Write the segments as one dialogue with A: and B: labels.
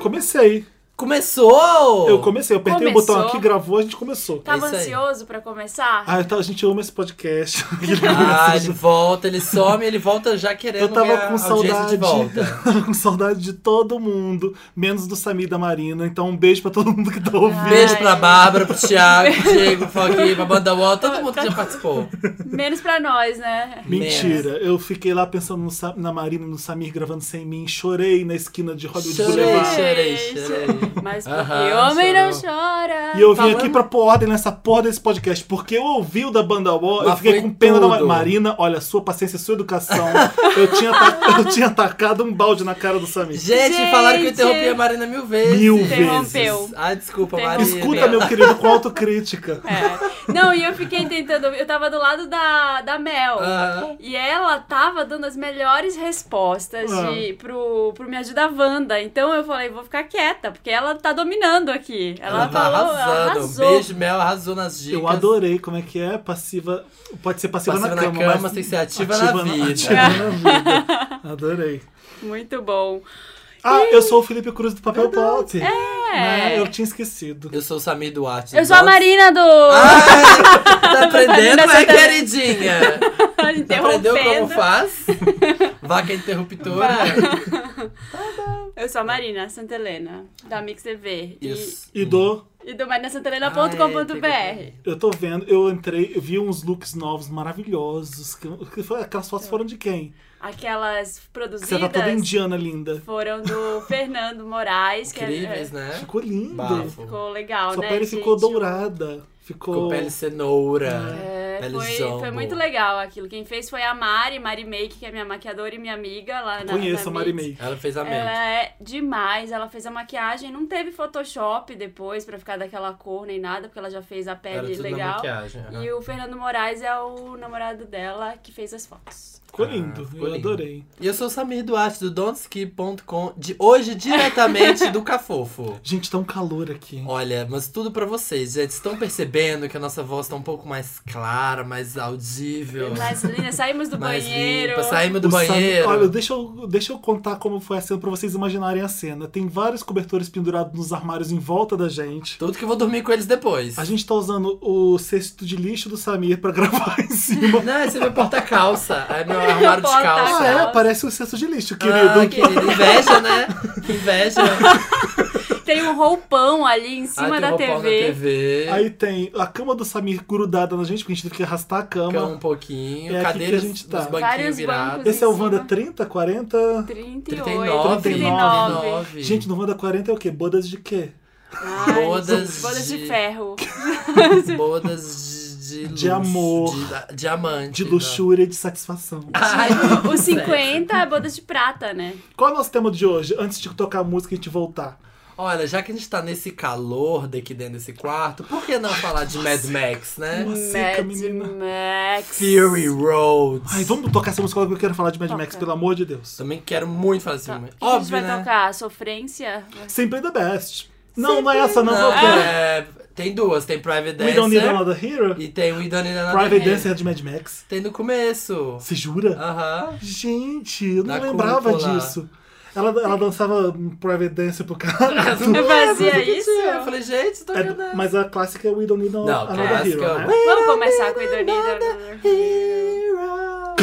A: comecei.
B: Começou!
A: Eu comecei, eu apertei
C: Começou.
A: o botão aqui, gravou, a gente começou.
B: É
C: Tava
B: isso aí.
C: ansioso pra começar?
A: Ah, então a gente ama esse podcast.
B: Ah, ele volta, ele some, ele volta já querendo
A: eu tava
B: minha
A: com
B: é audiência
A: saudade.
B: de volta.
A: tava com saudade de todo mundo, menos do Samir e da Marina. Então um beijo pra todo mundo que tá ouvindo.
B: Um Beijo
C: Ai.
B: pra Bárbara, pro Thiago, pro Diego, pro Fogui, pra Banda Wall, todo mundo que já participou.
C: Menos pra nós, né?
A: Mentira, eu fiquei lá pensando no Sa- na Marina, no Samir gravando sem mim, chorei na esquina de Hollywood
B: Chorei,
A: Boulevard.
B: chorei,
C: Gente.
B: chorei.
C: Mas porque
B: Aham,
C: homem não
B: chorou.
C: chora.
A: E eu vim
B: Falando-
A: aqui pra pôr ordem nessa porra desse podcast, porque eu ouvi o da banda O, eu
B: Mas
A: fiquei
B: foi
A: com pena da Ma-
B: tudo.
A: Marina. Olha, sua paciência, sua educação. eu, tinha ta- eu tinha tacado um balde na cara do Samir.
B: Gente,
C: Gente.
B: falaram que eu interrompi a Marina mil vezes.
A: Mil
C: Interrompeu.
A: vezes.
B: Ah, desculpa, Marina.
C: Interrompeu.
A: Escuta, meu querido, com autocrítica.
C: É. Não, e eu fiquei tentando. Eu tava do lado da, da Mel.
B: Ah,
C: E ela tava dando as melhores respostas de, pro, pro Me Ajuda Wanda. Então eu falei, vou ficar quieta, porque ela tá dominando aqui. Ela,
B: tá
C: falou, ela
B: arrasando. Um
C: arrasou.
B: Beijo, Mel, arrasou nas dicas.
A: Eu adorei, como é que é? Passiva. Pode ser passiva,
B: Passiva
A: na cama, mas
B: tem que ser ativa, na vida.
A: ativa na vida. Adorei.
C: Muito bom.
A: Ah, eu sou o Felipe Cruz do Papel Pop.
C: É.
A: eu tinha esquecido.
B: Eu sou o Samir Duarte.
C: Eu sou a
B: Nossa.
C: Marina do.
B: Ai, tá aprendendo,
C: Marina,
B: né,
C: você tá-
B: queridinha? Ah, Aprendeu como
C: interrompendo.
B: faz? Vaca interruptora.
C: Eu sou a Marina Santa Helena, da Mix TV. E,
B: Isso.
A: E do.
C: e do
A: Ah,
C: marinasantelena.com.br.
A: Eu tô vendo, eu entrei, eu vi uns looks novos maravilhosos. que- que foi- Aquelas fotos foram de quem?
C: Aquelas
A: Que Você tá toda
C: produzidas
A: indiana, linda.
C: foram do Fernando Moraes, que é-
B: Incríveis, né?
A: Ficou lindo.
B: Bafo.
C: ficou legal,
A: Sua
C: né?
A: pele ficou
C: gente?
A: dourada. Ficou.
B: Com pele cenoura.
C: É,
B: Pele
C: foi,
B: jambo.
C: foi muito legal aquilo. Quem fez foi a Mari, Mari Make, que é minha maquiadora e minha amiga lá na
A: Conheço
C: na
A: a Mari
C: Mix.
A: May.
B: Ela fez a mente.
C: Ela é demais, ela fez a maquiagem, não teve Photoshop depois pra ficar daquela cor nem nada, porque ela já fez a
B: Era
C: pele
B: tudo na
C: É, legal.
B: maquiagem. aham.
C: E o Fernando Moraes é o namorado dela que fez as fotos.
A: Ficou
B: Ah,
A: lindo.
B: ficou
A: eu
B: lindo.
A: adorei.
B: E eu sou o Samir Duarte do don'tski.com, de hoje diretamente do Cafofo.
A: Gente, tá um calor aqui.
B: Olha, mas tudo pra vocês, gente. Estão percebendo que a nossa voz tá um pouco mais clara, mais audível,
C: Mas, linda, saímos do
B: Então, mais
C: banheiro.
B: limpa. Saímos do
A: O Samir-
B: banheiro.
A: olha, deixa eu, deixa eu contar como foi a cena pra vocês imaginarem a cena. Tem vários cobertores pendurados nos armários em volta da gente.
B: Tudo que eu vou dormir com eles depois.
A: A gente tá usando o cesto de lixo do Samir pra gravar em cima.
B: Não, esse é meu porta-calça. É meu armário de
A: Ah,
B: calça.
A: é? Parece o cesto de lixo, querido.
B: Ah, querido, inveja, né? Que inveja.
C: Tem um roupão ali em
B: Ai,
C: cima
B: Ah, tem um
C: da
B: roupão
C: TV.
B: Na TV.
A: Aí tem a cama do Samir grudada na gente, porque a gente teve que arrastar a cama.
B: Fica um pouquinho.
A: É aqui que a
B: cadeiras,
A: gente tá.
B: os banquinhos
C: Vários
B: virados.
C: bancos.
A: Esse é o
C: em cima.
A: Wanda 30, 40?
C: 38,
B: 39,
A: 39.
B: 39.
A: Gente, no Wanda 40 é o quê? Bodas de quê?
C: Ai,
B: Bodas
C: bodas de...
B: de-
C: ferro.
B: bodas de, de luz,
A: De amor.
B: De, de amante.
A: De
B: né?
A: luxúria e de satisfação.
B: Ai,
C: Os 50 é bodas de prata, né?
A: Qual é o nosso tema de hoje? Antes de tocar a música e a gente voltar.
B: Olha, já que a gente tá nesse calor daqui dentro desse quarto, por que não falar de Mad Max, né?
A: Uma seca,
C: Mad
A: menina.
C: Max.
B: Fury Road.
A: Ai, vamos tocar essa música logo que eu quero falar de Mad Max,
C: Toca.
A: pelo amor de Deus.
B: Também quero muito falar desse filme.
C: O que Tá. a gente
B: Óbvio,
C: vai
B: né?
C: tocar? Sofrência?
A: Sempre the best. Não, não é essa, não.
B: Não,
A: qual que é?
B: é, tem duas. Tem Private Dancer
A: We don't need another hero.
B: e tem We Don't Need Another
A: Private
B: Hero.
A: Dancer é de Mad Max.
B: Tem no começo.
A: Você jura?
B: Aham.
A: Gente, eu não
B: Da
A: lembrava
B: cúpula.
A: disso. Ela, ela dançava um Private Dancer pro cara.
C: Eu fazia isso?
B: É, Eu falei, gente, tô
A: É,
B: cantando.
A: mas a clássica é We Don't Need No-
B: Não,
A: Another Hero,
B: clássica. é
A: né?
C: Vamos começar com a idonia.
B: Hero.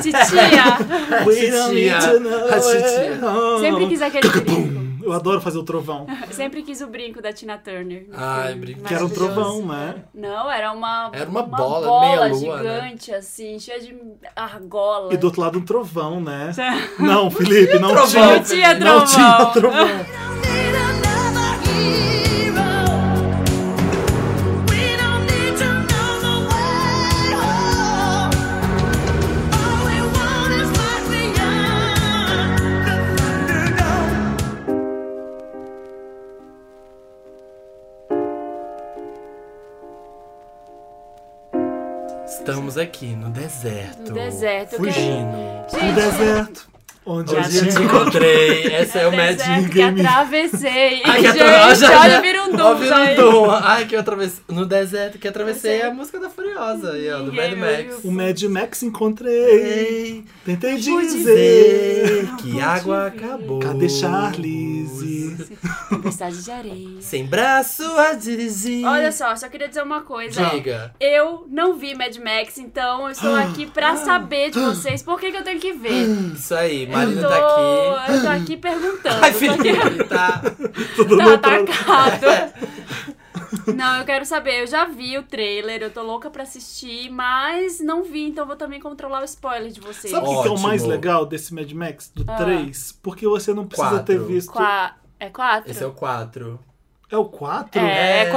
C: Titia!
A: We
B: titia.
A: don't need to know
B: A titia.
A: where home.
C: Sempre quis aquele brinco.
A: Eu adoro fazer o trovão.
C: Sempre quis o brinco da Tina Turner.
B: Ai, brinco.
A: Que era um
C: Maravilhoso.
A: trovão, né?
C: Não, era uma,
B: Era uma bola, meia-lua, né?
C: gigante, assim, cheia de argola.
A: E do outro lado um trovão, né? Não, Felipe, não
B: trovão.
A: tinha.
C: Não tinha
A: Não tinha
C: trovão.
A: trovão.
B: Estamos aqui no deserto.
C: No deserto,
B: Fugindo.
A: No
C: Gente,
A: Um deserto. Onde
B: Hoje eu
A: a
B: te
A: gente...
B: encontrei. Essa é o
C: tá. Deserto
B: Magic.
C: que
A: Game.
C: atravessei.
B: Ai, que
C: gente,
B: atra- já-
C: olha,
B: já-
C: vira um
B: Ó,
C: dom.
B: vira um dom. Ai, que eu atravessei. No deserto que atravessei é a música da Furiosa aí, ó, do Mad
C: Ninguém
B: Max.
A: O Mad Max encontrei,
B: Ei,
A: tentei
C: Vou
A: dizer...
C: Não
B: que água
C: te vi.
B: acabou.
A: Cadê
C: Tá,
A: Charlize?
C: Tempestade de areia.
B: Sem braço a dirigir.
C: Olha só, só queria dizer uma coisa.
B: Diga.
C: Eu não vi Mad Max, então eu estou aqui pra saber de vocês por que, que eu tenho que ver.
B: Isso aí,
C: Eu
B: Marina
C: tô,
B: tá aqui.
C: eu tô aqui perguntando.
B: Ai,
C: tô aqui-
B: Felipe, tá.
A: Todo
C: Tá
A: mundo pra-
C: atacado.
A: É.
C: Não, eu quero saber. Eu já vi o trailer, eu tô louca pra assistir, mas não vi, então vou também controlar o spoiler de vocês.
A: Sabe o que que é o
B: Ótimo.
A: mais legal desse Mad Max? Do
C: Ah.
A: 3? Porque você não precisa ter
B: Quatro.
A: visto.
C: Qua- É quatro?
B: Esse é o 4.
A: É o 4?
C: É,
B: É.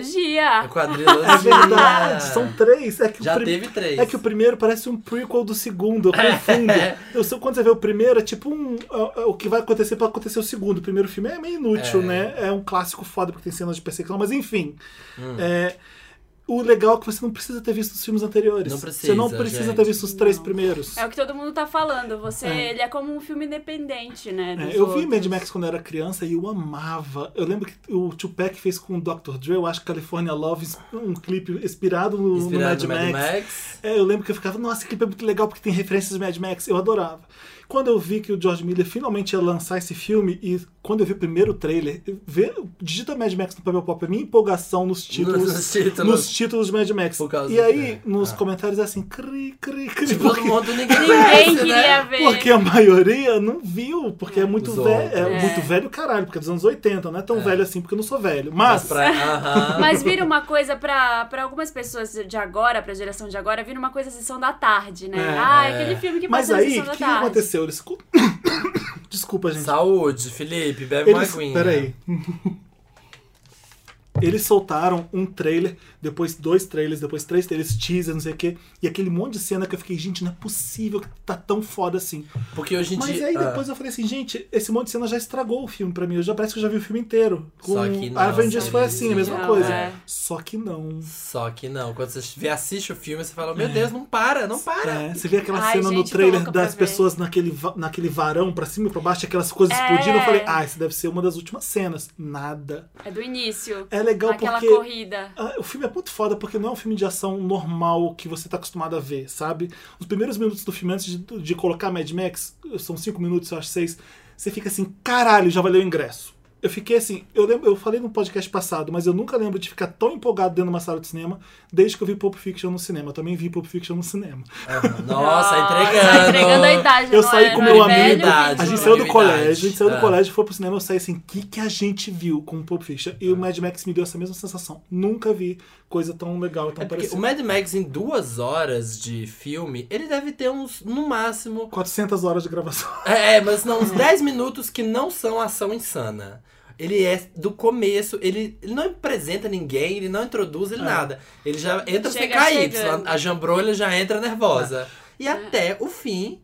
C: quadrilogia.
B: É quadrilogia.
A: É verdade, são três. É que,
B: Já É,
A: o prim-
B: teve três.
A: é que o primeiro parece um prequel do segundo, eu confundo. Eu sei, quando você vê o primeiro, é tipo um. é- é o que vai acontecer pra acontecer o segundo. O primeiro filme é meio inútil,
B: É.
A: né? É um clássico foda porque tem cenas de perseguição, mas enfim.
B: Hum.
A: É, o legal é que você não precisa ter visto os filmes anteriores.
B: Não
A: você não
B: precisa,
A: precisa
B: gente.
A: ter visto os três primeiros.
C: É o que todo mundo tá falando. Você,
A: É.
C: ele é como um filme independente, né?
A: É,
C: dos
A: eu vi
C: outros.
A: Mad Max quando eu era criança e eu amava. Eu lembro que o Tupac fez com o Dr. Dre, eu acho que California Love, um clipe inspirado no, no
B: Inspirado no
A: Mad Max.
B: Max.
A: É, eu lembro que eu ficava, nossa, esse clipe é muito legal porque tem referências do Mad Max. Eu adorava. Quando eu vi que o George Miller finalmente ia lançar esse filme, e quando eu vi o primeiro trailer, eu- ver, digita Mad Max no papel pop, a minha empolgação tipo, nos títulos.
B: Nos títulos.
A: Nos títulos do Mad Max.
B: tá Por causa
A: E
B: do-
A: aí,
B: é,
A: nos
B: ah.
A: comentários é assim, cri, cri, cri.
B: Todo
A: porque-
B: Tipo, mundo ninguém
C: Ninguém
B: conhece,
C: queria
B: né?
C: ver.
A: porque a maioria não viu, porque é muito
B: Os
A: velho.
B: outros.
A: É,
B: É.
A: muito velho, caralho, porque é dos anos 80, não é tão velho assim, porque eu não sou velho. Mas.
B: Mas pra... Aham.
C: Mas vira uma coisa pra, pra algumas pessoas de agora, pra geração de agora, vira uma coisa assim, sessão da tarde, né?
A: É.
C: ah, aquele filme que
A: Mas
C: passa
A: aí, o
C: na sessão
A: que,
C: da
A: que
C: tarde.
A: aconteceu? Eles. co- Desculpa, gente.
B: Saúde, Felipe, bebe uma
A: Eles,
B: aguinha.
A: peraí.
B: né?
A: Eles soltaram um trailer, depois dois trailers, depois três trailers, teaser, não sei o quê. E aquele monte de cena que eu fiquei, gente, não é possível que tá tão foda assim.
B: Porque hoje em
A: Mas
B: dia...
A: aí
B: ah,
A: depois eu falei assim, gente, esse monte de cena já estragou o filme pra mim. Eu já parece que eu já vi o filme inteiro. Com
B: Só que não,
A: a Avengers
B: só
A: foi
B: que
A: assim, a mesma
C: não,
A: coisa.
C: é.
A: Só que não. né?
B: Só que não. Quando você vê- assiste o filme, você fala, meu Deus, não para, não para.
A: É, você vê aquela
C: Ai,
A: cena no
C: gente, tô
A: trailer
C: louca pra
A: das
C: ver.
A: pessoas naquele, va- naquele varão pra cima e pra baixo, aquelas coisas
C: É.
A: explodindo. Eu falei, ah, isso deve ser uma das últimas cenas. Nada.
C: É do início.
A: É legal
C: Aquela
A: porque.
C: corrida.
A: Ah, O filme é muito foda porque não é um filme de ação normal que você tá acostumado a ver, sabe? Os primeiros minutos do filme, antes de, de colocar Mad Max, são cinco minutos, eu acho seis, você fica assim, caralho, já valeu o ingresso. Eu fiquei assim, eu lembro, eu falei no podcast passado, mas eu nunca lembro de ficar tão empolgado dentro de uma sala de cinema desde que eu vi Pulp Fiction no cinema. Eu também vi Pulp Fiction no cinema.
B: Aham. Nossa, entregando.
C: Tá entregando a idade.
A: Eu
C: não
A: saí
C: é-
A: com
C: não
A: meu
C: é
A: amigo,
C: velho,
B: a
A: A
C: não
A: gente saiu do
C: é
B: Ah, Novidade.
A: colégio, a gente saiu do
B: Ah.
A: colégio, foi pro cinema, eu saí assim, o que, que a gente viu com Pulp Fiction?
B: Ah.
A: E o Mad Max me deu essa mesma sensação. Nunca vi coisa tão legal, tão
B: É porque
A: parecida.
B: o Mad Max, em duas horas de filme, ele deve ter uns, no máximo,
A: 400 horas de gravação.
B: É, é, mas não, uns 10 minutos que não são ação insana. Ele é do começo, ele, ele não apresenta ninguém, ele não introduz ele nada. Ele já entra sem
C: Chega
B: cair,
C: chegando. Ah.
B: a jambrolha já entra nervosa. E até o fim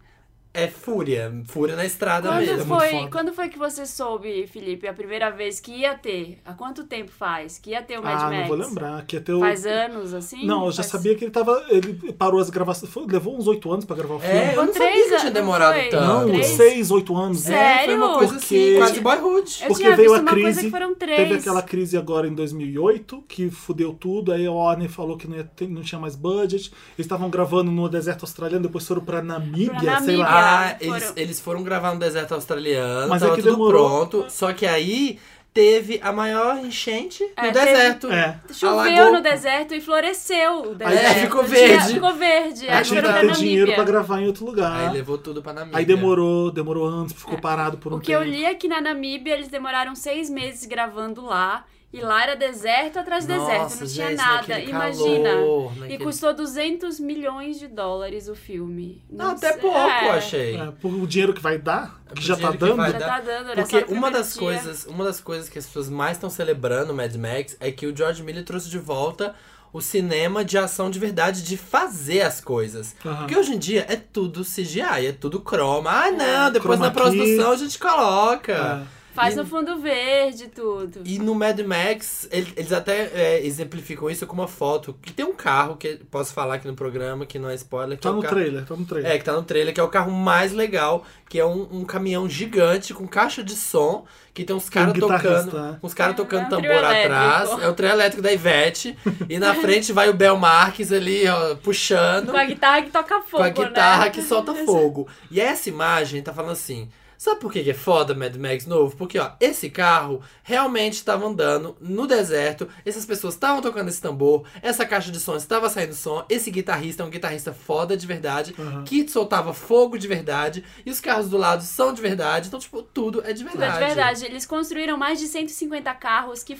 B: é fúria, fúria na estrada
C: Quando
B: mesmo.
A: foda.
C: foi, quando foi que você soube, Felipe, a primeira vez que ia ter? Há quanto tempo faz? Que ia ter o Mad
A: ah,
C: Max?
A: não vou lembrar. Que até o...
C: Faz anos, assim?
A: Não, eu já
C: Faz-
A: sabia que ele tava. Ele parou as gravações. foi- levou uns 8 anos pra gravar o filme.
B: É, eu não
C: Três
B: sabia que
C: anos,
B: tinha
C: não
B: demorado
C: foi?
B: tanto.
A: Não,
C: Ah, três.
A: 6, 8 anos.
C: Sério?
B: É, foi uma coisa
A: Porque-
B: assim, quase boyhood.
C: Eu
A: Porque
C: tinha
A: veio
C: visto
A: a
C: uma coisa
A: crise,
C: que foram três.
A: Teve aquela crise agora em 2008, que fudeu tudo. Aí a Warner falou que não, ia ter- não tinha mais budget. Eles estavam gravando no deserto australiano, depois foram pra Namíbia,
C: Pra
A: sei lá.
B: Ah,
C: Foram-
B: eles, eles foram gravar no deserto australiano,
A: Mas é
B: tava
A: que
B: tudo
A: demorou.
B: pronto. Só que aí teve a maior enchente no
C: É, teve-
B: deserto.
A: É.
C: Choveu
B: Alagou.
C: no deserto e floresceu o deserto.
B: ficou
C: Tinha-
B: verde.
C: É, Ficou verde.
A: Aí
C: Aí
A: tinha
C: foram
A: que
C: pra
A: ter dinheiro
C: Namíbia.
A: pra gravar em outro lugar.
B: Aí levou tudo pra Namíbia.
A: Aí demorou, demorou anos, ficou parado por um
C: O que eu
A: tempo.
C: li é que na Namíbia eles demoraram seis meses gravando lá. E lá era deserto atrás de deserto, não tinha
B: gente,
C: nada.
B: naquele
C: Imagina.
B: calor,
C: E
B: naquele-
C: custou 200 milhões de dólares o filme.
B: Não,
C: Nossa,
B: até pouco,
C: é.
B: eu achei.
A: É, por o dinheiro que vai dar, que
B: Pro
A: já
B: É,
A: tá
B: dinheiro que
A: dando.
B: vai
C: Já tá dando, era só
B: Porque
C: no
B: uma
C: primeiro
B: das,
C: dia.
B: coisas, uma das coisas que as pessoas mais estão celebrando o Mad Max é que o George Miller trouxe de volta o cinema de ação de verdade, de fazer as coisas.
A: Aham.
B: Porque hoje em dia é tudo CGI, é tudo croma. Ah, não, depois
A: Chroma
B: na
A: key.
B: produção a gente coloca.
A: É.
C: Faz
B: E-
C: no fundo verde tudo.
B: E no Mad Max, ele- eles até é, exemplificam isso com uma foto. Que tem um carro que posso falar aqui no programa, que não é spoiler. Que
A: Tá
B: é o
A: no
B: carro-
A: trailer, tá no trailer.
B: É, que tá no trailer, que é o carro mais legal, que é um, um caminhão gigante com caixa de som, que tem uns caras
A: guitarrista,
B: tocando.
A: né?
B: Uns caras
C: É,
B: tocando
C: é um
B: tambor
C: trio elétrico.
B: atrás. É o trem elétrico da Ivete. e na frente vai o Bel Marques ali, ó, puxando.
C: Com a guitarra que toca fogo,
B: com a guitarra
C: né?
B: que solta fogo. E essa imagem tá falando assim. Sabe por que que é foda Mad Max novo? Porque, ó, esse carro realmente estava andando no deserto, essas pessoas estavam tocando esse tambor, essa caixa de som estava saindo som, esse guitarrista é um guitarrista foda de verdade,
A: Aham.
B: que soltava fogo de verdade, e os carros do lado são de verdade, então, tipo, tudo é de
C: Tudo é
B: verdade.
C: de verdade. Eles construíram mais de 150 carros que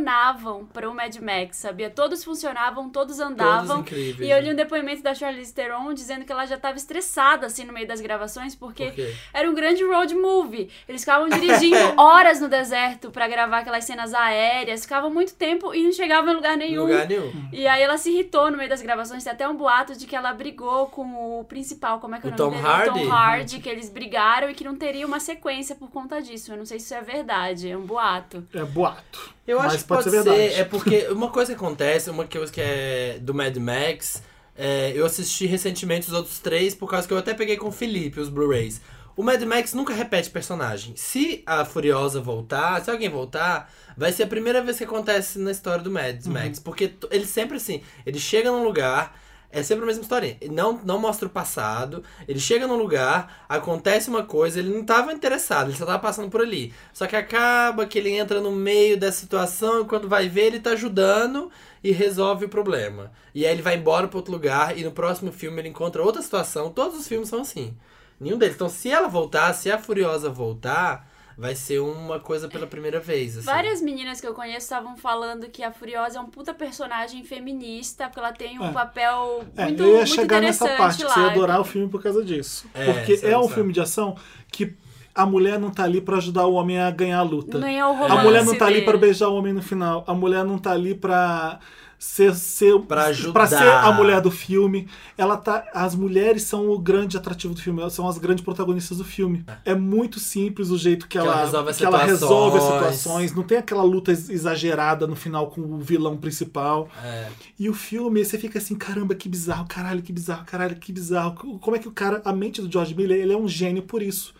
C: funcionavam para o Mad Max, sabia? Todos funcionavam, todos
B: Todos
C: andavam.
B: incríveis. né?
C: e eu li um depoimento da Charlize Theron dizendo que ela já estava estressada assim no meio das gravações porque
B: Por quê?
C: era um grande road movie. Eles ficavam dirigindo horas no deserto para gravar aquelas cenas aéreas, ficavam muito tempo e não chegavam em lugar
B: Em um
C: nenhum.
B: lugar nenhum.
C: E aí ela se irritou no meio das gravações, tem até um boato de que ela brigou com o principal, como é que é o,
B: O Tom
C: nome dele? O
B: Hardy?
C: Tom Hardy, que eles brigaram e que não teria uma sequência por conta disso. Eu não sei se isso é verdade, é um boato.
A: É, boato.
B: Eu acho
A: Mas
B: que
A: pode
B: pode,
A: ser
B: ser,
A: verdade.
B: é porque uma coisa que acontece, uma coisa que é do Mad Max, é, eu assisti recentemente os outros três, por causa que eu até peguei com o Felipe os Blu-rays. O Mad Max nunca repete personagem. Se a Furiosa voltar, se alguém voltar, vai ser a primeira vez que acontece na história do Mad Max. Porque t- ele sempre assim, ele chega num lugar, é sempre a mesma história. Não, não mostra o passado. Ele chega num lugar, acontece uma coisa, ele não estava interessado, ele só tava passando por ali. Só que acaba que ele entra no meio dessa situação e quando vai ver, ele tá ajudando e resolve o problema. E aí ele vai embora pra outro lugar e no próximo filme ele encontra outra situação. Todos os filmes são assim. Nenhum deles. Então, se ela voltar, se a Furiosa voltar, vai ser uma coisa pela primeira vez. Assim.
C: Várias meninas que eu conheço estavam falando que a Furiosa é um puta personagem feminista, porque ela tem um
A: É.
C: papel
A: É,
C: muito,
A: eu ia
C: muito
A: chegar nessa
C: interessante
A: parte, que
C: lá.
A: você ia adorar o filme por causa disso.
B: É,
A: Porque
B: sabe,
A: é um
B: sabe.
A: filme de ação que a mulher não tá ali pra ajudar o homem a ganhar a luta.
C: Não é o romance
A: A mulher não tá ali
C: dele.
A: pra beijar o homem no final. A mulher não tá ali pra ser, ser
B: Pra ajudar.
A: pra ser a mulher do filme. Ela tá as mulheres são o grande atrativo do filme, elas são as grandes protagonistas do filme. É muito simples o jeito que,
B: Que ela
A: ela
B: resolve as
A: que ela
B: situações.
A: resolve as situações, não tem aquela luta ex- exagerada no final com o vilão principal.
B: É.
A: E o filme, você fica assim, caramba, que bizarro, caralho, que bizarro, caralho, que bizarro. Como é que o cara, a mente do George Miller, ele é um gênio por isso.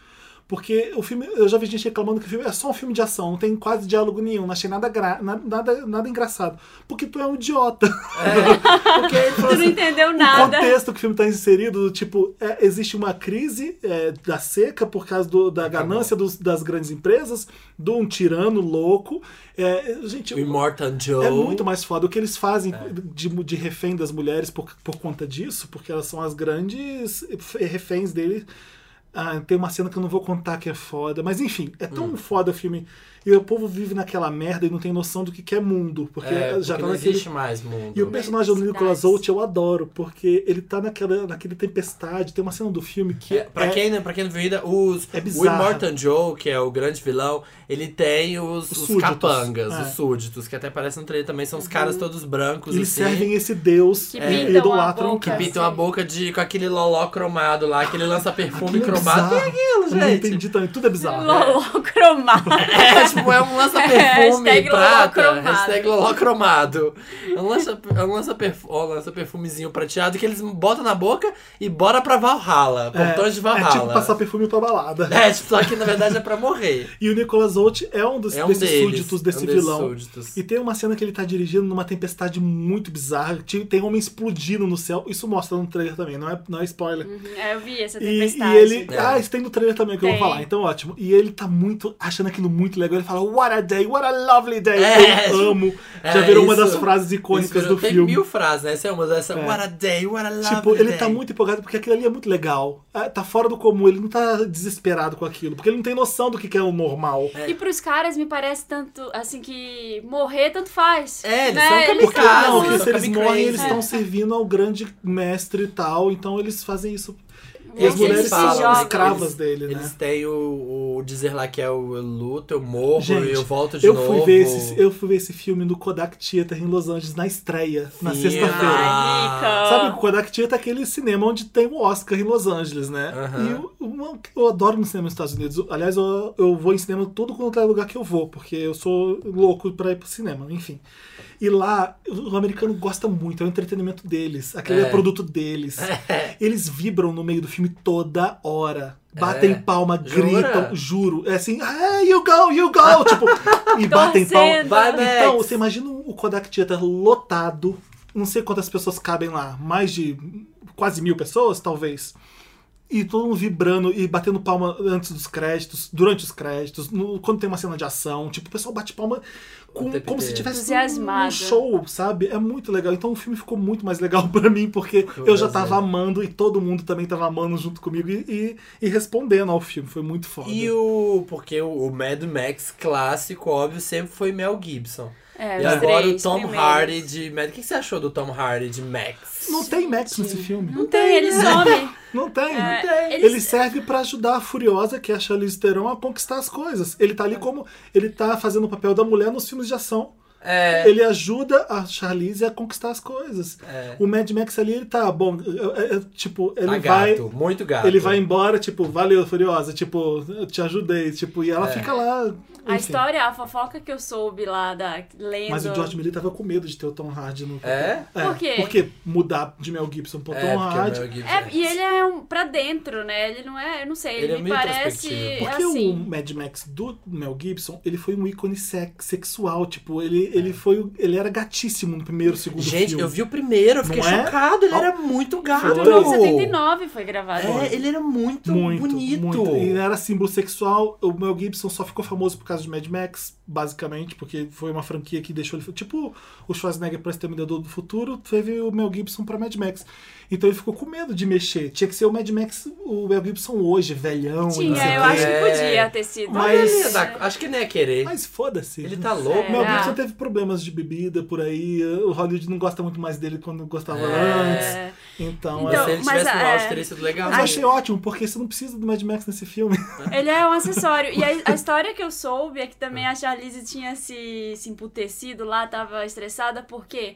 A: Porque o filme, eu já vi gente reclamando que o filme é só um filme de ação, não tem quase diálogo nenhum, não achei nada, gra- na- nada, nada engraçado. Porque tu é um idiota.
B: É, porque ele falou
C: Tu não
B: assim,
C: entendeu
A: O
C: nada.
A: contexto que o filme está inserido, do tipo, é, existe uma crise é, da seca por causa do- da ganância dos- das grandes empresas, de um tirano louco. É, gente,
B: o Immortal Joe.
A: é muito mais foda. O que eles fazem
B: É.
A: de, de refém das mulheres por, por conta disso, porque elas são as grandes f- reféns dele. Ah, tem uma cena que eu não vou contar que é foda, mas enfim, é tão
B: Hum.
A: foda o filme. E o povo vive naquela merda e não tem noção do que, que é mundo. Porque
B: É, porque
A: já tá
B: não
A: naquele
B: existe mais mundo.
A: e o personagem do Nicolas Hoult eu adoro, porque ele tá naquela, naquele tempestade, tem uma cena do filme que
B: É, pra,
A: é-
B: quem, né, pra quem não viu ainda, os,
A: É
B: o
A: bizarro.
B: Immortan Joe, que é o grande vilão, ele tem os,
A: Os
B: os
A: súditos,
B: capangas,
A: é. Uhum.
B: os súditos, que até aparecem no trailer também, são os caras todos brancos,
A: eles
B: assim,
A: servem esse deus
C: Que
A: e
C: pintam a
A: idolatram o
C: boca.
A: cara.
C: Que
B: pintam a boca de, com aquele loló cromado lá, que ele lança perfume cromado.
A: bizarro.
B: Que é aquilo,
A: Eu Não
B: um gente?
A: entendi também, tudo é bizarro.
C: Lolo cromado.
B: É, tipo, é um lança-perfume
C: Hashtag
B: prata,
C: lolocromado.
B: hashtag lolocromado. É um lança- é um lança-perfu- ó, lança-perfumezinho prateado que eles botam na boca e bora pra Valhalla, portões de
A: é
B: Valhalla.
A: tipo passar perfume pra balada.
B: É, tipo, só que na verdade é pra morrer.
A: E o Nicolas Hoult é um, dos,
B: É um
A: desses
B: deles,
A: súditos
B: é
A: desse
B: um desses
A: vilão.
B: súditos.
A: E tem uma cena que ele tá dirigindo numa tempestade muito bizarra. Tem tem homem explodindo no céu. Isso mostra no trailer também, não é, não é spoiler.
C: É, eu vi essa
A: E,
C: tempestade.
A: e ele.
B: É.
A: Ah, isso tem no trailer também que eu vou
C: Tem.
A: falar, então ótimo. E ele tá muito achando aquilo muito legal. Ele fala, What a day, what a lovely day.
B: É.
A: Eu amo.
B: É,
A: Já virou uma
B: isso-
A: das frases icônicas
B: Inspirou-
A: do
B: tem
A: filme.
B: mil frases, né? Essa é uma dessa.
A: É.
B: What a day, what a lovely
A: Tipo, ele
B: day.
A: tá muito empolgado porque aquilo ali é muito legal. Ah, Tá fora do comum, ele não tá desesperado com aquilo, porque ele não tem noção do que que é o normal.
C: E pros caras me parece tanto, assim, que morrer tanto faz.
B: É, eles
C: né?
B: são
C: eles
A: Porque,
B: kamikazes,
A: não,
B: eles
A: porque
B: são
A: se eles
B: kamikazes.
A: morrem, eles
B: É.
A: estão servindo ao grande mestre e tal, então eles fazem isso. E
C: Eles
A: as mulheres
C: se
A: são
C: jogam.
A: escravas
B: eles-
A: dele,
B: Eles
A: né?
B: têm o, o dizer lá que é o eu luto, eu morro,
A: Gente,
B: eu volto de
A: Eu
B: novo.
A: fui, ver esse, eu fui ver esse filme no Kodak Theater em Los Angeles na estreia, na
B: Sim,
A: sexta-feira.
B: Ah.
C: Ai, Nico.
A: Sabe concordar que tinha tá aquele cinema onde tem o Oscar em Los Angeles, né?
B: Aham.
A: E eu, eu- eu adoro ir no cinema nos Estados Unidos. Aliás, eu, eu vou em cinema todo quanto é lugar que eu vou, porque eu sou louco pra ir pro cinema, enfim. E lá, o americano gosta muito, é o entretenimento deles, aquele
B: É.
A: é produto deles. Eles vibram no meio do filme toda hora. Batem
B: É.
A: palma,
B: Jura?
A: gritam, juro. É assim, hey, you go, you go! Tipo, e batem palma.
C: Torcendo.
B: Vai, Max.
A: Então, você imagina o Kodak Theater lotado. Não sei quantas pessoas cabem lá. Mais de quase mil pessoas, talvez. E todo mundo vibrando e batendo palma antes dos créditos, durante os créditos, no- quando tem uma cena de ação. Tipo, o pessoal bate palma com-
B: O tempo
A: como se
B: inteiro.
A: tivesse um
C: Entusiasmado.
A: show, sabe? É muito legal. Então o filme ficou muito mais legal pra mim, porque eu já tava amando e todo mundo também tava amando junto comigo e, e- e respondendo ao filme. Foi muito foda.
B: E o. Porque o o Mad Max clássico, óbvio, sempre foi Mel Gibson.
C: É,
B: e
C: os
B: agora o
C: três
B: Tom
C: primeiros.
B: Hardy de Mad. O que que você achou do Tom Hardy de Max?
A: Não tem Max nesse filme.
C: Não tem, ele some.
A: Não tem.
C: É, eles-
A: Ele serve pra ajudar a Furiosa, que é a Charlize Theron, a conquistar as coisas. Ele tá
C: É.
A: ali como... Ele tá fazendo o papel da mulher nos filmes de ação.
B: É.
A: Ele ajuda a Charlize a conquistar as coisas.
B: É.
A: O Mad Max ali, ele tá... Bom, é- é- é, tipo, ele
B: Tá
A: vai...
B: gato, muito gato.
A: Ele vai embora, tipo, valeu, Furiosa, tipo, eu te ajudei, tipo, e
B: É.
A: ela fica lá.
C: A
A: enfim.
C: história, a fofoca que eu soube lá da lendo.
A: Mas o George Miller tava com medo de ter o Tom Hardy no.
B: É?
C: Por quê?
A: Porque mudar de Mel Gibson pro
B: É,
A: Tom
B: porque o
A: Hardy.
B: Mel Gibson.
C: É, e ele é um pra dentro, né? Ele não é, eu não sei,
B: Ele
C: ele,
B: é
C: me
B: meio
C: parece
B: introspectivo.
A: Porque o
C: assim.
A: Mad Max do Mel Gibson, ele foi um ícone sex- sexual, tipo, ele,
C: É.
A: ele foi. o- Ele era gatíssimo no primeiro, segundo
B: Gente,
A: filme.
B: eu vi o primeiro, eu fiquei
A: Não é?
B: chocado. Ele
A: Ó,
B: era muito gato.
A: foi.
C: Então, em 79 foi gravado.
B: É, ele era muito,
A: muito
B: bonito.
A: muito. E né, era símbolo sexual. O Mel Gibson só ficou famoso por causa de Mad Max, basicamente, porque foi uma franquia que deixou ele. Tipo, o Schwarzenegger para Exterminador do Futuro teve o Mel Gibson para Mad Max. Então ele ficou com medo de mexer. Tinha que ser o Mad Max, o Mel Gibson hoje, velhão. e não sei
C: Tinha, eu
A: o quê.
C: acho que
B: É.
C: podia ter sido.
B: Mas ele
A: Mas-
B: ia dar- acho que nem ia querer.
A: Mas foda-se.
B: Ele tá louco.
A: Mel
C: Será?
A: Gibson teve problemas de bebida por aí. O Hollywood não gosta muito mais dele quando gostava antes.
C: É.
A: Então,
C: Então,
B: Mas
A: é-
B: se ele
C: mas,
B: tivesse no auge,
C: é.
B: teria sido legal.
A: Mas eu achei ótimo, porque você não precisa do Mad Max nesse filme.
C: Ele é um acessório. E a, a história que eu soube é que também a Charlize tinha se, se emputecido lá, tava estressada, porque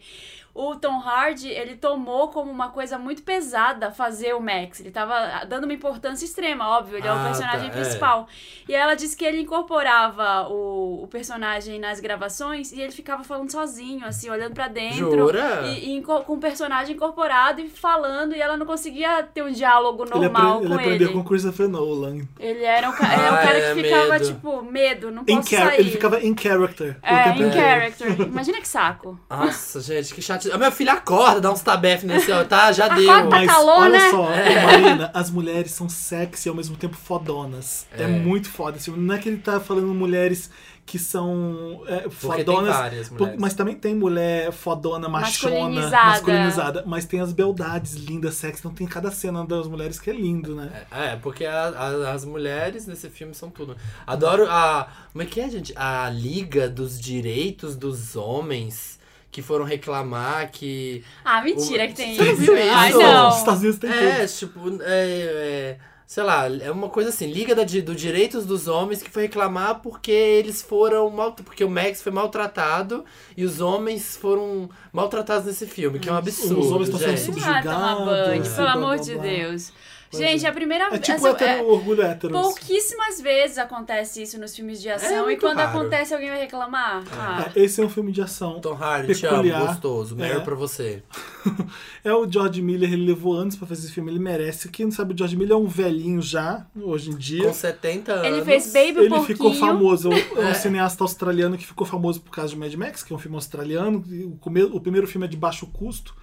C: o Tom Hardy, ele tomou como uma coisa muito pesada fazer o Max. Ele tava dando uma importância extrema, óbvio, ele é
B: Ah,
C: o personagem
B: tá, é.
C: principal. E ela disse que ele incorporava o, o personagem nas gravações e ele ficava falando sozinho, assim, olhando pra dentro.
B: Jura?
A: É.
C: E, e inco- com o personagem incorporado e falando, e ela não conseguia ter um diálogo
A: ele apre-
C: normal
A: ele
C: com
A: aprendeu
C: ele.
A: com Christopher Nolan.
C: Ele era um, ca-
B: Ah,
C: era um cara
B: é,
C: que ficava,
B: medo.
C: tipo, medo, não
A: In
C: posso
A: char-
C: sair.
A: ele ficava in character. o
C: É,
A: tempo
C: in
A: inteiro.
C: character. Imagina que saco.
B: Nossa, gente, que chato. A minha filha acorda, dá uns tabef nesse, ó, tá? Já deu.
C: Acorda,
A: Mas
C: calor,
A: olha
C: né?
A: só, Marina, as mulheres são sexy e ao mesmo tempo fodonas. É, muito foda. esse filme. não é que ele tá falando mulheres que são é,
B: Porque
A: fodonas.
B: tem várias
A: Por-
B: mulheres.
A: mas também tem mulher fodona, machona,
C: Masculinizada.
A: masculinizada. Mas tem as beldades lindas, sexy. Então tem cada cena das mulheres que é lindo, né?
B: É, porque a- a- as mulheres nesse filme são tudo. Adoro a. Como é que é, gente? A Liga dos Direitos dos Homens que foram reclamar que.
C: Ah, mentira que tem
B: Você não
C: isso.
B: viu isso?
C: Ai,
A: Os
C: não.
A: Estados Unidos tem tudo.
B: É, tipo, é, é, sei lá, é uma coisa assim, Liga da, di- do Direitos dos Homens que foi reclamar porque eles foram mal, porque o Max foi maltratado e os homens foram maltratados nesse filme, que é um absurdo.
A: Os homens estão sendo
B: gente. tá
A: sub-
C: Ah, tomar banho,
A: Subjugado,
C: pelo
A: blá,
C: amor
A: blá,
C: de
A: blá.
C: Deus.
A: tá Pois
C: Gente,
A: é.
C: a primeira
A: É
C: vez.
A: tipo hétero, orgulho hétero. Assim.
C: Pouquíssimas vezes acontece isso nos filmes de ação. e
B: muito
C: quando
B: raro.
C: acontece, alguém vai reclamar? Ah,
A: É, esse é um filme de ação.
B: Tom Hardy, te amo,
A: Peculiar.
B: gostoso. Meryl
A: É.
B: pra você.
A: É o George Miller, ele levou anos pra fazer esse filme, ele merece. Quem não sabe, o George Miller é um velhinho já, hoje em dia.
B: Com 70 anos.
C: ele fez Baby
A: Ele
C: Porquinho.
A: ficou famoso, é um cineasta australiano que ficou famoso por causa de Mad Max, que é um filme australiano. e O, come- o primeiro filme é de baixo custo.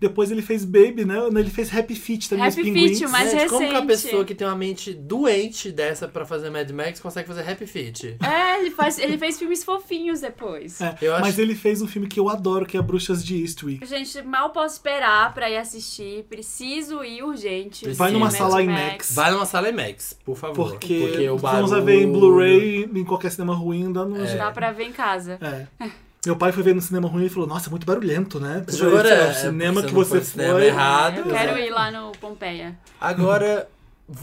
A: Depois ele fez Baby, né? Ele fez Happy Feet também,
C: Happy
A: os pinguins.
C: Feet, mas- mais
B: Gente, como que a
C: recente.
B: pessoa que tem uma mente doente dessa pra fazer Mad Max consegue fazer Happy Fit?
C: É, ele, faz, ele fez filmes fofinhos depois.
A: É,
B: Eu acho-
A: Mas ele fez um filme que eu adoro, que é Bruxas de Eastwick.
C: Gente, mal posso esperar pra ir assistir. Preciso ir urgente.
B: Vai
A: Vai
B: Sim,
A: numa
B: Mad
A: sala
C: Max.
A: IMAX.
B: Vai numa sala IMAX, por favor.
A: Porque,
B: o barulho...
A: vamos a ver em Blu-ray, em qualquer cinema ruim, ainda não.
C: É. Dá pra ver em casa.
A: É. Meu pai foi ver no cinema ruim e falou: Nossa, é muito barulhento, né?
B: Jura?
A: É
B: É,
A: o cinema
B: porque
A: que
B: você não foi
A: você
B: no
A: foi.
B: cinema errado.
C: Eu quero ir lá no Pompeia.
B: Agora,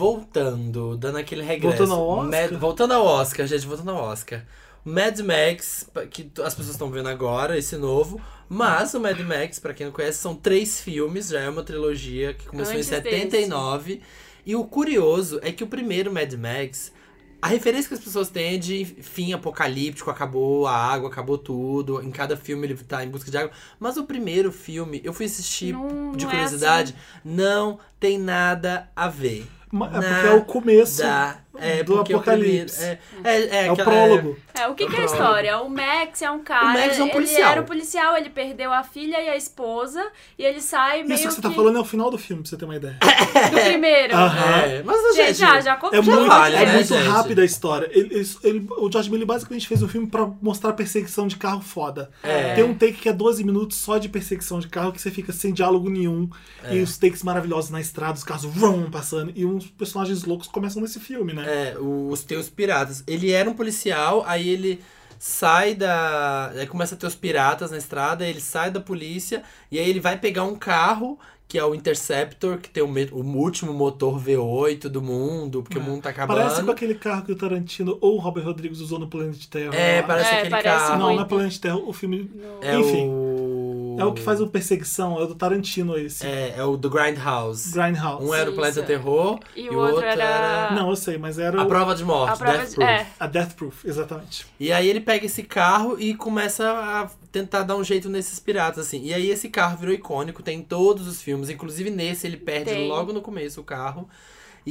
B: voltando, dando aquele regresso.
A: Voltando ao Oscar?
B: Mad- voltando ao Oscar, gente, voltando ao Oscar. Mad Max, pa- que t- as pessoas estão vendo agora, esse novo, Mas o Mad Max, pra quem não conhece, são três filmes, já é uma trilogia que começou
C: Antes
B: em 79. E o curioso é que o primeiro Mad Max, a referência que as pessoas têm é de fim apocalíptico, acabou a água, acabou tudo. Em cada filme ele tá em busca de água. Mas o primeiro filme, eu fui assistir
C: Não-
B: de
C: não é
B: curiosidade, não tem nada a ver.
A: Ma- É porque é o começo.
B: Da, é,
A: do
B: porque o primeiro-
A: Apocalipse.
B: é, é, é
A: É o
B: aquela-
A: prólogo.
C: É, o que, que é a
B: Pronto.
C: história? O Max é um cara.
B: O Max é um
C: Ele
B: policial.
C: era um policial, ele perdeu a filha e a esposa, e ele sai meio
A: Isso que você tá falando é o final do filme, pra você ter uma ideia.
C: do primeiro.
A: Aham.
B: É, mas
C: Gente,
B: gente,
C: já, já
A: É
C: confia.
A: muito,
B: vale,
A: é
B: né,
A: muito
B: gente?
A: rápida a história. Ele- ele- ele- o George Miller basicamente fez um filme pra mostrar perseguição de carro foda.
B: É.
A: Tem um take que é 12 minutos só de perseguição de carro que você fica sem diálogo nenhum.
B: É.
A: E os takes maravilhosos na estrada, os carros vrum, passando. E uns personagens loucos começam nesse filme, né?
B: É, os teus piratas. Ele era um policial, aí ele sai da. Aí começa a ter os piratas na estrada, ele sai da polícia, e aí ele vai pegar um carro, que é o Interceptor, que tem o, me- o último motor V8 do mundo, porque o mundo tá acabando.
A: É. Parece com aquele carro que o Tarantino ou o Robert Rodrigues usou no Planet Terra.
B: É,
A: Lá.
B: parece
C: É,
B: aquele
C: parece
B: carro.
A: Não,
C: muito.
A: não é Planet Terra, o filme.
B: É
A: Enfim,
B: o.
A: é o que faz o Perseguição, é o do Tarantino esse.
B: É, é o do Grindhouse.
A: Grindhouse.
B: Um era o Planeta
C: Isso.
B: Terror
C: E o outro era-
A: Não, eu sei, mas era
B: A
A: o-
B: Prova de Morte,
C: A prova
B: Death
C: de.
B: Proof.
C: É.
A: a Death Proof, exatamente.
B: E aí ele pega esse carro e começa a tentar dar um jeito nesses piratas, assim. E aí esse carro virou icônico, tem em todos os filmes, inclusive nesse ele perde
C: Tem.
B: logo no começo o carro.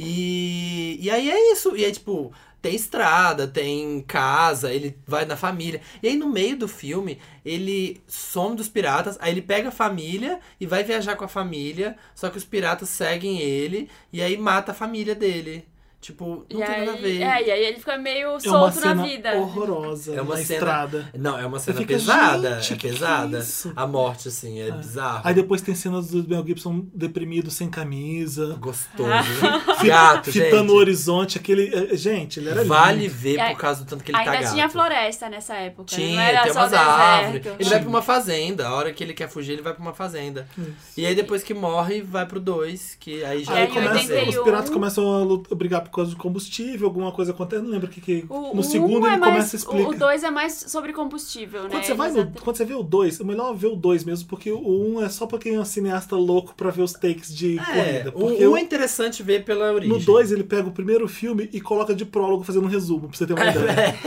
B: E, e aí é isso. E é tipo, tem estrada, tem casa, ele vai na família. E aí no meio do filme, ele some dos piratas, aí ele pega a família e vai viajar com a família, só que os piratas seguem ele e aí mata a família dele. Tipo, não
C: e
B: tem
C: aí,
B: nada a ver.
C: É, e aí ele fica meio
A: é uma
C: solto
A: cena
C: na vida.
A: horrorosa
B: É uma
A: na
B: cena-
A: estrada.
B: Não, é uma
A: Você
B: cena
A: fica,
B: pesada.
A: "Gente,
B: é
A: que
B: pesada.
A: que é isso?" Ah.
B: a morte, assim, é, bizarro.
A: Aí depois tem cenas do Mel Gibson deprimido, sem camisa,
B: Gostoso.
C: Ah.
B: né? Gato,
A: fitando o
B: gente.
A: horizonte, aquele. eh, Gente, ele era
B: Vale
A: lindo.
B: ver
C: E aí-
B: por causa do tanto que ele
C: Ainda
B: tá gato.
C: tinha floresta nessa época. não
B: Tinha,
C: era
B: tem
C: só
B: umas
C: deserto.
B: árvores. Ele vai
A: Sim.
B: pra uma fazenda. A hora que ele quer fugir, ele vai pra uma fazenda.
A: Isso.
B: E aí depois que morre, vai pro dois que aí já
C: E
A: Aí
C: aí
B: é
A: começa- os
C: 81.
A: piratas começam a lutar- brigar por causa do combustível, alguma coisa acontece, não lembro o que que.
C: O,
A: no
C: o
A: segundo
C: um
A: ele
C: é mais,
A: começa a explicar.
C: O 2 é mais sobre combustível, né?
A: Quando você, vai
C: Eles
A: no-
C: até-
A: quando você vê o 2, é melhor ver o 2 mesmo, porque o 1 um é só pra quem é um cineasta louco pra ver os takes de corrida. Porque
B: o, o é interessante ver pela origem.
A: no 2 ele pega o primeiro filme e coloca de prólogo fazendo um resumo, pra você ter uma
B: É
A: ideia.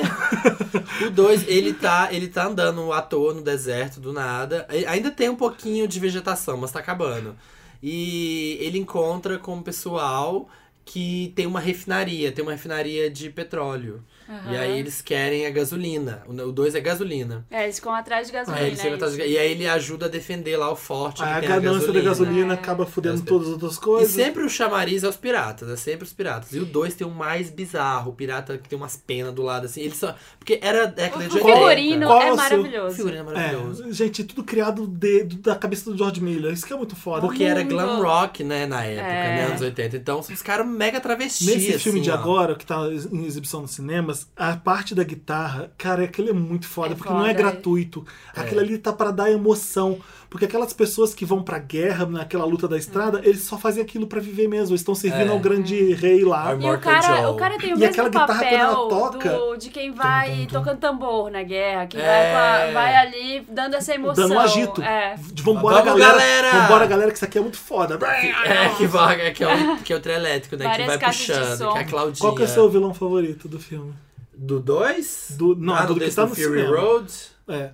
B: O 2, ele tá, ele tá andando à toa no deserto, do nada. E- Ainda tem um pouquinho de vegetação, mas tá acabando. E ele encontra com o pessoal que tem uma refinaria, tem uma refinaria de petróleo.
C: Aham.
B: E aí eles querem a gasolina. O 2 é gasolina.
C: É, eles ficam atrás de
A: Ah,
C: gasolina.
B: Aí eles chegam
C: é
B: atrás de- e aí ele ajuda a defender lá o forte
A: Aí
B: que
A: Ah, a
B: tem a
A: ganância da gasolina
C: É.
A: acaba fudendo
B: Gasolina.
A: todas as outras
B: E
A: coisas.
B: sempre o chamariz é os piratas, é sempre os piratas. E o 2 tem o mais bizarro, o pirata que tem umas penas do lado, assim. Eles só. Porque era é década
C: O
B: de 80.
C: figurino
A: Qual é o
C: é
A: seu
B: O
C: maravilhoso.
B: figurino é maravilhoso.
A: É, gente, tudo criado de- do- da cabeça do George Miller. Isso que é muito foda.
B: Porque era
C: Muito.
B: glam rock, né, na época,
C: É.
B: né, anos 80. Então, são os caras mega travestis,
A: Nesse filme
B: assim,
A: de
B: ó.
A: agora, que tá em exibição nos cinemas, a parte da guitarra, cara, aquele é muito foda,
C: É
A: porque não é
C: foda, é.
A: gratuito. Aquilo ali tá pra dar emoção. Porque aquelas pessoas que vão pra guerra, naquela luta da estrada, eles só fazem aquilo pra viver mesmo. Eles estão servindo
B: É.
A: ao grande rei lá.
B: Armor-
C: E o
B: Immortal
C: cara,
B: Joe.
C: o cara tem o
A: E
C: mesmo
A: aquela guitarra, quando ela
C: papel
A: toca-
C: do- de quem vai tocando tambor na guerra, que
B: É.
C: vai, com a- vai ali dando essa emoção.
A: Dando um agito.
C: É.
A: De vambora,
B: Vamos,
A: galera,
B: galera!
A: Vambora, galera, que isso aqui é muito foda.
B: É, que vaga, que é o, que é o trio elétrico, né,
C: Várias
B: que vai
C: caixas de
B: puxando,
C: som.
B: que é a Claudinha.
A: Qual que é o seu vilão favorito do filme?
B: Do 2?
A: Do- não,
B: ah,
A: do que
B: dois
A: tá no
B: Fury
A: cinema.
B: Road?
A: É.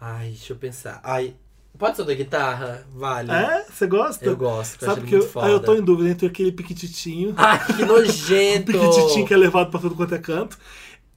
B: Ai, deixa eu pensar. Ai, pode ser o da guitarra? Vale.
A: É? Você gosta?
B: Hum. Eu gosto, eu acho
A: Sabe
B: ele
A: que eu,
B: muito foda.
A: aí eu tô em dúvida entre aquele piquititinho,
B: Ai, que
A: o
B: nojento!
A: piquititinho que é levado pra tudo quanto é canto,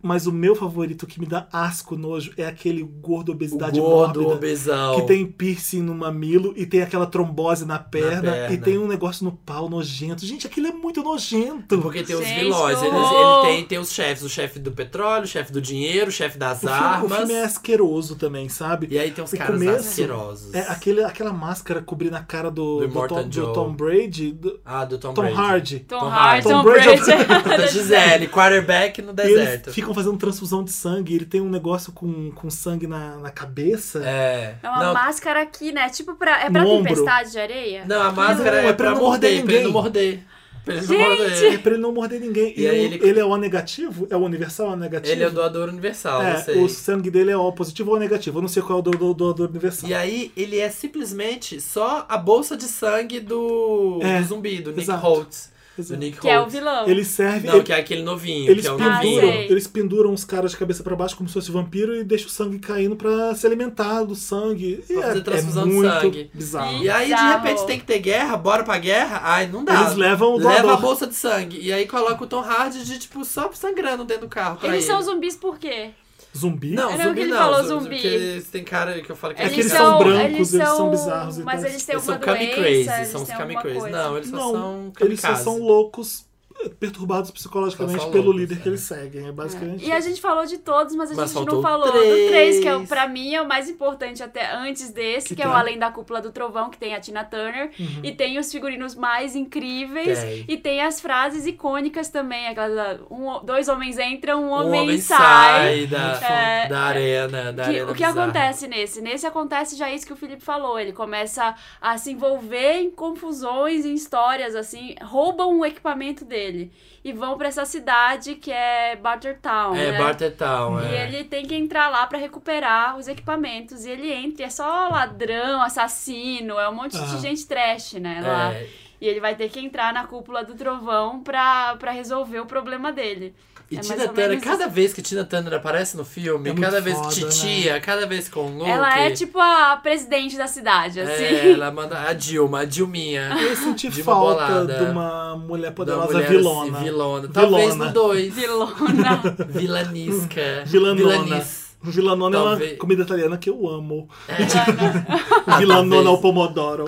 A: mas o meu favorito que me dá asco, nojo, é aquele gordo
B: o
A: obesidade
B: gordo,
A: mórbida,
B: obesão.
A: que tem piercing no mamilo e tem aquela trombose na perna, e
B: perna.
A: tem um negócio no pau nojento. Gente, aquilo é muito nojento.
B: Porque tem os
C: Gente,
B: vilões,
C: que
B: eles-
C: horror!
B: ele tem, tem os chefes, o chefe do petróleo, o chefe do dinheiro, o chefe das
A: o, filme, o
B: armas.
A: filme é asqueroso também, sabe?
B: E aí tem uns
A: O
B: caras
A: começo
B: asquerosos.
A: É aquele, aquela máscara cobrindo a cara do,
B: Do
A: do
B: Immortal
A: Tom, do
B: Joe.
A: Tom Brady, do-
B: Ah, do Tom,
A: Tom
B: Brady.
A: Hardy.
C: Tom
B: Tom
C: Hardy,
A: Tom
C: Tom
A: Brady.
C: Brady.
B: Da Gisele, quarterback no
A: E
B: deserto.
A: eles ficam fazendo transfusão de sangue, ele tem um negócio com, com sangue na, na cabeça.
B: É.
C: É uma
B: não,
C: máscara aqui, né? Tipo pra. É pra
A: No Um ombro.
C: tempestade de areia?
B: não, a máscara
A: Não,
B: é pra morder, pra ele
A: ninguém.
B: não morder. Pra ele não morder.
A: É pra ele não morder ninguém. E,
B: E aí
A: o- ele...
B: ele-
A: é O negativo? É o universal O negativo?
B: Ele é o doador universal,
A: É,
B: não sei.
A: o sangue dele é O positivo ou O negativo. Eu não sei qual é o do, do, do, do universal.
B: E aí ele é simplesmente só a bolsa de sangue do,
A: É,
B: do zumbi, do Nick
A: exato.
B: Holtz. Do
A: Exato.
B: Nick
C: Que é o
B: Holtz.
C: vilão.
A: Ele serve.
B: Não,
A: ele-
B: que é aquele novinho,
A: eles,
B: que é o
C: Ah,
A: penduram,
B: novinho.
C: sei.
A: eles penduram os caras de cabeça pra baixo como se fosse vampiro e deixam o sangue caindo pra se alimentar do sangue. E
B: Pra fazer
A: é,
B: transfusão
A: é
B: de
A: muito
B: sangue.
A: bizarro.
B: E aí, de
C: Bizarro.
B: repente, tem que ter guerra, bora pra guerra. Ai, não dá.
A: Eles levam o
B: Leva a
A: doador.
B: bolsa de sangue. E aí coloca o Tom Hardy de, tipo, só sangrando dentro do carro. Pra
C: Eles
B: ele.
C: são zumbis por quê?
A: Zumbi?
B: Não,
C: Era o
B: zumbi
C: que ele
B: não.
C: falou, zumbi.
B: Porque tem cara que eu falo que
A: É
B: é
A: que eles são brancos, eles são
C: são-
A: bizarros,
C: Mas
A: então-
C: eles têm
B: Eles
C: alguma
B: são
C: doença,
B: kami crazy,
C: eles
B: são os
C: têm
B: kami
C: alguma
B: crazy.
C: coisa.
B: Não, eles só
A: Não,
B: são
A: Eles só
B: kamikazes.
A: são um loucos, eh, perturbados psicologicamente
B: Só são
A: pelo
B: loucos,
A: líder que
B: é.
A: eles seguem. É basicamente.
C: E a gente falou de todos, mas a
B: Mas
C: gente
B: faltou
C: não
B: o
C: falou do
B: três.
C: 3, que é, pra mim é o mais importante até antes desse, que,
A: Que tá. Uhum.
C: é o
A: tem-
C: Além da Cúpula do Trovão, que tem a Tina Turner, e tem os figurinos mais incríveis,
B: Tem.
C: e tem as frases icônicas também, aquelas da- um- dois homens entram, um,
B: Um
C: homem, sai.
B: da,
C: É,
B: da arena, da
C: Que-
B: arena
C: o que
B: bizarra.
C: acontece nesse? Nesse acontece já isso que o Felipe falou. Ele começa a se envolver em confusões, em histórias, assim, roubam o equipamento dele e vão pra essa cidade que é Bartertown.
B: É,
C: né?
B: Barter Town,
C: E
B: é.
C: ele tem que entrar lá pra recuperar os equipamentos. E ele entra, e é só ladrão, assassino, é um monte
A: Aham.
C: de gente trash, né? Lá.
B: É,
C: E ele vai ter que entrar na cúpula do trovão pra, pra resolver o problema dele.
B: E
C: É mais
B: Tina
C: ou
B: Turner,
C: menos
B: cada vez que Tina Turner aparece no filme,
A: É muito
B: cada vez
A: foda, né?
B: titia, cada vez com o Luke.
C: Ela é tipo a presidente da cidade, assim.
B: É, ela manda a Dilma, a Dilminha.
A: Eu senti
B: De uma
A: falta
B: bolada.
A: de uma mulher poderosa
B: Da mulher, assim,
A: vilona.
B: vilona.
A: Vilona.
B: Talvez no 2.
C: Vilona.
B: Vilanisca.
A: Vilanona.
B: Vilanis.
A: Vilanona é uma
B: Talvez- É.
A: comida italiana que eu amo.
C: Vilana.
A: Vilanona ao
B: talvez.
A: pomodoro.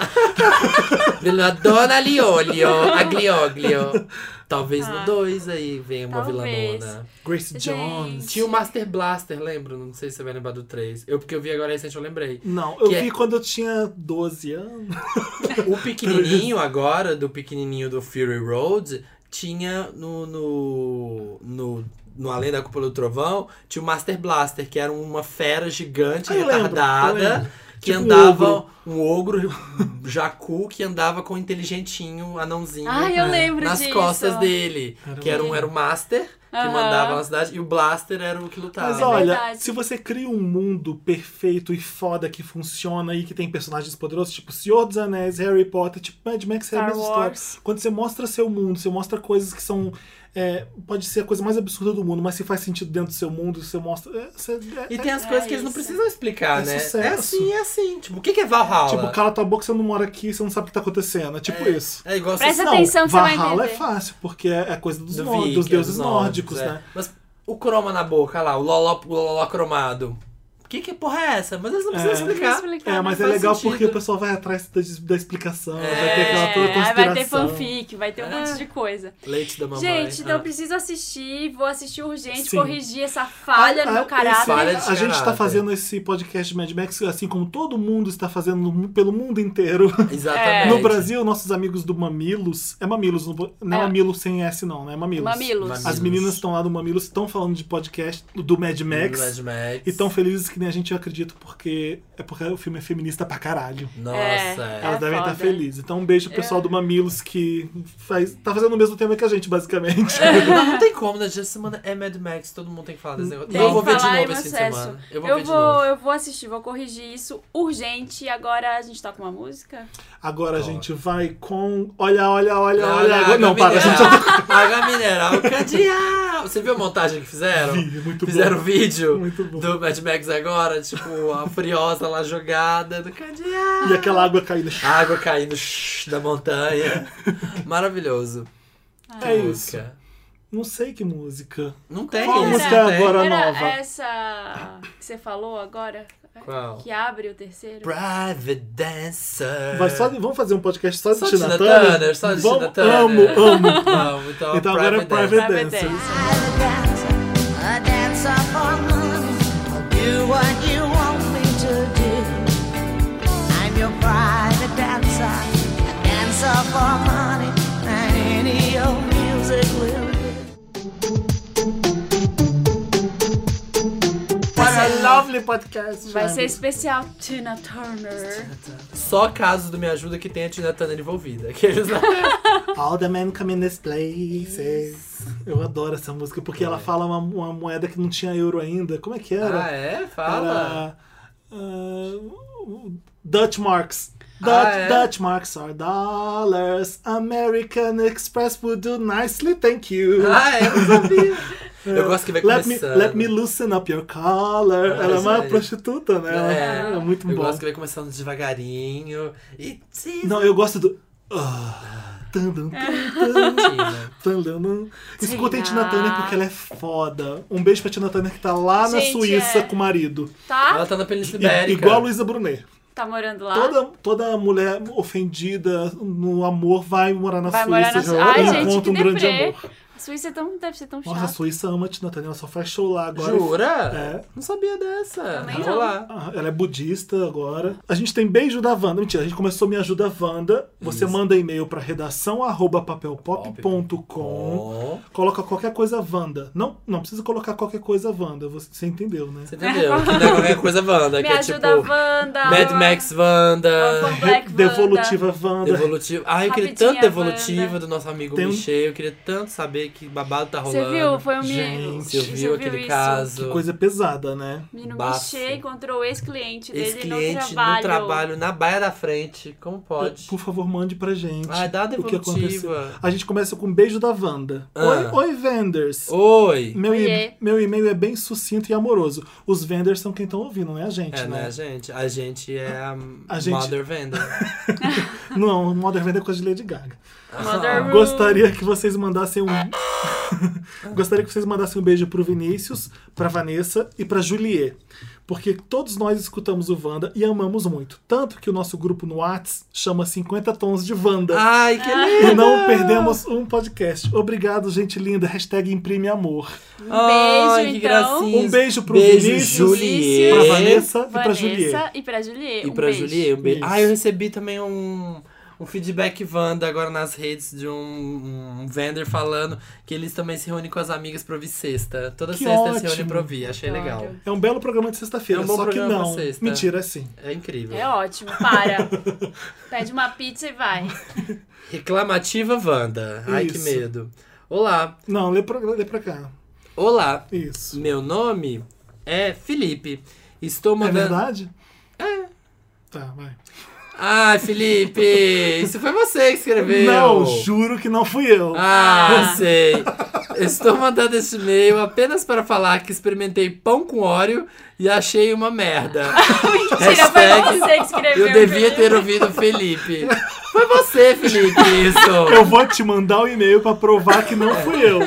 B: Viladona Liolio. Aglioglio. Talvez
C: Ah.
B: no 2 aí venha uma
C: Talvez.
B: vilanona.
A: Grace
C: Gente.
A: Jones.
B: Tinha o Master Blaster, lembro. Não sei se você vai lembrar do 3. Eu, porque eu vi agora recente, eu lembrei.
A: Não, eu
B: Que é-
A: vi quando eu tinha 12 anos.
B: O pequenininho agora, do pequenininho do Fury Road, tinha no. no, no no Além da Cúpula do Trovão, tinha o Master Blaster, que era uma fera gigante,
A: Ah, eu lembro,
B: retardada,
A: eu lembro.
B: que
A: Tipo um
B: andava um ogro, jacu, que andava com um inteligentinho, anãozinho,
C: Ai, Ah, eu lembro
B: É nas
C: disso.
B: costas dele.
A: Era
B: que era, um, era o Master, que
C: Aham.
B: mandava na cidade, e o Blaster era o que lutava. né?
A: Mas olha,
C: Tá. É verdade.
A: se você cria um mundo perfeito e foda que funciona e que tem personagens poderosos, tipo Senhor dos Anéis, Harry Potter, tipo Mad Max, é a
C: Star
A: mesma
C: Wars.
A: história. Quando você mostra seu mundo, você mostra coisas que são. é, pode ser a coisa mais absurda do mundo, mas se faz sentido dentro do seu mundo, você mostra. é, você- é-
B: e
A: é-
B: tem as
C: é
B: coisas que eles não
C: isso.
B: precisam explicar,
A: É
B: né? É
A: sucesso.
B: assim, é assim. Tipo, o que que é Valhalla?
A: Tipo, cala tua boca, você não mora aqui, você não sabe o que tá acontecendo. É tipo isso.
B: é igual
C: Presta
A: não,
C: atenção que você vai
A: Valhalla é
C: entender.
A: fácil, porque é a coisa dos,
B: Do
A: nó-
B: Viking,
A: dos deuses
B: dos
A: nórdicos,
B: é.
A: né?
B: Mas o croma na boca lá, o loló, o loló cromado. Que que porra é essa? Mas eles não precisam
A: É.
B: explicar.
C: Não explicar,
A: É,
C: não
A: mas é
B: faz
A: legal
B: sentido.
A: porque o pessoal vai atrás da, da explicação, vai ter
B: É,
A: aquela toda
C: aí
A: conspiração.
C: vai ter fanfic, vai ter um monte de coisa.
B: Leite da É. mamãe.
C: Gente, então
B: Ah.
C: eu preciso assistir, vou assistir urgente,
A: Sim.
C: corrigir essa falha no
A: Ah,
C: meu
A: esse-
B: Falha é
C: caráter.
B: de
A: a gente está
B: caráter.
A: fazendo esse podcast de Mad Max, assim como todo mundo está fazendo no mu- pelo mundo inteiro.
C: É,
B: Exatamente.
A: No Brasil, nossos amigos do Mamilos. É Mamilos, não, vou- não é,
C: É.
A: Mamilos sem S, não, né? É Mamilos.
C: Mamilos.
B: Mamilos.
A: As meninas estão lá do Mamilos, estão falando de podcast do Mad Max.
B: Mad Max.
A: E tão felizes que nem a gente, eu acredito, porque é porque o filme é feminista pra caralho.
B: Nossa,
C: É.
B: é.
A: Elas devem
C: foda. É.
A: estar felizes. Então, um beijo pro pessoal do Mamilos que faz, tá fazendo o mesmo tema que a gente, basicamente.
B: Não, não tem como, né? Essa semana é Mad Max, todo mundo tem que falar desse negócio.
A: Tem
B: eu vou
A: que
B: ver de
C: falar
B: novo
C: em
B: esse fim de
C: processo.
B: semana. Eu vou ver
C: Eu
B: de novo.
C: vou, eu vou assistir, vou corrigir isso urgente. Agora a gente toca uma música?
A: Agora a
B: Ó.
A: gente vai com. Olha, olha, olha, olha.
B: Olha,
A: agora- Não, para, a gente já tá
B: Água mineral, cadeal. Você viu a montagem que fizeram?
A: Vi, muito bom.
B: fizeram vídeo
A: Muito bom.
B: do Mad Max agora, tipo, a Furiosa lá jogada do cadeado.
A: E aquela água caindo.
B: A água caindo shh, da montanha. Maravilhoso.
A: É
B: Que
A: isso.
B: música.
A: Não sei que música.
B: Não tem
A: Qual
B: isso,
A: música
B: não tem.
A: agora? Pra
C: Era
A: nova.
C: essa que você falou agora?
B: Qual?
C: Que abre o terceiro?
B: Private Dancer.
A: Vai só, vamos fazer um podcast só de
B: É. Só de
A: Tina
B: Tina
A: Turner?
B: Turner, só de
A: Vamos-
B: Tina Turner. É.
A: Amo, amo.
B: Não, então,
A: então agora é Private
C: Private
A: Dancer.
C: Dancer.
D: I will dance, a dancer for money. I'll do what you want me to do. I'm your private dancer, a dancer for money, and any old music will do.
A: What a lovely podcast. né?
C: Vai
A: Jaime.
C: ser especial Tina Turner.
B: Só caso do Me Ajuda que tenha Tina Turner envolvida. Aqueles lá.
A: All the men come in this places. Eu adoro essa música, porque ela fala uma, uma moeda que não tinha euro ainda. Como é que
B: É.
A: era?
B: Ah, é? Fala.
A: Era. ah, Dutch Marks. Dutch,
B: Ah, é?
A: Dutch Marks are dollars. American Express would do nicely, thank you.
B: Ah, é? Eu não sabia. Eu gosto que vai
A: É. let me,
B: começando.
A: let me loosen up your collar.
B: Ah,
A: ela é
B: isso
A: uma
B: aí.
A: prostituta, né? Ela-
B: É,
A: é muito
B: eu
A: bom.
B: gosto que vai começando devagarinho. E
A: Não, eu gosto do. Ah, tan, tan, tan, tan.
B: Tina.
A: Tandanã. Escutem Tina Turner porque ela é foda. Um beijo pra Tina Turner que tá lá na
C: Gente,
A: Suíça
C: é.
A: com o marido.
C: Tá?
B: Ela tá na Península
A: I-
B: Ibérica.
A: é igual a Luísa Brunet.
C: Tá morando lá?
A: Toda, toda mulher ofendida no amor vai morar na
C: Vai morar
A: Suíça
C: na
B: é
A: já
C: Suíça. Ai,
A: encontra
C: gente, que
A: um grande
C: deprê.
A: amor.
C: A Suíça é tão, deve ser tão
A: Nossa, a
C: chata.
A: Suíça ama a Tina Turner, ela só faz show lá agora.
B: Jura?
A: É.
B: Não sabia dessa.
C: Também
B: Vou
C: não.
B: lá.
A: Ah, Ela é budista agora. A gente tem beijo da Wanda. Mentira, a gente começou Me Ajuda Wanda. Você manda e-mail pra redação arroba papelpop.com.
B: Bom,
A: Coloca qualquer coisa Wanda. Não, não precisa colocar qualquer coisa Wanda. Você, você entendeu, né?
B: Você entendeu? Que não é qualquer coisa Wanda.
C: Me
B: que é
C: ajuda,
B: tipo...
C: Wanda.
B: Mad Max uh,
C: Van
B: Wanda.
C: Black
A: Devolutiva Wanda.
B: Devolutivo. Ah, eu queria
C: Rapidinha,
B: tanto devolutivo
C: Wanda.
B: do nosso amigo
A: Tem um-
B: Michel. Eu queria tanto saber que babado tá
C: Você
B: rolando.
C: viu? Foi um
A: Gente,
C: menino.
B: Você
C: Você
B: viu aquele
C: isso?
B: caso?
A: Coisa pesada, né?
C: O Menino
B: Bafo.
C: Michê encontrou o ex-cliente dele
B: Esse cliente
C: no trabalho.
B: no trabalho, na baia da frente. Como pode?
A: Por favor, mande pra gente.
B: Ah, dá a
A: o que aconteceu.
B: devolutiva.
A: A gente começa com um beijo da Wanda.
B: Ah.
A: Oi, oi, venders.
B: Oi!
A: Meu, e-
C: Oiê.
A: meu e-mail é bem sucinto e amoroso. Os venders são quem estão ouvindo, não é a gente,
B: É,
A: né?
B: né, gente? A gente é a,
A: A gente-
B: Mother Venda.
A: Não, o Modern Vender é coisa de Lady Gaga.
C: Mother Roo.
A: Gostaria que vocês mandassem um. Gostaria que vocês mandassem um beijo pro Vinícius, pra Vanessa e pra Juliet. Porque todos nós escutamos o Wanda e amamos muito. Tanto que o nosso grupo no Whats chama 50 Tons de Wanda.
B: Ai,
C: Ah,
B: que
A: E
B: lindo!
A: não perdemos um podcast. Obrigado, gente linda. Hashtag imprime amor.
B: Ai,
C: beijo,
B: que
C: então.
B: gracinha.
A: Um beijo pro
B: beijo,
A: Vinícius,
B: Juliet.
A: Pra Vanessa, e pra
C: Vanessa
A: Juliet.
C: e pra Juliet.
B: E
C: um
B: pra
C: beijo.
B: Julie, um beijo.
A: Isso.
B: Ah, eu recebi também um, um feedback Wanda agora nas redes de um, um vendor falando que eles também se reúnem com as amigas pra ouvir sexta. Toda
A: Que
B: sexta eles se
A: ótimo.
B: reúnem pra ouvir. Achei
C: Olha.
B: legal.
A: É um belo programa de sexta-feira,
B: É um bom
A: só que
B: programa
A: não.
B: pra sexta.
A: Mentira, é sim.
B: É incrível.
C: É ótimo, para. Pede uma pizza e vai.
B: Reclamativa Wanda. Ai, que
A: Isso.
B: medo. Olá.
A: Não, lê pra, lê pra cá.
B: Olá.
A: Isso.
B: Meu nome é Felipe. Estou
A: É
B: mandando.
A: verdade? É. Tá, vai.
B: Ai, Felipe! Isso foi você que escreveu!
A: Não, juro que não fui eu.
B: Ah,
C: Ah.
B: sei. Estou mandando este e-mail apenas para falar que experimentei pão com óleo e achei uma merda.
C: Ah, Mentira, foi você que escreveu. né?
B: Eu devia
C: Felipe.
B: ter ouvido o Felipe. Foi você, Felipe, isso.
A: Eu vou te mandar o e-mail pra provar que não fui eu.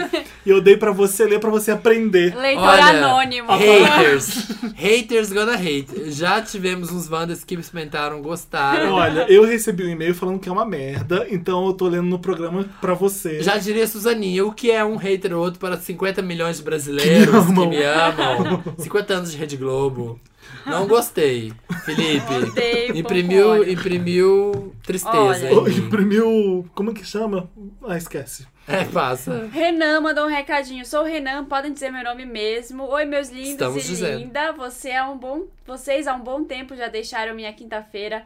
A: E eu dei pra você ler pra você aprender.
C: Leitor
B: um- Olha,
C: anônimo.
B: Haters. Haters gonna hate. Já tivemos uns bandas que experimentaram, gostaram.
A: Olha, eu recebi um e-mail falando que é uma merda, então eu tô lendo no programa pra você.
B: Já diria Suzaninha, o que é um hater ou outro para 50 milhões de brasileiros
A: Que me amam.
B: que me amam? 50 anos de Rede Globo. Não gostei,
C: Odeio
B: Felipe.
C: pão com
B: Imprimiu,
C: óleo.
B: imprimiimi tristeza.
C: Olha.
A: Oh,
B: em mim.
A: Imprimiu. Como é que chama? Ah, esquece.
B: É, passa.
C: Renan mandou um recadinho. Sou o Renan, podem dizer meu nome mesmo. Oi, meus lindos
B: Estamos
C: e
B: dizendo.
C: linda. Você é um bom... Vocês há um bom tempo já deixaram minha quinta-feira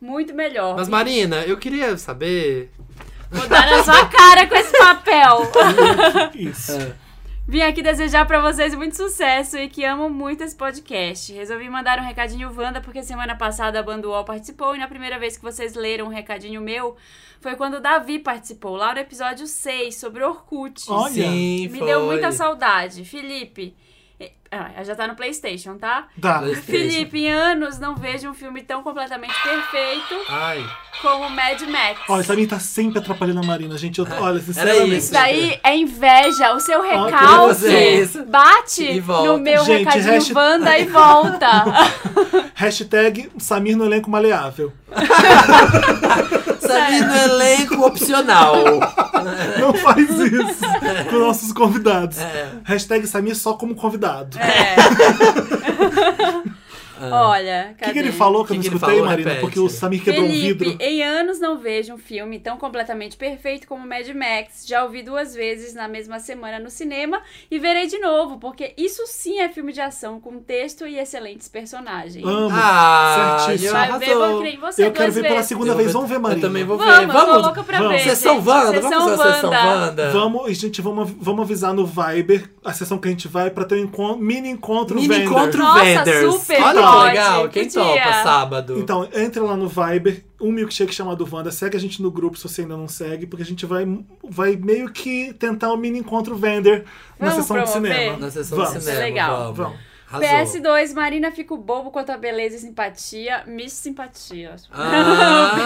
C: muito melhor.
B: Mas Marina, eu queria saber.
C: Vou dar na sua cara com esse papel.
A: Isso.
C: Vim aqui desejar pra vocês muito sucesso e que amo muito esse podcast. Resolvi mandar um recadinho Wanda porque semana passada a Banduol participou e na primeira vez que vocês leram um recadinho meu foi quando o Davi participou, lá no episódio 6, sobre Orkut.
A: Olha,
B: Sim,
C: Me
B: foi.
C: deu muita saudade. Felipe, eh, ah, já tá no Playstation, tá?
A: Tá.
B: PlayStation.
C: Felipe, em anos não vejo um filme tão completamente perfeito
B: Ai.
C: como Mad Max.
A: Olha, essa menina tá sempre atrapalhando a Marina, gente. Eu tô- olha,
B: isso.
A: sinceramente.
C: Isso daí é inveja. O seu
A: Ah, queria
B: fazer
C: recalque
B: isso.
C: bate
B: E volta.
C: no meu
A: Gente,
C: recadinho
A: hashtag-
C: Wanda e volta.
A: Hashtag Samir no elenco maleável.
B: Sabia no elenco opcional.
A: Não faz isso com
B: É.
A: nossos É. convidados. Hashtag Samir só como convidado.
C: É. Olha,
A: O que,
C: cadê?
A: que ele falou que,
B: Que
A: eu não
B: que ele
A: escutei,
B: falou?
A: Marina?
B: Repete.
A: Porque o Samir quebrou
C: Felipe,
A: um vidro.
C: em anos não vejo um filme tão completamente perfeito como Mad Max. Já ouvi duas vezes na mesma semana no cinema e verei de novo, porque isso sim é filme de ação, com texto e excelentes personagens.
A: Amo.
B: Ah,
A: Certíssimo.
B: Yara
C: Vai ver, vou
B: arrasou.
C: crer em você
A: eu quero
C: duas
A: ver
C: vezes.
A: pela segunda
B: Eu
A: vez.
B: vou
A: Vamos ver, Marina.
B: Eu também vou ver.
C: Vamos, eu tô
B: Vamos.
C: louca pra
A: Vamos.
C: ver.
B: Sessão
C: gente.
B: Wanda, vamos
C: Sessão
B: fazer uma sessão
C: Wanda.
B: Wanda.
A: Vamos, e, gente, vamos, vamos avisar no Viber, a sessão que a gente vai, pra ter um encontro- mini encontro
B: Mini
A: Vander.
B: encontro
C: Nossa,
B: Vendors. Olha
C: super
B: que
A: pode.
B: legal. Quem
C: Que
B: topa
C: dia.
B: sábado?
A: Então, entre lá no Viber, um milkshake chamado Wanda, segue a gente no grupo se você ainda não segue, porque a gente vai, vai meio que tentar um mini encontro vender na
C: Vamos
A: sessão de
C: promover?
A: cinema.
B: na sessão
A: Vamos.
B: do cinema.
C: Legal.
B: Vamos.
A: Vamos.
B: Arrasou.
C: PS2, Marina fica o bobo quanto a beleza e simpatia. Miss simpatia.
B: Ah,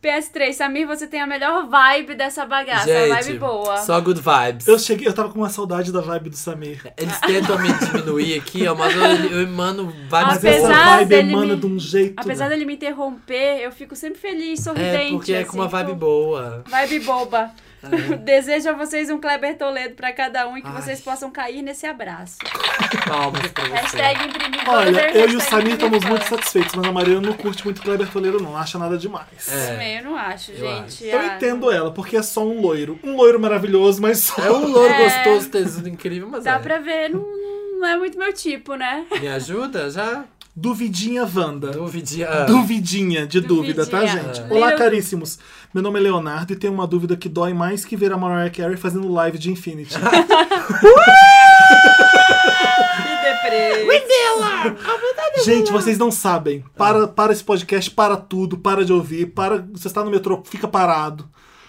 C: PS3, Samir, você tem a melhor vibe dessa bagaça. a vibe
B: gente,
C: boa.
B: Só good vibes.
A: Eu cheguei, eu tava com uma saudade da vibe do Samir.
B: Eles tentam me diminuir aqui, ó, mas eu, eu emano vibes
A: Mas
C: Apesar
A: essa vibe
C: dele
A: emana
C: me-
A: de um jeito.
C: Apesar dele me interromper, eu fico sempre feliz, sorridente.
B: É, porque é com uma
C: assim,
B: vibe
C: com-
B: boa.
C: Vibe boba. Desejo a vocês um Kleber Toledo pra cada um e que
B: É. Ai.
C: vocês possam cair nesse abraço.
B: Palmas pra você.
C: Hashtag imprimir folder,
A: Olha, eu e o
C: hashtag
A: Samir
C: imprimir
A: estamos
C: folder.
A: muito satisfeitos, mas a Mariana não curte muito Kleber Toledo, não. Acha nada demais.
B: É.
C: Isso mesmo, eu não acho,
B: Eu
C: gente.
A: Eu
C: Ah,
A: entendo ela, porque é só um loiro. Um loiro maravilhoso, mas só.
B: É um louro
C: É.
B: gostoso, tesudo incrível, mas
C: Dá
B: é.
C: pra ver, não, não é muito meu tipo, né?
B: Me ajuda? Já?
A: Duvidinha Wanda.
B: Duvidi. Ah,
A: Duvidinha de dúvida, tá,
C: Duvidinha.
A: gente?
C: É.
A: Olá,
C: Little-
A: caríssimos. Meu nome é Leonardo e tenho uma dúvida que dói mais que ver a Mariah Carey fazendo live de Infinity.
B: É
C: Que deprê.
A: gente, vocês não sabem.
B: Ah.
A: Para, para esse podcast, para tudo, para de ouvir, para. Você está no metrô, fica parado.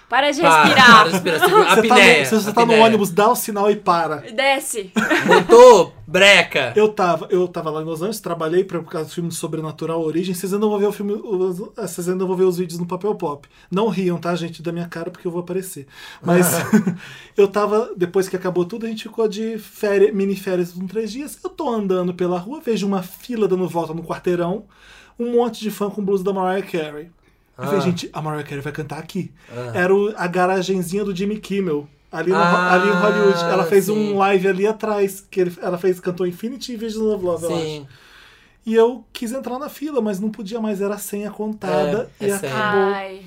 C: Para de
B: para,
C: respirar.
B: Para, respira.
A: Você tá no-
B: Apneia.
A: se você está no
B: apneia.
A: ônibus, dá o sinal e para.
C: Desce.
B: Botou breca.
A: Eu tava, eu tava lá em Los Angeles, trabalhei pra, por causa do filme de Sobrenatural Origem. Vocês ainda vão ver o filme. os- eh, Vocês ainda vão ver os vídeos no papel pop. Não riam, tá, gente, da minha cara, porque eu vou aparecer. Mas eu tava, depois que acabou tudo, a gente ficou de férias, mini férias uns três dias. Eu tô andando pela rua, vejo uma fila dando volta no quarteirão, um monte de fã com blusa da Mariah Carey. Eu falei,
B: Ah.
A: gente, a Mariah Carey vai cantar aqui. Era o- a garagenzinha do Jimmy Kimmel. Ali, na-
B: Ah,
A: ali em Hollywood. Ela fez
B: sim.
A: um live ali atrás, que ele- ela fez, cantou Infinity e Vision of Love, eu acho.
B: Sim.
A: E eu quis entrar na fila, mas não podia mais, era a senha contada.
B: É, é
A: e
B: senha.
A: acabou.
C: Ai.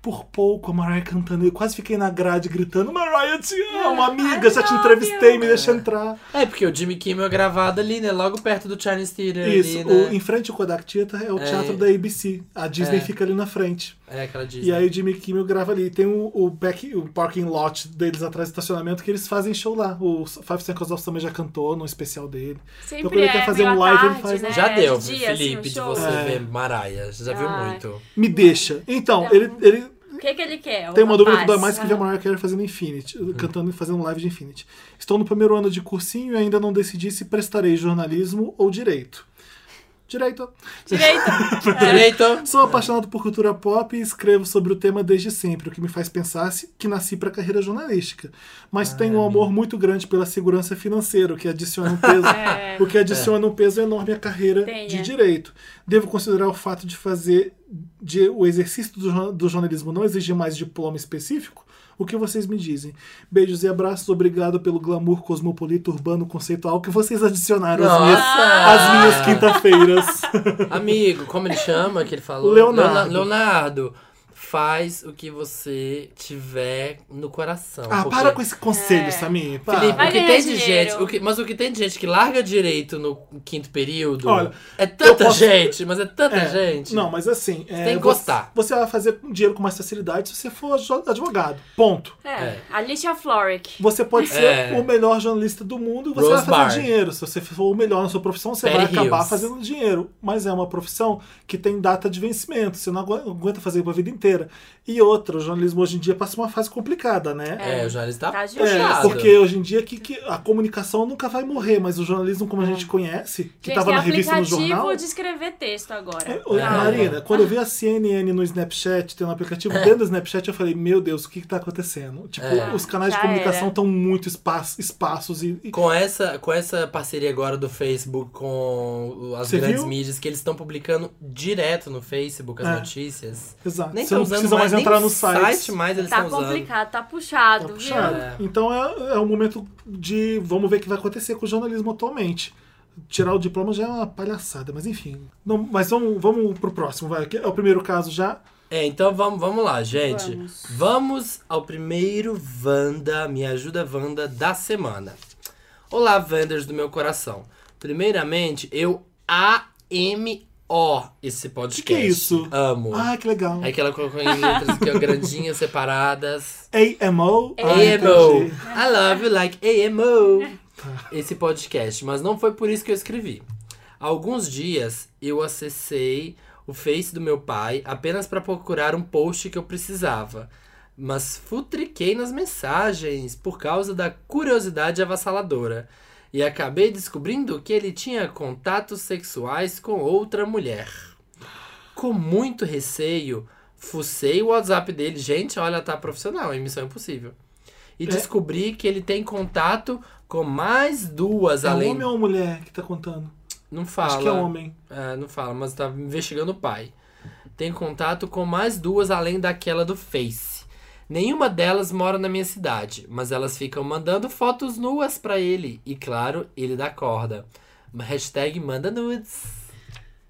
A: Por pouco a Mariah cantando. Eu quase fiquei na grade gritando: Mariah, eu te amo, amiga,
C: I
A: já te
C: love
A: entrevistei,
C: you."
A: me deixa entrar.
B: É, porque o Jimmy Kimmel é gravado ali, né? Logo perto do Chinese Theater
A: Isso,
B: ali,
A: o,
B: né?
A: em frente ao Kodak Theater é o
B: É.
A: teatro da ABC. A Disney
B: É.
A: fica ali na frente.
B: É aquela Disney.
A: E aí o Jimmy Kimmel grava ali. Tem o, o, back, o parking lot deles atrás do estacionamento que eles fazem show lá. O Five Seconds of Summer já cantou no especial dele.
C: Sempre
A: quando ele
C: é,
A: quer fazer
C: meio
A: um
C: à
A: live, ele
C: tarde,
A: faz-
C: né?
B: Já
C: De
B: deu,
C: dia,
B: Felipe,
C: assim,
B: de
C: um show.
B: você
A: É.
B: ver Maraia. Você já viu
C: Ai. É
B: muito.
A: Me deixa. Então, ele, ele
C: O que, que ele quer?
A: tem uma dúvida que
C: rapaz?
A: dói mais que ver a Mariah Carey fazendo Infinity, cantando e fazendo live de Infinity. Estou no primeiro ano de cursinho e ainda não decidi se prestarei jornalismo ou direito. Direito.
C: Direito.
B: Direito?
A: Sou apaixonado por cultura pop e escrevo sobre o tema desde sempre, o que me faz pensar se- que nasci para a carreira jornalística. Mas tenho um amor muito grande pela segurança financeira, o que adiciona um peso,
C: É.
A: o que adiciona um peso enorme à carreira
C: Tem,
A: de
C: é.
A: direito. Devo considerar o fato de fazer de- o exercício do, jorna- do jornalismo não exigir mais diploma específico? O que vocês me dizem? Beijos e abraços, obrigado pelo glamour cosmopolita, urbano, conceitual que vocês adicionaram às minhas,
C: Ah.
A: às minhas tá- quinta-feiras.
B: Amigo, como ele chama que ele falou?
A: Leonardo.
B: Leona- Leonardo, faz o que você tiver no coração.
A: Ah,
B: porque-
A: para com esse conselho,
C: É.
A: Samir. para.
B: Felipe,
C: Vai
B: o que
C: ganhar
B: tem de
C: dinheiro.
B: gente, o que- mas o que tem de gente que larga direito no quinto período
A: Olha,
B: é tanta
A: eu posso-
B: gente, mas é tanta
A: É,
B: gente.
A: Não, mas assim. é,
B: tem que
A: você-
B: gostar.
A: Você vai fazer dinheiro com mais facilidade se você for jo- advogado. Ponto.
C: É. Alicia Florrick.
A: Você pode ser
B: É.
A: o melhor jornalista do mundo e você
B: Rose
A: vai fazer
B: Barr.
A: dinheiro. Se você for o melhor na sua profissão, você vai
B: Perry
A: acabar
B: Hills.
A: fazendo dinheiro. Mas é uma profissão que tem data de vencimento. Você não agu- aguenta fazer a vida inteira. E outra, o jornalismo hoje em dia passa uma fase complicada, né?
B: É, o jornalista
C: Tá
B: tá
A: É,
C: Puxado.
A: porque hoje em dia que, que a comunicação nunca vai morrer, mas o jornalismo como a gente conhece, que
C: Gente,
A: estava
C: tem
A: na revista no
C: aplicativo
A: jornal,
C: de escrever texto agora.
A: É, ô,
B: É.
A: Marina, quando eu vi a CNN no Snapchat, tem um aplicativo dentro do Snapchat, eu falei, meu Deus, o que, que tá acontecendo? Tipo,
B: É.
A: os canais de
C: Já
A: comunicação
C: era.
A: estão muito espaço, espaços e. e-
B: Com essa, com essa parceria agora do Facebook com as
A: Você
B: grandes
A: viu?
B: mídias, que eles estão publicando direto no Facebook as
A: É.
B: notícias.
A: Exato.
B: Nem
A: Você
B: estão
A: não
B: usando
A: precisa mais
B: nem
A: entrar no
B: o
A: site.
B: site mais eles
C: tá
B: estão usando.
C: complicado, tá puxado,
A: Tá
C: viu?
A: puxado.
B: É.
A: Então é, é um momento de. Vamos ver o que vai acontecer com o jornalismo atualmente. Tirar o diploma já é uma palhaçada, mas enfim. Não, mas vamos, vamos pro próximo, vai. que É o primeiro caso já.
B: É, então vamos, vamos lá, gente.
C: Vamos.
B: Vamos. ao primeiro Wanda, me ajuda Wanda da semana. Olá, Wanders do meu coração. Primeiramente, eu AMO esse podcast.
A: que é isso?
B: Amo.
A: Ah, que legal.
B: É que ela colocou em letras que é grandinhas separadas.
A: AMO. Ah,
B: AMO.
A: entendi.
B: I love you like AMO. Esse podcast, mas não foi por isso que eu escrevi. Há alguns dias eu acessei o Face do meu pai apenas para procurar um post que eu precisava. Mas futriquei nas mensagens por causa da curiosidade avassaladora. E acabei descobrindo que ele tinha contatos sexuais com outra mulher. Com muito receio, fucei o WhatsApp dele. Gente, olha, tá profissional, é missão impossível.
A: É.
B: E descobri que ele tem contato com mais duas
A: É um
B: além.
A: homem ou uma mulher que tá contando?
B: Não fala.
A: Acho que é homem.
B: É, não fala, mas tá investigando o pai. Tem contato com mais duas além daquela do Face. Nenhuma delas mora na minha cidade, mas elas ficam mandando fotos nuas pra ele. E claro, ele dá corda. Hashtag manda nudes.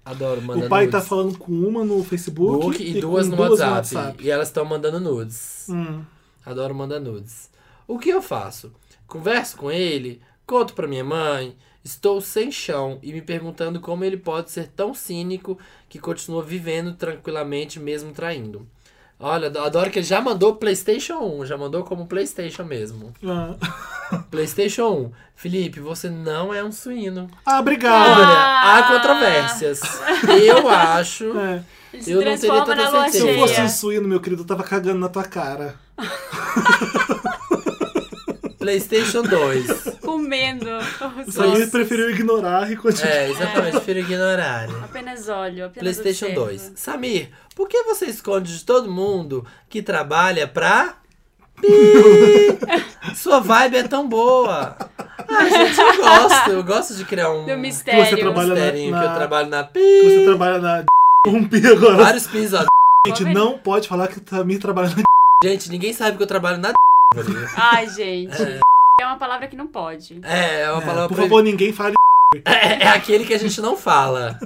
B: Adoro, manda
A: o pai
B: nudes.
A: tá falando com uma no Facebook
B: Book e, duas,
A: com
B: no, WhatsApp. E elas estão mandando nudes.
A: Hum.
B: Adoro mandar nudes. O que eu faço? Converso com ele, conto pra minha mãe, estou sem chão e me perguntando como ele pode ser tão cínico que continua vivendo tranquilamente mesmo traindo. Olha, adoro que ele já mandou PlayStation 1, já mandou como PlayStation mesmo.
A: Ah.
B: PlayStation 1. Felipe, você não é um suíno.
A: Ah,
B: Olha,
A: obrigado.
C: Ah.
B: há controvérsias. Eu acho.
A: É.
C: Ele se
B: Eu não teria
C: transforma
B: tanta
C: na lua
A: Se
B: certeza.
C: cheia.
A: eu fosse um suíno, meu querido, eu tava cagando na tua cara.
B: PlayStation 2.
C: Comendo.
A: Isso aí Então, ele preferiu ignorar e continuar.
B: É, exatamente, prefiro ignorar.
C: Apenas olho, apenas
B: PlayStation
C: observo.
B: 2. Samir, por que você esconde de todo mundo que trabalha pra. Pi! Sua vibe é tão boa! Ai, gente, eu gosto, eu gosto de criar um.
C: Do
B: misterinho
C: mistério.
A: Que você trabalha- na-
B: que eu trabalho na Pi.
A: que Você trabalha na d- um pi agora.
B: Vários pisos, ó.
A: A gente não pode falar que tá me trabalhando
B: Gente, ninguém sabe que eu trabalho na.
C: Ai, gente. É uma palavra que não pode.
B: É, é uma palavra.
A: Por
B: proib-
A: favor, ninguém fale.
B: É, é aquele que a gente não fala.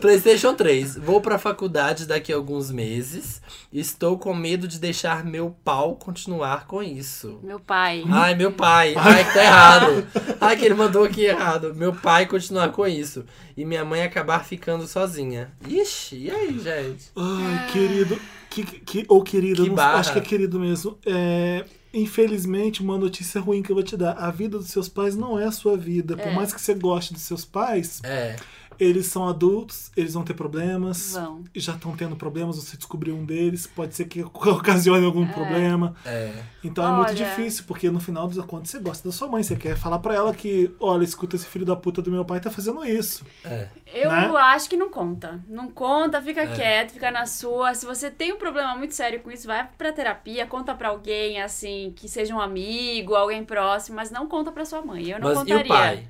B: PlayStation 3. Vou pra faculdade daqui a alguns meses. Estou com medo de deixar meu pau continuar com isso.
C: Meu pai.
B: Ai, meu pai. Ai, que tá errado. Ai, que ele mandou aqui errado. Meu pai continuar com isso. E minha mãe acabar ficando sozinha. Ixi, e aí, gente?
A: Ai, querido. Que, que, ou querida,
B: Que
A: não-
B: barra.
A: acho que é querido mesmo. É, infelizmente, uma notícia ruim que eu vou te dar. A vida dos seus pais não é a sua vida. Por mais que você goste dos seus pais,
B: É.
A: eles são adultos, eles vão ter problemas.
C: Vão.
A: Já estão tendo problemas, você descobriu um deles, pode ser que ocasione algum problema.
B: É.
A: Então é muito
C: Olha.
A: difícil, porque no final dos contas você gosta da sua mãe, você quer falar pra ela que, olha, escuta, esse filho da puta do meu pai tá fazendo isso.
B: É.
C: Eu
A: Né?
C: acho que não conta. Não conta, fica quieto, fica na sua. Se você tem um problema muito sério com isso, vai pra terapia, conta pra alguém, assim, que seja um amigo, alguém próximo, mas não conta pra sua mãe. Eu não
B: Mas
C: contaria. É,
B: e o pai?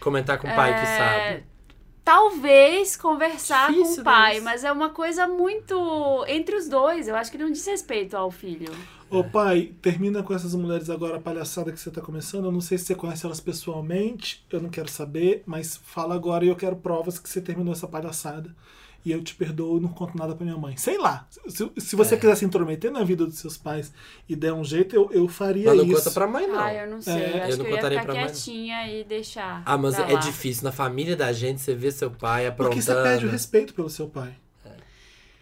B: Comentar com o pai que sabe.
C: Talvez conversar com
B: Difícil,
C: o pai,
A: né?
B: mas-
C: mas é uma coisa muito entre os dois. Eu acho que não diz respeito ao filho.
A: Ô pai, termina com essas mulheres agora, a palhaçada que você tá começando. Eu não sei se você conhece elas pessoalmente, eu não quero saber, mas fala agora e eu quero provas que você terminou essa palhaçada. E eu te perdoo e não conto nada pra minha mãe. Sei lá. Se, se você quiser se intrometer na vida dos seus pais e der um jeito, eu, eu faria
B: Mas não
A: é isso.
B: conta pra mãe, não.
C: Ai, eu não sei.
A: É,
C: eu
B: eu não
C: acho que eu ia
B: contaria
C: ficar
B: pra mãe, não.
C: quietinha e deixar.
B: Ah, mas
C: pra
B: é
C: lá.
B: difícil. Na família da gente, você vê seu pai aprontando.
A: Porque você perde o respeito pelo seu pai.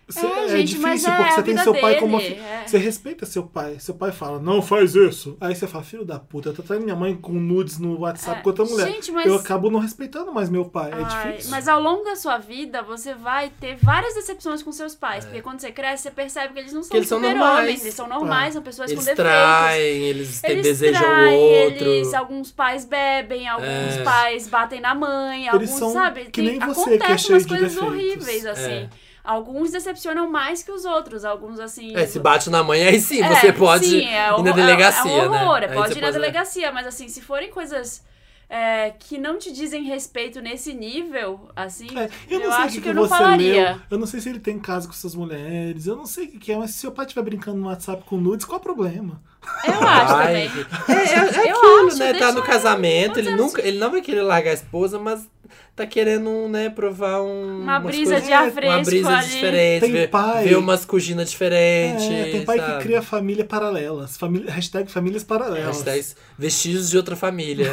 A: Você-
C: É, gente, mas é
A: porque
C: a
A: você tem
C: vida
A: seu pai como.
C: dele,
A: fi-
C: é.
A: Você respeita seu pai. Seu pai fala, não faz isso. Aí você fala, filho da puta, tá traindo minha mãe com nudes no WhatsApp
C: É,
A: com outra mulher.
C: gente, mas-
A: Eu acabo não respeitando mais meu pai. é
C: Ai,
A: difícil.
C: mas ao longo da sua vida, você vai ter várias decepções com seus pais. Porque quando você cresce, você percebe que eles não são
B: eles são normais.
C: super-homens. Eles são normais, são pessoas
B: Eles
C: com defeitos.
B: traem, eles, te-
C: Eles
B: desejam
C: traem,
B: o outro.
C: eles- alguns pais bebem, alguns
B: É.
C: pais batem na mãe, alguns,
A: são
C: sabe?
A: que nem você, que é
C: acontecem
A: cheio
C: umas
A: de
C: coisas
A: defeitos.
C: horríveis, assim. Alguns decepcionam mais que os outros, alguns, assim...
B: É, se bate na mãe, aí sim,
C: É,
B: você pode
C: sim,
B: ir na
C: horror-
B: delegacia,
C: É, é um horror,
B: né? Aí
C: pode
B: você
C: ir na delegacia, mas assim, se forem coisas é, que não te dizem respeito nesse nível, assim,
A: É,
C: eu,
A: eu não sei o
C: acho
A: que,
C: que,
A: que
C: eu não
A: você
C: falaria.
A: leu. Eu não sei se ele tem caso com essas mulheres. Eu não sei o que, que é, mas se seu pai estiver brincando no WhatsApp com nudes, qual o problema?
C: Eu acho
B: Ai,
C: também.
B: É, é- é
C: Eu
B: aquilo,
C: acho,
B: né? Tá
C: deixa
B: no
C: eu-
B: casamento, ele,
C: vamos dizer
B: nunca, ele não vai querer largar a esposa, mas tá querendo, né, provar um,
C: Uma
B: umas
C: brisa
B: coisas-
C: de ar fresco
B: Uma brisa
C: ali.
B: diferente,
A: Tem
B: ver,
A: pai-
B: ver umas cuginas diferentes.
A: É, tem pai
B: sabe?
A: que cria família paralelas. Família, hashtag famílias paralelas. Né?
B: Hashtags vestígios de outra família.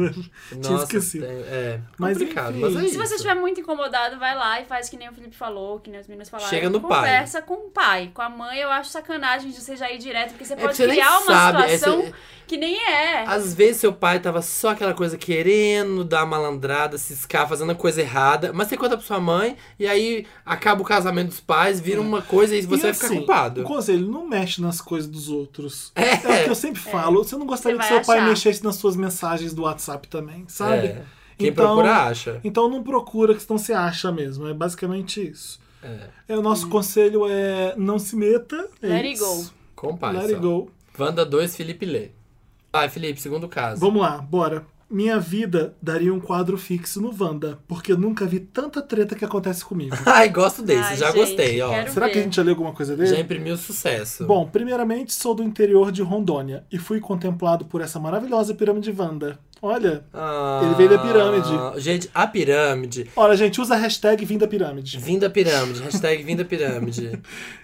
B: Nossa,
A: esquecido.
B: tem- é
A: Mas,
B: complicado,
A: enfim.
B: mas é
A: Se
C: Se
B: isso.
C: você estiver muito incomodado, vai lá e faz que nem o Felipe falou, que nem os meninos falaram.
B: Chega no pai.
C: Conversa com o pai. Com a mãe, eu acho sacanagem de você já ir direto, porque você
B: É
C: pode
B: porque você nem
C: criar uma
B: sabe, é,
C: situação
B: você- Assim.
C: que nem é.
B: Às vezes seu pai tava só aquela coisa querendo dar malandrada, ciscar, fazendo a coisa errada, mas você conta pra sua mãe e aí acaba o casamento dos pais, vira uma coisa e você
A: E,
B: vai ficar
A: assim,
B: culpado.
A: O conselho, não mexe nas coisas dos outros.
B: É.
A: o que eu sempre falo. Você não gostaria
C: Você
A: que
C: vai
A: seu pai
C: achar.
A: mexesse nas suas mensagens do WhatsApp também, sabe?
B: É. Quem procura acha.
A: Então não procura, que senão você acha mesmo. É basicamente isso.
B: É.
A: É, o nosso conselho é não se meta. É
C: Hum. Let it
A: isso.
B: Com paz.
A: Let it
B: só.
A: go.
B: Wanda 2, Felipe Lê. Vai, Felipe, segundo caso.
A: Vamos lá, bora. Minha vida daria um quadro fixo no Wanda, porque eu nunca vi tanta treta que acontece comigo.
B: Ai, gosto desse,
C: Ai,
B: já
C: gente,
B: gostei, ó.
C: quero-
A: Será que a
C: ver.
A: gente já leu alguma coisa dele?
B: Já imprimiu sucesso.
A: Bom, primeiramente sou do interior de Rondônia e fui contemplado por essa maravilhosa pirâmide Wanda. Olha,
B: Ah,
A: ele veio da pirâmide.
B: Gente, a pirâmide.
A: olha gente, usa a hashtag Vinda Pirâmide.
B: Vinda pirâmide, hashtag vinda pirâmide.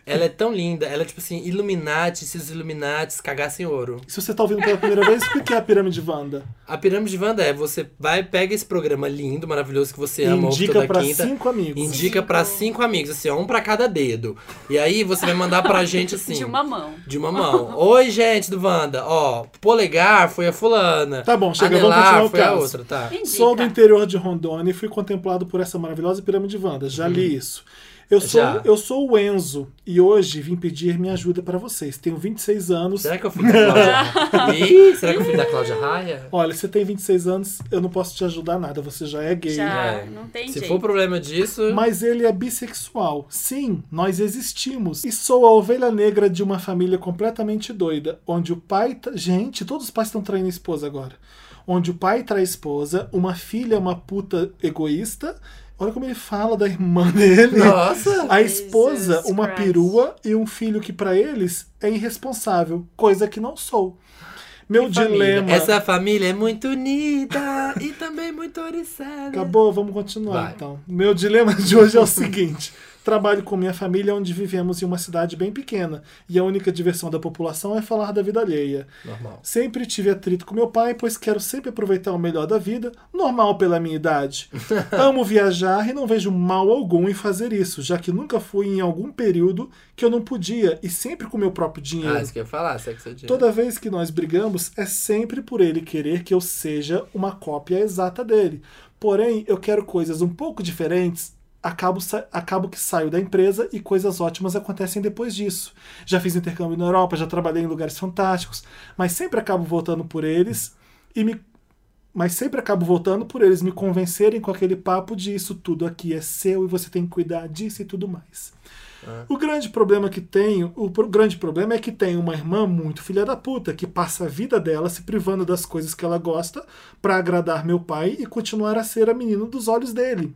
B: ela é tão linda, ela é tipo assim, Illuminati, se os Illuminatis cagassem ouro.
A: Se você tá ouvindo pela primeira vez, o que é a pirâmide Wanda?
B: A pirâmide de Wanda é, você vai, pega esse programa lindo, maravilhoso É que você
A: E
B: ama ouve
A: indica
B: toda
A: pra
B: quinta.
A: cinco amigos.
B: Indica pra cinco amigos, assim, ó, um pra cada dedo. E aí você vai mandar pra gente assim.
C: De uma mão.
B: De uma mão. Oi, gente do Wanda. Ó, polegar foi a fulana.
A: Tá bom, chega, vamos
B: Anelar
A: continuar o
B: foi a
A: caso.
B: outra, tá.
C: Indica.
A: Sou do interior de Rondônia e fui contemplado por essa maravilhosa pirâmide Wanda. Já li isso. Eu sou,
B: Uhum. Já.
A: eu sou o Enzo e hoje vim pedir minha ajuda pra vocês. Tenho 26 anos.
B: Será que eu fui da Cláudia Ih, será que eu fui da Cláudia Raia?
A: Olha, você tem 26 anos, eu não posso te ajudar nada, você já é gay.
C: Já,
B: É.
C: não tem
B: Se
C: jeito.
B: for problema disso,
A: Mas ele é bissexual. Sim, nós existimos. E sou a ovelha negra de uma família completamente doida, onde o pai. tra- Gente, todos os pais estão traindo a esposa agora. Onde o pai trai a esposa, uma filha é uma puta egoísta. Olha como ele fala da irmã dele.
B: Nossa!
A: A esposa,
C: Jesus
A: uma
C: Christ.
A: perua e um filho que pra eles é irresponsável, coisa que não sou. Meu
B: família.
A: É dilema.
B: Essa família é muito unida e também muito oriçada.
A: Acabou, vamos continuar
B: Vai.
A: então. Meu dilema de hoje é o seguinte: trabalho com minha família onde vivemos em uma cidade bem pequena e a única diversão da população é falar da vida alheia.
B: Normal.
A: Sempre tive atrito com meu pai, pois quero sempre aproveitar o melhor da vida, normal pela minha idade. Amo viajar e não vejo mal algum em fazer isso, já que nunca fui em algum período que eu não podia e sempre com meu próprio dinheiro.
B: Ah, isso que eu ia falar, sexo é dinheiro.
A: Toda vez que nós brigamos, é sempre por ele querer que eu seja uma cópia exata dele. Porém, eu quero coisas um pouco diferentes. Acabo, sa- acabo que saio da empresa e coisas ótimas acontecem depois disso. Já fiz intercâmbio na Europa, já trabalhei em lugares fantásticos, mas sempre acabo voltando por eles e me. Mas sempre acabo voltando por eles me convencerem com aquele papo de isso tudo aqui é seu e você tem que cuidar disso e tudo mais. O grande problema que tenho, o pro- grande problema é que tenho uma irmã muito filha da puta que passa a vida dela se privando das coisas que ela gosta pra agradar meu pai e continuar a ser a menina dos olhos dele.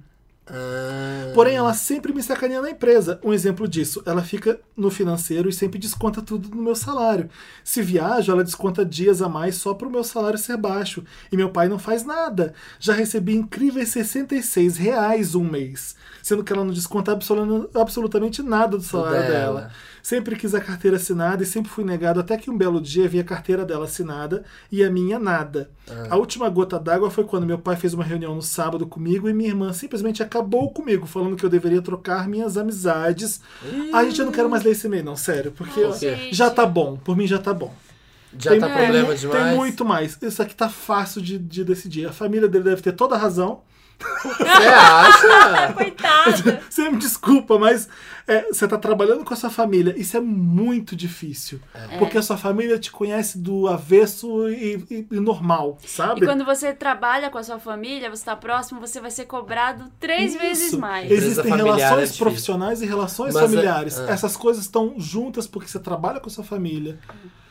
B: Ah,
A: Porém, ela sempre me sacaneia na empresa. Um exemplo disso, ela fica no financeiro e sempre desconta tudo no meu salário. Se viajo, ela desconta dias a mais só pro meu salário ser baixo. E meu pai não faz nada. Já recebi incríveis 66 reais um mês. Sendo que ela não desconta absolu- absolutamente nada do salário
B: dela.
A: dela. Sempre quis a carteira assinada e sempre fui negado até que um belo dia vi a carteira dela assinada e a minha nada.
B: Ah.
A: A última gota d'água foi quando meu pai fez uma reunião no sábado comigo e minha irmã simplesmente acabou comigo, falando que eu deveria trocar minhas amizades. A gente, eu não quero mais ler esse e-mail, não, sério, porque
C: Ai,
A: ó,
C: gente.
A: já tá bom, por mim já tá bom.
B: já tá
A: mu-
B: problema
A: tem,
B: demais.
A: muito mais. Isso aqui tá fácil de, de decidir. A família dele deve ter toda a razão.
B: Você
A: tá.
B: acha?
C: Coitada.
A: Você me desculpa, mas é, você tá trabalhando com a sua família. Isso é muito difícil.
C: É.
A: Porque a sua família te conhece do avesso e, e- e normal, sabe?
C: E quando você trabalha com a sua família, você tá próximo, você vai ser cobrado três
A: Isso.
C: vezes mais.
B: Ex- Empresa
A: Existem
B: familiar é
A: relações
B: difícil.
A: profissionais e relações
B: Mas é-
A: familiares.
B: é.
A: Essas coisas estão juntas porque você trabalha com a sua família.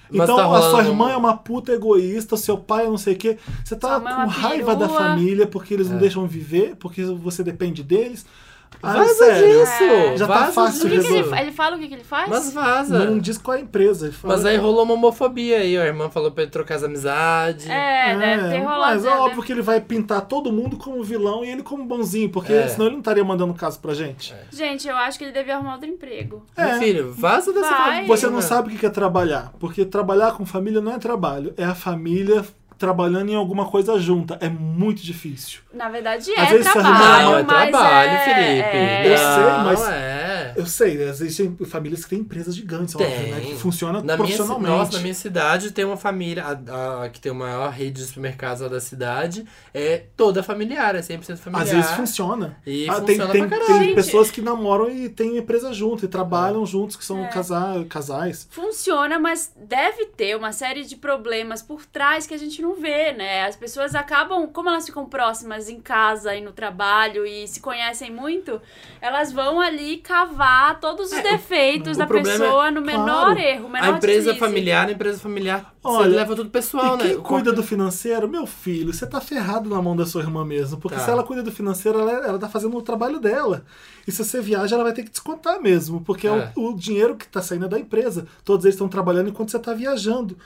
B: Mas
A: Então,
B: tá
A: a sua
B: rolando
A: irmã
B: um-
A: é uma puta egoísta, seu pai é não sei o quê. Você tá
C: Sua
A: com
C: mãe é uma
A: raiva da
C: perua.
A: família porque eles
B: É.
A: não deixam viver, porque você depende deles. Ah,
B: Vaza
A: sério.
B: disso!
A: Já tá
B: vaza
A: fácil
C: O que que
B: disso.
A: resolver.
C: ele, ele fala o que, que ele faz?
B: Mas vaza.
A: Não diz qual é a empresa. ele fala-
B: Mas aí rolou uma homofobia aí, ó. A irmã falou pra ele trocar as amizades.
C: É, deve ter rolado. né?
A: Mas é
C: deve-
A: óbvio que ele vai pintar todo mundo como vilão e ele como bonzinho, porque
B: É.
A: senão ele não estaria mandando caso pra gente.
C: Gente, eu acho que ele devia arrumar outro emprego.
B: Meu
A: É.
B: filho, vaza dessa
C: Vai.
B: família.
A: Você não sabe o que que é trabalhar, porque trabalhar com família não é trabalho, é a família trabalhando em alguma coisa junta. É muito difícil.
C: Na verdade,
A: Às
C: é
A: vezes você arruma-
C: trabalho,
B: Não, é
C: mas
B: trabalho,
C: é...
B: Felipe.
C: é-
A: Eu sei, mas-
B: Não, é.
A: Eu sei, né? existem famílias que têm empresas gigantes, óbvio,
B: Tem.
A: né? Que funciona
B: Na minha, ci-
A: profissionalmente.
B: nossa, na minha cidade tem uma família, a, a que tem a maior rede de supermercados lá da cidade, é toda familiar, é 100% familiar.
A: Às vezes funciona. Ah,
B: E
A: tem,
B: funciona
A: tem,
B: pra
A: tem
B: caralho. É.
C: Gente.
A: pessoas que namoram e têm empresa junto e trabalham juntos, que são
C: É.
A: casa- casais.
C: Funciona, mas deve ter uma série de problemas por trás que a gente não vê, né? As pessoas acabam, como elas ficam próximas em casa e no trabalho e se conhecem muito, elas vão ali cavar todos os defeitos
B: o
C: da
B: problema é-
C: pessoa no menor
A: claro,
C: erro, menor
B: A empresa
C: deslize.
B: familiar, a empresa familiar,
A: Olha,
B: você leva tudo pessoal,
A: e quem
B: né?
A: cuida do financeiro, meu filho, você tá ferrado na mão da sua irmã mesmo. Porque
B: Tá.
A: se ela cuida do financeiro, ela, ela tá fazendo o trabalho dela. E se você viaja, ela vai ter que descontar mesmo. Porque é, o-
B: É.
A: o, dinheiro que tá saindo é da empresa. Todos eles estão trabalhando enquanto você tá viajando.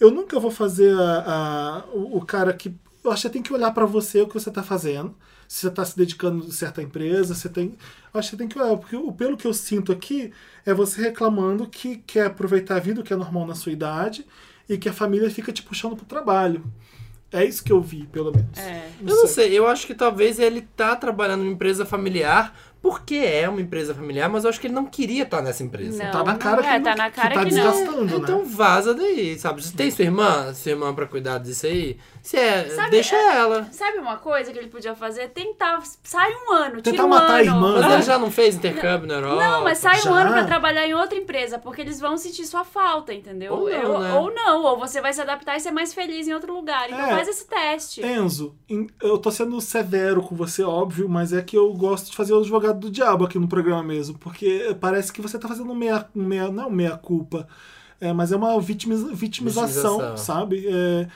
A: Eu nunca vou fazer a- a- o, o cara que. Eu acho que tem que olhar pra você o que você tá fazendo. Se você tá se dedicando a certa empresa, você tem. Eu acho que tem que olhar. Porque o- pelo que eu sinto aqui, é você reclamando que quer aproveitar a vida, o que é normal na sua idade, e que a família fica te puxando pro trabalho. É isso que eu vi, pelo menos.
C: É.
B: Eu não sei, eu acho que talvez ele tá trabalhando numa empresa familiar, porque é uma empresa familiar, mas eu acho que ele não queria estar nessa empresa.
C: Não,
A: Tá na cara
C: é,
A: que,
C: tá
A: não-
C: na cara
A: tá
C: que não.
A: desgastando, né?
B: Então vaza daí, sabe? Se tem sua irmã, sua irmã pra cuidar disso aí, se é,
C: Sabe,
B: deixa
C: é-
B: ela.
C: Sabe uma coisa que ele podia fazer? Tentar. Sai um ano,
A: Tentar
C: tira um
A: matar a
C: ano.
A: irmã,
B: Mas
A: né?
B: ela já não fez intercâmbio na Europa.
C: Não, mas sai
A: Já?
C: um ano pra trabalhar em outra empresa, porque eles vão sentir sua falta, entendeu?
B: Ou não,
C: Eu-
B: né?
C: ou não, ou você vai se adaptar e ser mais feliz em outro lugar. Então
A: É.
C: faz esse teste.
A: Enzo, em- eu tô sendo severo com você, óbvio, mas é que eu gosto de fazer o advogado do diabo aqui no programa mesmo, porque parece que você tá fazendo meia, meia não meia culpa, é, mas é uma vitimiza- vitimização,
B: Vitimização.
A: sabe? É,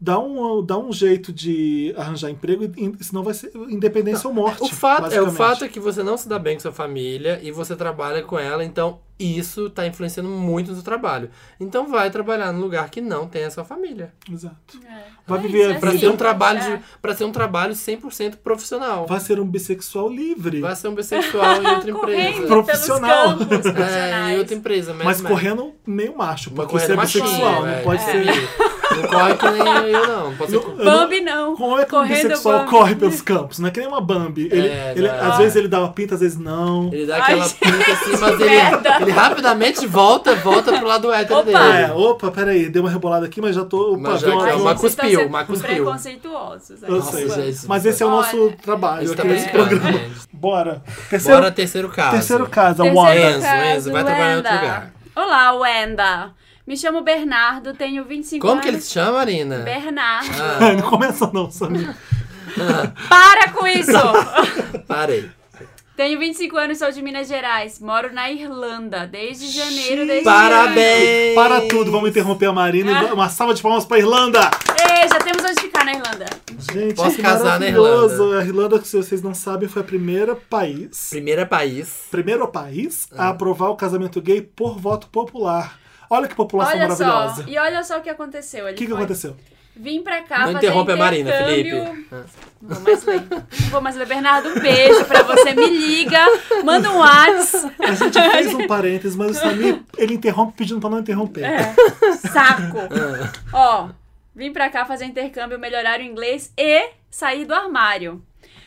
A: dá, um, dá um jeito de arranjar emprego, e- e senão vai ser independência ou morte.
B: O fato, é, o
A: basicamente.
B: fato é que você não se dá bem com sua família e você trabalha com ela, então isso tá influenciando muito no seu trabalho. Então vai trabalhar num lugar que não tem a sua família.
A: Exato.
C: É.
A: Vai
C: É
A: viver-
C: isso, é
B: Pra
A: Sim.
B: ter um
C: simples,
B: trabalho
C: é.
B: de, pra ser um trabalho 100% profissional.
A: Vai ser um bissexual livre,
B: Vai ser um bissexual em outra
C: Correndo
B: empresa.
A: Pro-
C: profissional.
A: Profissional.
C: pelos campos
B: É, em
C: profissionais.
B: outra empresa, mas,
A: mas correndo meio macho,
B: Uma
A: porque
B: correndo
A: você é
B: machinho,
A: bissexual,
B: é,
A: não pode
B: é.
A: ser...
B: Não corre que nem eu, não. Não Pode ser
A: Não-
B: co-
A: eu não-
C: Bambi não.
A: Como é que um
C: Correndo
A: bissexual
C: Bambi.
A: corre pelos campos? Não é que nem uma Bambi. Ele,
B: É,
A: ele-
B: não.
A: às vezes ele dá uma pinta, às vezes não.
B: Ele dá
C: Ai,
B: aquela
C: gente,
B: pinta assim, mas
C: que
B: ele,
C: merda.
B: ele rapidamente volta, volta pro lado hétero
C: Opa!
B: dele.
A: Ah, é, opa, peraí, deu uma rebolada aqui, mas já tô. Opa,
B: Mas já
A: deu
B: que é o
A: uma
C: Ai, gente,
B: uma
A: rebolada.
C: vocês estão
B: cuspiu,
C: sendo
B: uma cuspiu.
C: Preconceituosos.
A: Eu
C: aqui.
B: Nossa,
A: sei.
B: gente,
A: Mas esse é o
C: olha,
A: nosso
B: Ele
A: trabalho
B: tá
A: aqui nesse
B: brincando,
A: programa.
B: gente.
A: Bora. Terceiro,
B: Bora, é terceiro caso.
A: terceiro caso, a
C: Terceiro
A: Wanda.
B: Enzo, Enzo, vai trabalhar em outro
C: Wanda.
B: lugar.
C: Olá, Wenda. Me chamo Bernardo, tenho 25
B: Como
C: anos.
B: que ele se chama, Marina?
C: Bernardo.
B: Ah,
A: Ai, Não começa não, Samir.
C: Para com isso!
B: parei.
C: Tenho 25 anos, sou de Minas Gerais. Moro na Irlanda desde janeiro deste ano.
B: Parabéns!
A: Para tudo, vamos interromper a Marina. e Uma salva de palmas pra Irlanda.
C: Ei, já temos onde ficar na Irlanda.
A: Gente,
B: Posso
A: que
B: casar na
A: maravilhoso. A Irlanda, se vocês não sabem, foi a primeira país.
B: Primeiro país.
A: Primeiro país
B: Ah.
A: a aprovar o casamento gay por voto popular. Olha que população
C: olha
A: maravilhosa.
C: só, e olha só o que aconteceu.
A: O
C: Ele
A: que, que
C: foi-
A: aconteceu?
C: Vim pra cá
B: Não
C: fazer
B: interrompe a Marina,
C: intercâmbio.
B: Felipe.
C: Não vou mais ler. Não vou mais ler, Bernardo. Um beijo pra você. Me liga, manda um WhatsApp.
A: A gente fez um parênteses, mas o Samir, ele interrompe pedindo pra não interromper.
B: É.
C: É. Saco. Ó, vim pra cá fazer intercâmbio, melhorar o inglês e sair do armário.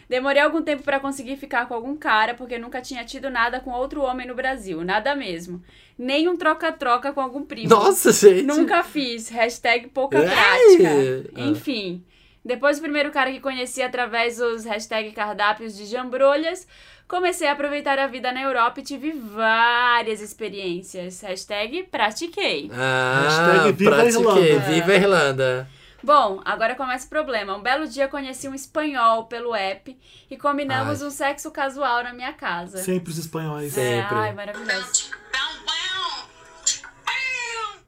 C: Demorei algum tempo pra conseguir ficar com algum cara, porque nunca tinha tido nada com outro homem no Brasil. Nada mesmo. Nem um troca-troca com algum primo.
B: Nossa, gente.
C: Nunca fiz. Hashtag pouca
B: Ai!
C: prática.
B: Ah.
C: Enfim. Depois do primeiro cara que conheci através dos hashtag cardápios de jambrolhas, comecei a aproveitar a vida na Europa e tive várias experiências. Hashtag pratiquei.
B: Ah,
A: Hashtag viva a
B: pratiquei.
A: Irlanda.
B: Viva a Irlanda.
C: Bom, agora começa o problema. Um belo dia conheci um espanhol pelo app e combinamos um sexo casual na minha casa.
A: Sempre os espanhóis.
B: Sempre.
C: É, ai, maravilhoso.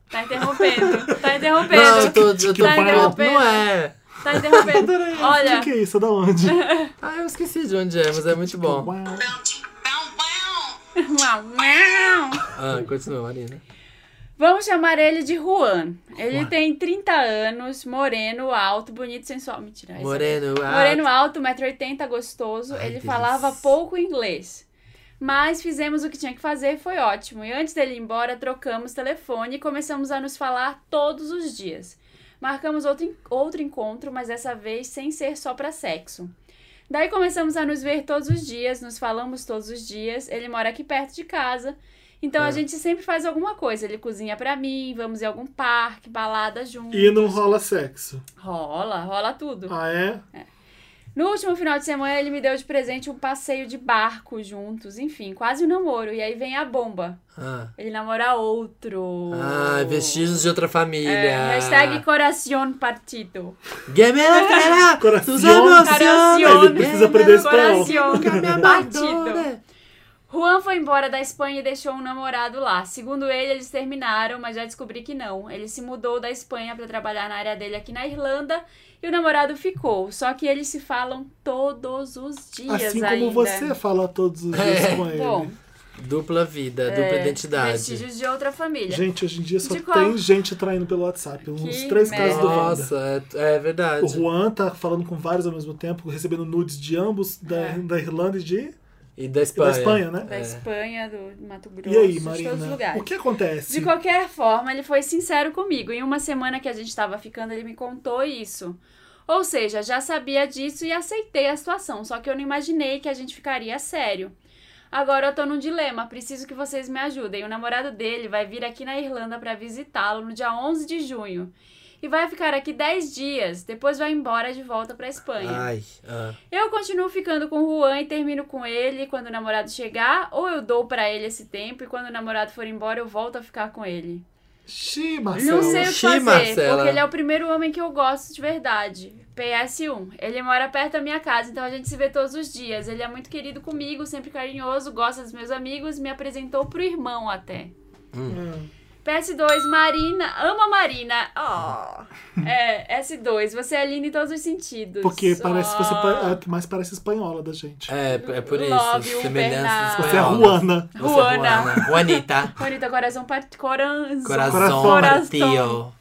C: Tá interrompendo. Tá interrompendo.
B: Não, eu tô, eu tô
C: tá interrompendo.
B: Não é.
C: Tá interrompendo. Olha,
A: O que que é isso? É Da onde?
B: Ah, eu esqueci de onde é, mas é muito bom.
A: Uau.
C: Uau, uau.
B: Ah, continua,
C: É
B: Marina.
C: Vamos chamar ele de Juan. Ele tem 30 anos, moreno, alto, bonito, sensual. Mentira. esse é-
B: Moreno, ah,
C: Moreno alto, 1,80m, gostoso.
B: Ai,
C: ele
B: delícia.
C: falava pouco inglês. Mas fizemos o que tinha que fazer, foi ótimo. E antes dele ir embora, trocamos telefone e começamos a nos falar todos os dias. Marcamos outro, en- outro encontro, mas dessa vez sem ser só pra sexo. Daí começamos a nos ver todos os dias, nos falamos todos os dias. Ele mora aqui perto de casa, então
B: É.
C: a gente sempre faz alguma coisa. Ele cozinha pra mim, vamos em algum parque, balada juntos.
A: E não rola sexo.
C: Rola, rola tudo.
A: Ah, é?
C: No último final de semana, ele me deu de presente um passeio de barco juntos, enfim, quase um namoro. E aí vem a bomba.
B: Ah,
C: Ele namora outro.
B: ah vestígios de outra família.
C: É, hashtag coração partido.
B: Gemela, cara!
A: Coração.
B: Tus emociones.
C: Coração.
A: Ele precisa aprender espanhol.
C: Coração partido.
B: Partido.
C: Juan foi embora da Espanha e deixou um namorado lá. Segundo ele, eles terminaram, mas já descobri que não. Ele se mudou da Espanha pra trabalhar na área dele aqui na Irlanda e o namorado ficou. Só que eles se falam todos os dias
A: Assim
C: ainda.
A: como você fala todos os dias
B: É.
A: com ele.
C: Bom,
B: Dupla vida,
C: É,
B: dupla identidade.
C: vestígios de outra família.
A: Gente, hoje em dia só
C: De qual?
A: tem gente traindo pelo WhatsApp. Uns
C: Que
A: três
C: merda.
A: casos do Wanda.
B: Nossa, é, é verdade.
A: O Juan tá falando com vários ao mesmo tempo, recebendo nudes de ambos, da,
C: É.
A: da Irlanda e de,
B: E da
A: e
B: Espanha. É.
A: da Espanha, né?
C: da É. Espanha, do Mato Grosso,
A: E aí,
C: de todos os
A: Marina?
C: lugares.
A: O que acontece?
C: De qualquer forma, ele foi sincero comigo. Em uma semana que a gente tava ficando, ele me contou isso. Ou seja, já sabia disso e aceitei a situação, só que eu não imaginei que a gente ficaria sério. Agora eu tô num dilema, preciso que vocês me ajudem. O namorado dele vai vir aqui na Irlanda pra visitá-lo no dia 11 de junho. E vai ficar aqui 10 dias, depois vai embora de volta pra Espanha.
B: Ai, ah.
C: Eu continuo ficando com o Juan e termino com ele quando o namorado chegar, ou eu dou pra ele esse tempo e quando o namorado for embora eu volto a ficar com ele.
A: Xi,
C: Não
A: Marcelo.
C: sei o que
B: Xi,
C: fazer,
B: Marcela.
C: porque ele é o primeiro homem que eu gosto de verdade. PS1. Ele mora perto da minha casa, então a gente se vê todos os dias. Ele é muito querido comigo, sempre carinhoso, gosta dos meus amigos, me apresentou pro irmão até.
A: Hum.
C: PS2, Marina, ama Marina. Oh. É, S2, você é linda em todos os sentidos.
A: Porque parece, você
C: Oh.
A: pa- é a que mais parece espanhola da gente.
B: É, é por isso.
C: Love, um
B: semelhanças
C: Bernardo.
A: Você é a
B: espanholas.
A: Ruana.
B: Você é
C: Ruana.
B: Ruana. Juanita.
C: Bonita, coração, part... coranzo.
B: Coração,
C: Coração.
B: Martio.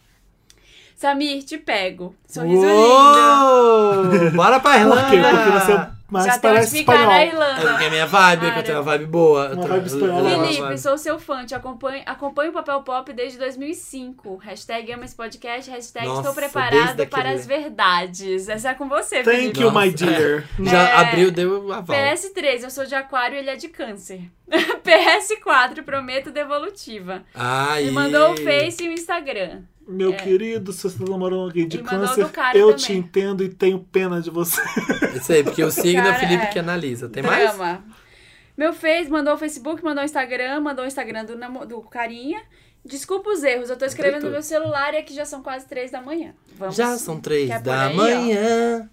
C: Samir, te pego. Sorriso lindo.
B: Uou! Bora pra
A: Por
B: Irlanda!
A: quê? Porque você é um mais
C: Já temos
A: parece
C: que ficar
A: espanhol.
C: na
B: É porque
C: Irlanda.
B: é minha vibe,
C: Cara.
B: que eu tenho uma vibe boa. Eu
A: Uma
B: tenho-
A: vibe
B: eu-
A: espanhola.
B: eu tenho uma
C: Felipe,
B: vibe.
C: sou seu fã, te acompanho, acompanho o Papel Pop desde 2005. Hashtag ama esse podcast, hashtag
B: Nossa,
C: estou
B: desde
C: preparado
B: aquele-
C: para as verdades. Essa é com você,
A: Thank
C: Felipe.
A: you,
B: Nossa.
A: my dear.
B: Já
C: É.
B: abriu, deu aval.
C: PS3, eu sou de aquário e ele é de câncer. PS4, prometo devolutiva.
B: Aí.
C: Me mandou um o Face e o Instagram.
B: é.
A: Meu querido, se você namorou alguém de
C: É. E mandou
A: câncer,
C: do cara
A: eu
C: também.
A: te entendo e tenho pena de você.
B: Isso aí, porque o signo é o
C: Cara,
B: Felipe
C: é.
B: que analisa. Tem mais?
C: Drama. Meu Face mandou o Facebook, mandou o Instagram, mandou o Instagram do, namo- do carinha. Desculpa os erros, eu tô escrevendo no meu celular e aqui já são quase três da manhã. Vamos.
B: Já são três
C: Quer por
B: da
C: aí, ó?
B: manhã.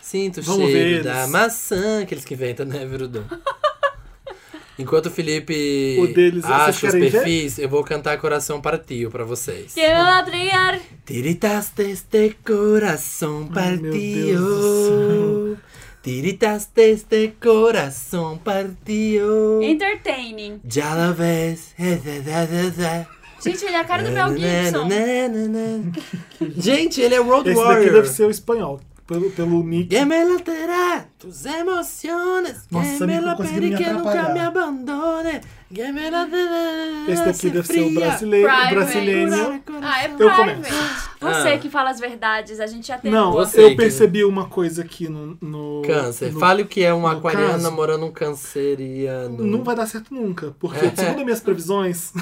B: Sinto o
A: Vamos ver
B: cheiro
A: eles.
B: da maçã. Aqueles que inventam, né, Virudão? Enquanto o Felipe
A: O deles, vocês
B: acha os
A: querem ver?
B: perfis, eu vou cantar Coração Partiu pra vocês.
C: Quero abrir.
B: Tiritaste este coração
A: Ai, meu
B: partido. Tiritaste este coração partido.
C: Entertaining.
B: Já la ves. é, é, é, é, é.
C: Gente, ele é a cara do
B: Né,
C: Mel Gibson.
B: Gente, ele é Road
A: Esse daqui
B: Warrior.
A: deve ser o espanhol, pelo, pelo nick.
B: Que me laterá tus emociones.
A: Nossa,
B: que me
A: amigo,
B: la
A: conseguiu me
B: pere que nunca
A: atrapalhar.
B: me abandone. Que me laterá.
A: Esse daqui deve ser o
B: fria.
A: brasileiro,
C: Private.
A: brasileiro.
C: Ah, é
A: Eu
C: private. Você
B: Ah.
C: que fala as verdades, a gente já tem.
A: Não,
B: Você
A: eu
B: que-
A: percebi uma coisa aqui no. no
B: Câncer.
A: no-
B: Fale o que é um
A: no
B: aquariano
A: caso-
B: namorando um canceriano.
A: Não vai dar certo nunca, porque
B: É.
A: segundo as minhas previsões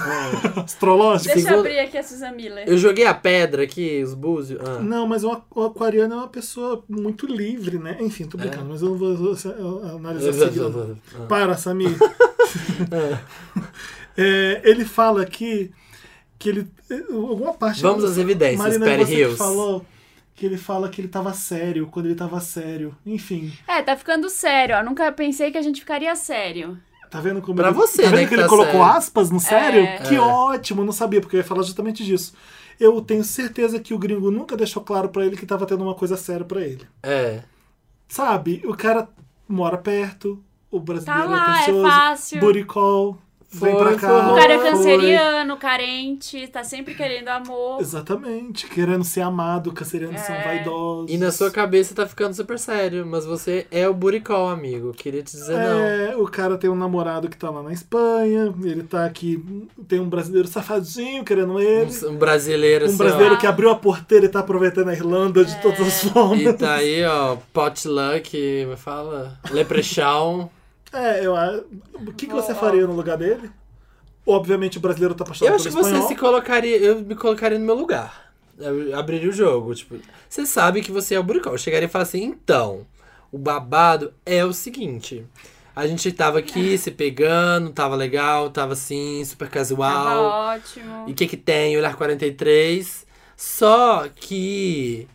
A: astrológicas.
C: Deixa eu
B: Segundo-
C: abrir aqui a Susan Miller.
B: É. Eu joguei a pedra aqui, os búzios. Ah.
A: Não, mas o aqu- o aquariano é uma pessoa muito livre, né? Enfim, tô brincando,
B: É.
A: mas eu não vou vou- vou analisar seguindo.
B: Ah.
A: Para, Samir. É, ele fala aqui que ele. eh, Alguma parte.
B: Vamos às evidências,
A: Marina,
B: Perry
A: você
B: Hills.
A: Que falou que ele fala que ele tava sério quando ele tava sério. Enfim.
C: É, tá ficando sério, ó. Nunca pensei que a gente ficaria sério.
A: Tá vendo como
B: Pra
A: ele,
B: você,
A: tá vendo
B: né,
A: que
B: que
A: ele
B: tá
A: colocou
B: sério.
A: aspas no sério?
C: É.
A: Que
B: É.
A: ótimo, eu não sabia, porque eu ia falar justamente disso. Eu tenho certeza que o gringo nunca deixou claro pra ele que tava tendo uma coisa séria pra ele.
B: É.
A: Sabe, o cara mora perto, o brasileiro
C: Tá lá,
A: é
C: é
A: precioso,
C: fácil.
A: buricol, vem
B: Foi,
A: pra cá.
B: foi.
C: O cara é
B: Foi.
C: canceriano, carente, tá sempre querendo amor.
A: Exatamente, querendo ser amado, cancerianos
C: É.
A: são vaidosos.
B: E na sua cabeça tá ficando super sério, mas você é o buricol, amigo. Queria te dizer não.
A: É, o cara tem um namorado que tá lá na Espanha, ele tá aqui, tem um brasileiro safadinho querendo ele,
B: Um, um brasileiro
A: um
B: assim,
A: brasileiro
B: ó.
A: que abriu a porteira e tá aproveitando a Irlanda
C: É.
A: de todas as formas.
B: E tá aí, ó, potluck, me fala, leprechaun.
A: É, eu a- O que, que você
C: Ó.
A: faria no lugar dele? Obviamente o brasileiro tá apaixonado
B: Eu acho que
A: pelo
B: você
A: espanhol.
B: se colocaria, eu me colocaria no meu lugar. Eu abriria o jogo, tipo, você sabe que você é o buricol. Eu chegaria e falaria assim, então, o babado é o seguinte. A gente tava aqui se pegando, tava legal, tava assim, super
C: Tava
B: casual.
C: ótimo.
B: E o que que tem? Olhar 43. Só que.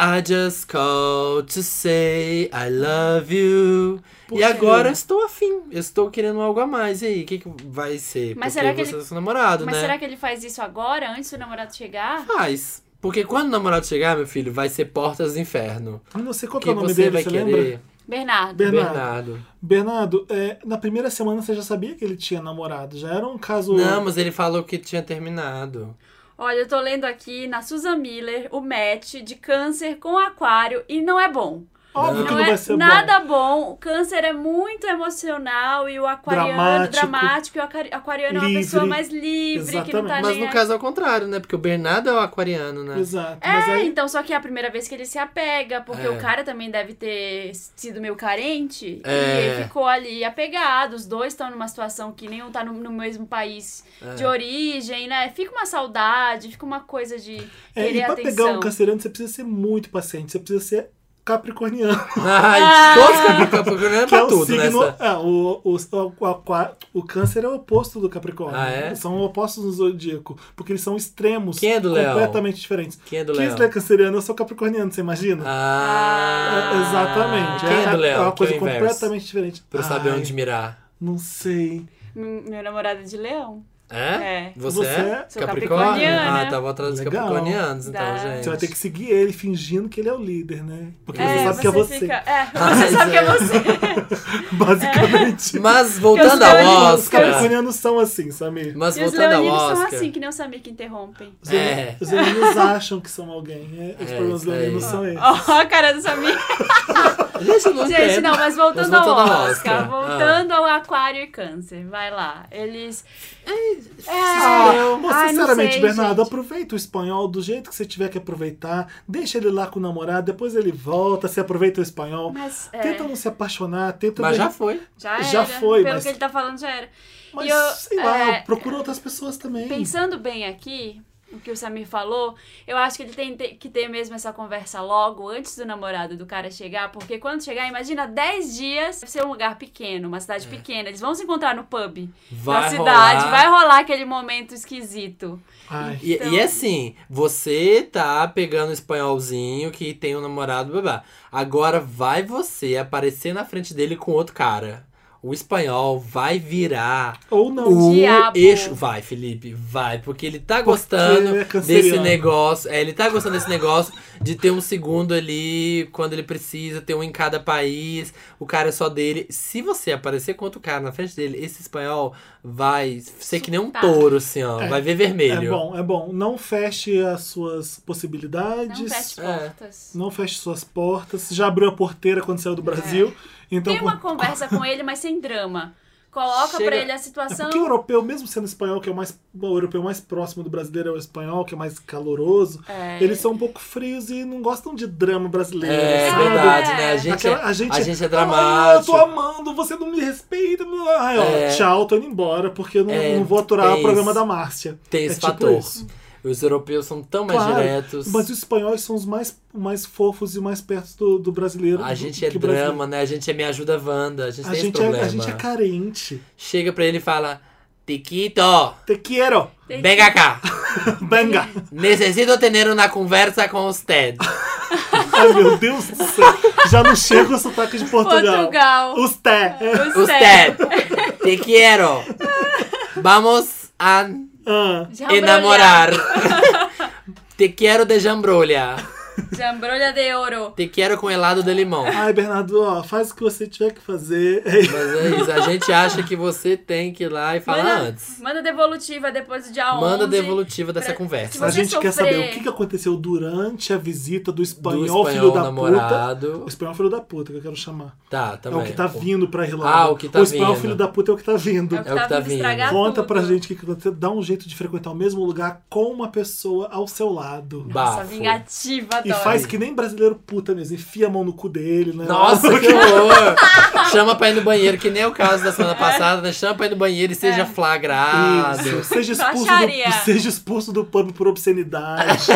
B: I just called to say I love you.
A: Por
B: e
A: quê?
B: agora eu estou afim. Eu estou querendo algo a mais. E aí, o que, que vai ser?
C: Mas
B: Porque
C: será que
B: você
C: ele-
B: é seu namorado,
C: Mas
B: né?
C: será que ele faz isso agora, antes do namorado chegar?
B: Faz. Porque quando o namorado chegar, meu filho, vai ser Portas do Inferno.
A: Eu Não sei qual que
B: Que
A: é o nome
B: você
A: dele,
B: vai
A: você lembra?
B: querer.
C: Bernardo.
A: Bernardo.
B: Bernardo.
A: Bernardo, é, na primeira semana você já sabia que ele tinha namorado, já era um caso.
B: Não, mas ele falou que tinha terminado.
C: Olha, eu tô lendo aqui na Susan Miller o match de câncer com aquário e não é bom.
A: Óbvio que
C: Não,
A: não
C: é
A: Ah, vai ser
C: nada bom. O câncer é muito emocional e o aquariano
A: Dramático.
C: dramático, e o aquari- aquariano é uma
A: Livre.
C: pessoa mais livre, que não tá
A: Exatamente.
B: Mas
C: nem
B: no
C: aí.
B: caso é o contrário, né? Porque o Bernardo é o aquariano,
A: bom.
B: né?
A: Exato. Mas
C: É,
A: aí
C: então, só que é a primeira vez que ele se apega, porque
B: É.
C: o cara também deve ter sido meio carente. E
B: É.
C: ele ficou ali apegado. Os dois estão numa situação que nenhum tá no, no mesmo país
A: É.
C: de origem, né? Fica uma saudade, fica uma coisa de
A: É,
C: querer
A: e pra
C: atenção.
A: pegar um canceriano, você precisa ser muito paciente, você precisa ser capricorniano.
B: Ai,
C: Ah!
B: todos que ficam procurando
A: que é
B: né? pra
A: o
B: tudo
A: signo.
B: nessa.
A: É, o, o, o, aqua- o câncer é o oposto do Capricórnio.
B: Ah, é?
A: São opostos no zodíaco, porque eles são extremos
B: Quem é do Leão?
A: completamente diferentes.
B: Quem é do Leão?
A: Kisler é canceriano, eu sou capricorniano, você imagina?
B: Ah,
A: É, Exatamente.
B: Quem é do Leão?
A: É uma coisa
B: Quem é o inverso?
A: completamente diferente.
B: Pra eu saber
A: Ai,
B: onde mirar.
A: Não sei.
C: Hum, Meu namorado é de leão.
B: É?
C: É.
B: Você,
A: Você é?
B: é?
C: Sou capricorniana.
B: Ah, tava atrás dos
A: Legal.
B: capricornianos, então,
C: Dá.
B: gente.
A: Você vai ter que seguir ele fingindo que ele é o líder, né? Porque
C: é,
A: você sabe que é você,
C: Fica... É, você
B: Mas
C: sabe que é
B: é.
C: você. É.
A: basicamente.
B: Mas
C: Eu
B: voltando
C: sou
B: ao
C: leonina,
A: Os
B: Oscar.
A: capricornianos são assim, Samir.
B: Mas
C: E os
B: voltando ao
C: leoninos são
B: Oscar.
C: assim, que nem o Samir que interrompem.
A: Os
B: É.
A: leoninos- os leoninos acham que são alguém. né? os
B: É,
A: problemas
B: isso aí.
A: leoninos são esses.
C: Ó, a cara do Samir.
B: Gente, eu não
C: Gente,
B: entendo.
C: não, mas voltando,
B: Mas voltando
C: ao
B: ao
C: Oscar,
B: Oscar.
C: voltando ao Aquário e Câncer, vai lá. Eles.
A: Ah,
C: eu-
A: mas
C: ai,
A: É,
C: não
A: sinceramente,
C: sei,
A: Bernardo,
C: gente.
A: aproveita o espanhol do jeito que você tiver que aproveitar. Deixa ele lá com o namorado, depois ele volta, você aproveita o espanhol.
C: Mas, é,
A: Tenta não se apaixonar, tenta.
B: Mas
A: de-
B: já foi.
C: já era.
A: já foi,
C: Pelo
A: mas-
C: que ele tá falando, já era.
A: Mas
C: E eu,
A: sei lá,
C: é,
A: procura outras pessoas também.
C: Pensando bem aqui, o que o Samir falou, eu acho que ele tem te- que ter mesmo essa conversa logo, antes do namorado do cara chegar, porque quando chegar, imagina 10 dias, deve ser um lugar pequeno, uma
A: É.
C: cidade pequena, eles vão se encontrar no pub
B: Vai
C: da cidade,
B: rolar.
C: vai rolar aquele momento esquisito.
A: Ai,
B: E,
C: Então-
B: e assim, você tá pegando o espanholzinho que tem um namorado, babá. Agora vai você aparecer na frente dele com outro cara. O espanhol vai virar
A: ou não.
B: o
C: Diabo.
B: eixo. Vai, Felipe, vai. Porque ele tá
A: ele
B: gostando
A: é canceriano.
B: desse negócio. É, ele tá gostando desse negócio de ter um segundo ali quando ele precisa, ter um em cada país. O cara é só dele. Se você aparecer com outro cara na frente dele, esse espanhol vai ser que nem um
C: Surtar.
B: touro, assim, ó.
A: É.
B: Vai ver
A: É
B: vermelho.
A: bom, é bom. Não feche as suas
C: Não
A: possibilidades.
C: feche
B: É.
C: portas.
A: não feche suas portas. Já abriu a porteira quando saiu do Brasil. Então,
C: É. Tem uma conversa com ele, mas sem drama. Coloca
B: Chega-
C: pra ele a
A: É
C: situação.
A: porque o europeu, mesmo sendo espanhol, que é o mais o europeu mais próximo do brasileiro é o espanhol, que é mais caloroso,
C: É.
A: eles são um pouco frios e não gostam de drama brasileiro.
B: É
A: sabe?
B: verdade,
C: É.
B: né? A gente, é,
A: Aquela-
B: a gente, é
A: Ah, eu
B: dramático.
A: tô amando, você não me respeita. blá, blá. Ai, ó,
B: É.
A: Tchau, tô indo embora, porque eu não,
B: É,
A: não vou aturar
B: tem
A: o programa
B: esse-
A: da Márcia.
B: Tem
A: É
B: esse
A: tipo
B: fator.
A: isso.
B: Os europeus são tão mais
A: Claro,
B: diretos.
A: Mas os espanhóis são os mais, mais fofos e mais perto do, do brasileiro.
B: A
A: do-
B: gente
A: do
B: é
A: que o
B: drama, né? A gente é Me Ajuda Wanda. A gente
A: brasileiro. A
B: tem esse
A: gente, é,
B: problema.
A: a gente é carente.
B: Chega pra ele e fala: Tiquito,
A: Te quiero.
B: vem cá.
A: Benga.
B: Necessito tener uma conversa com usted.
A: Ai, meu Deus do céu. Já não chega o sotaque de Portugal.
C: Portugal.
A: Os té. É.
C: Os
B: Usted. Te quiero. Vamos a
A: Ah,
C: Jambrolha.
B: enamorar. Te quero de jambrolha.
C: Jambrolha de ouro.
B: Te quero com helado de limão.
A: ai, Bernardo, ó, faz o que você tiver que fazer. É isso.
B: Mas é isso, a gente acha que você tem que ir lá e falar
C: Manda,
B: antes.
C: manda devolutiva depois do dia 11.
B: Manda devolutiva dessa
C: pra-
B: conversa.
C: se
A: A
C: você
A: gente quer
C: sofrer-
A: saber o que que aconteceu durante a visita do
B: Do
A: espanhol,
B: espanhol
A: filho da
B: namorado.
A: puta. O espanhol filho da puta que eu quero chamar.
B: Tá, também.
A: É o que tá
B: Pô.
A: vindo pra Irlanda.
B: Ah, o que tá
A: espanhol
B: vindo.
A: filho da puta é o que tá vindo.
C: É o que
B: É o que
C: tá,
B: tá
C: vindo
B: vindo.
C: estragar
A: Conta
C: tudo.
A: pra gente o que que você dá um jeito de frequentar o mesmo lugar com uma pessoa ao seu lado.
C: Nossa,
B: Bafo.
C: vingativa,
A: E
C: adoro.
A: faz que nem brasileiro puta mesmo, enfia a mão no cu dele, né?
B: Nossa, que horror! Chama pra ir no banheiro, que nem é o caso da semana passada, né? Chama pra ir no banheiro e
A: É.
B: seja flagrado.
A: Isso. Seja expulso,
C: Baixaria.
A: do, seja expulso do pub por obscenidade.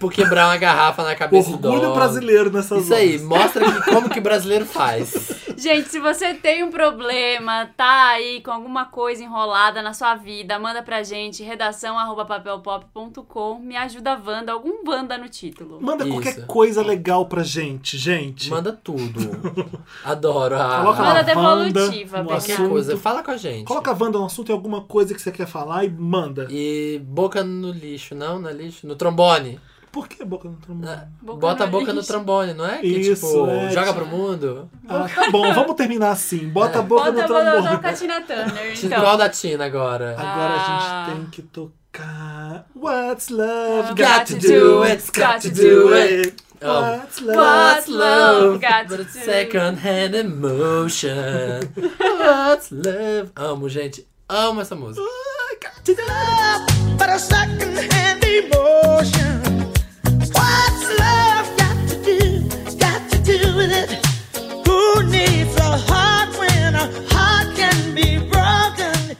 B: Por quebrar uma garrafa na cabeça do
A: Orgulho
B: dono.
A: brasileiro nessas
B: Isso aí,
A: horas.
B: mostra que- como que brasileiro faz.
C: Gente, se você tem um problema, tá aí com alguma coisa enrolada na sua vida, manda pra gente, redação arroba papelpop.com, me ajuda a Wanda, algum Wanda no título.
A: Manda qualquer
B: Isso.
A: coisa legal pra gente, gente.
B: Manda tudo. Adoro a,
A: Coloca
C: Manda
A: lá,
B: a
A: Wanda,
C: devolutiva,
A: no
C: Bernardo.
B: qualquer
A: assunto.
B: coisa. Fala com a gente.
A: Coloca a Wanda no assunto em alguma coisa que você quer falar e manda.
B: E boca no lixo, não? Na lixo? No trombone.
A: Por que boca no trombone?
B: Na-
C: Boca
B: Bota a
C: no
B: boca no
C: lixo.
B: trombone, não é? Que
A: Isso,
B: tipo,
A: é,
B: joga
A: tipo-
B: pro mundo.
A: Ah, tá bom, vamos terminar assim. Bota a boca
C: Bota
A: no
B: tá
C: a Wanda
A: trombone.
C: na Katina Turner,
B: Qual
C: então.
B: da Tina agora?
A: Agora
C: Ah.
A: a gente tem que tocar. What's love
C: Got
A: got, to
C: to
A: do?
C: do
A: It's got to
C: it.
A: do it.
B: Oh.
A: What's love?
C: What's love got
B: but
C: to
B: it's
C: do?
B: second hand emotion. What's love? Amo, gente. Amo essa música.
D: But a second-hand emotion. What's love got to do? Got to do with it. Who needs a heart when a heart can be broken?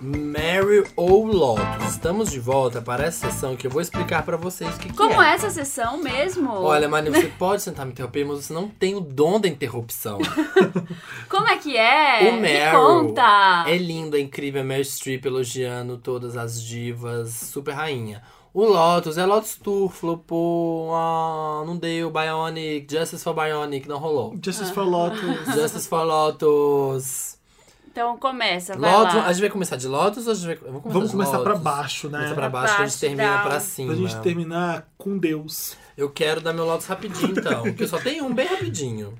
B: Mary ou Lotus. Estamos de volta para essa sessão que eu vou explicar pra vocês o que, que
C: Como
B: é.
C: é essa sessão mesmo?
B: Olha, Mari, você pode tentar me interromper, mas você não tem o dom da interrupção.
C: Como é que é?
B: o
C: me
B: Meryl
C: conta!
B: é linda, incrível, é Meryl Streep elogiando todas as divas, super rainha. O Lotus é Lotus Tour, flopou, ah, não deu, Bionic, Justice for Bionic, não rolou.
A: Justice for Lotus.
B: Justice for Lotus.
C: Então começa, vai
B: Lotus,
C: lá.
B: a gente vai começar de Lotus ou a gente vai... Vamos começar,
A: Vamos
B: de
A: começar
B: Lotus.
A: pra baixo, né?
B: Começa pra né?
A: Pra
B: baixo, a gente
C: baixo,
B: termina
C: down.
B: pra cima.
A: gente terminar com Deus.
B: Eu quero dar meu Lotus rapidinho, então. porque eu só tenho um bem rapidinho.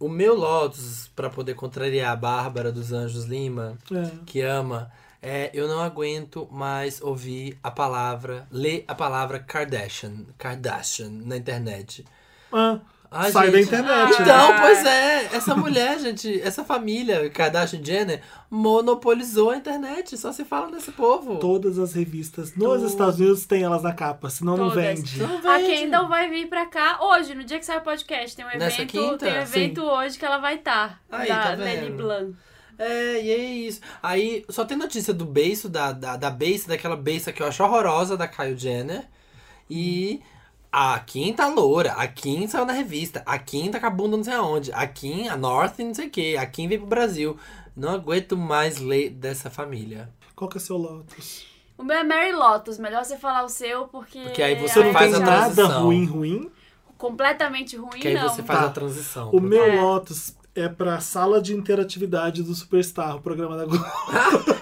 B: O meu Lotus, pra poder contrariar a Bárbara dos Anjos Lima,
A: É.
B: que ama, é eu não aguento mais ouvir a palavra, ler a palavra Kardashian, Kardashian na internet.
A: Ah,
B: Ai,
A: sai da
B: gente.
A: internet. né?
B: Então, pois é, essa mulher, gente, essa família Kardashian Jenner monopolizou a internet, só se fala nesse povo.
A: Todas as revistas nos Estados Unidos têm elas na capa, senão não
C: Todas.
A: vende.
B: Não
C: A
B: vende.
C: Kendall vai vir pra cá hoje, no dia que sai o podcast. Tem um
B: Nessa
C: evento,
B: quinta?
C: tem um evento hoje que ela vai estar.
B: Aí,
C: da
B: tá
C: Nelly
B: vendo?
C: Blanc.
B: É, e é isso. Aí só tem notícia do beiço, da, da, da beiça, daquela beiça que eu acho horrorosa da Kylie Jenner. E a Kim tá loura, a Kim saiu na revista, a Kim tá com a bunda não sei aonde, a Kim, a North não sei o que, a Kim veio pro Brasil. Não aguento mais ler dessa família.
A: Qual que é o seu Lotus?
C: O meu é Mary Lotus. Melhor você falar o seu, porque.
B: Porque aí você
A: Você
B: Ai,
A: não tem
B: faz a
C: já-
A: nada
B: transição.
A: ruim, ruim.
C: Completamente ruim,
B: Que aí
C: não.
B: você faz
A: Tá.
B: a transição.
A: O meu
C: É.
A: Lotus é pra sala de interatividade do Superstar, o programa da Globo.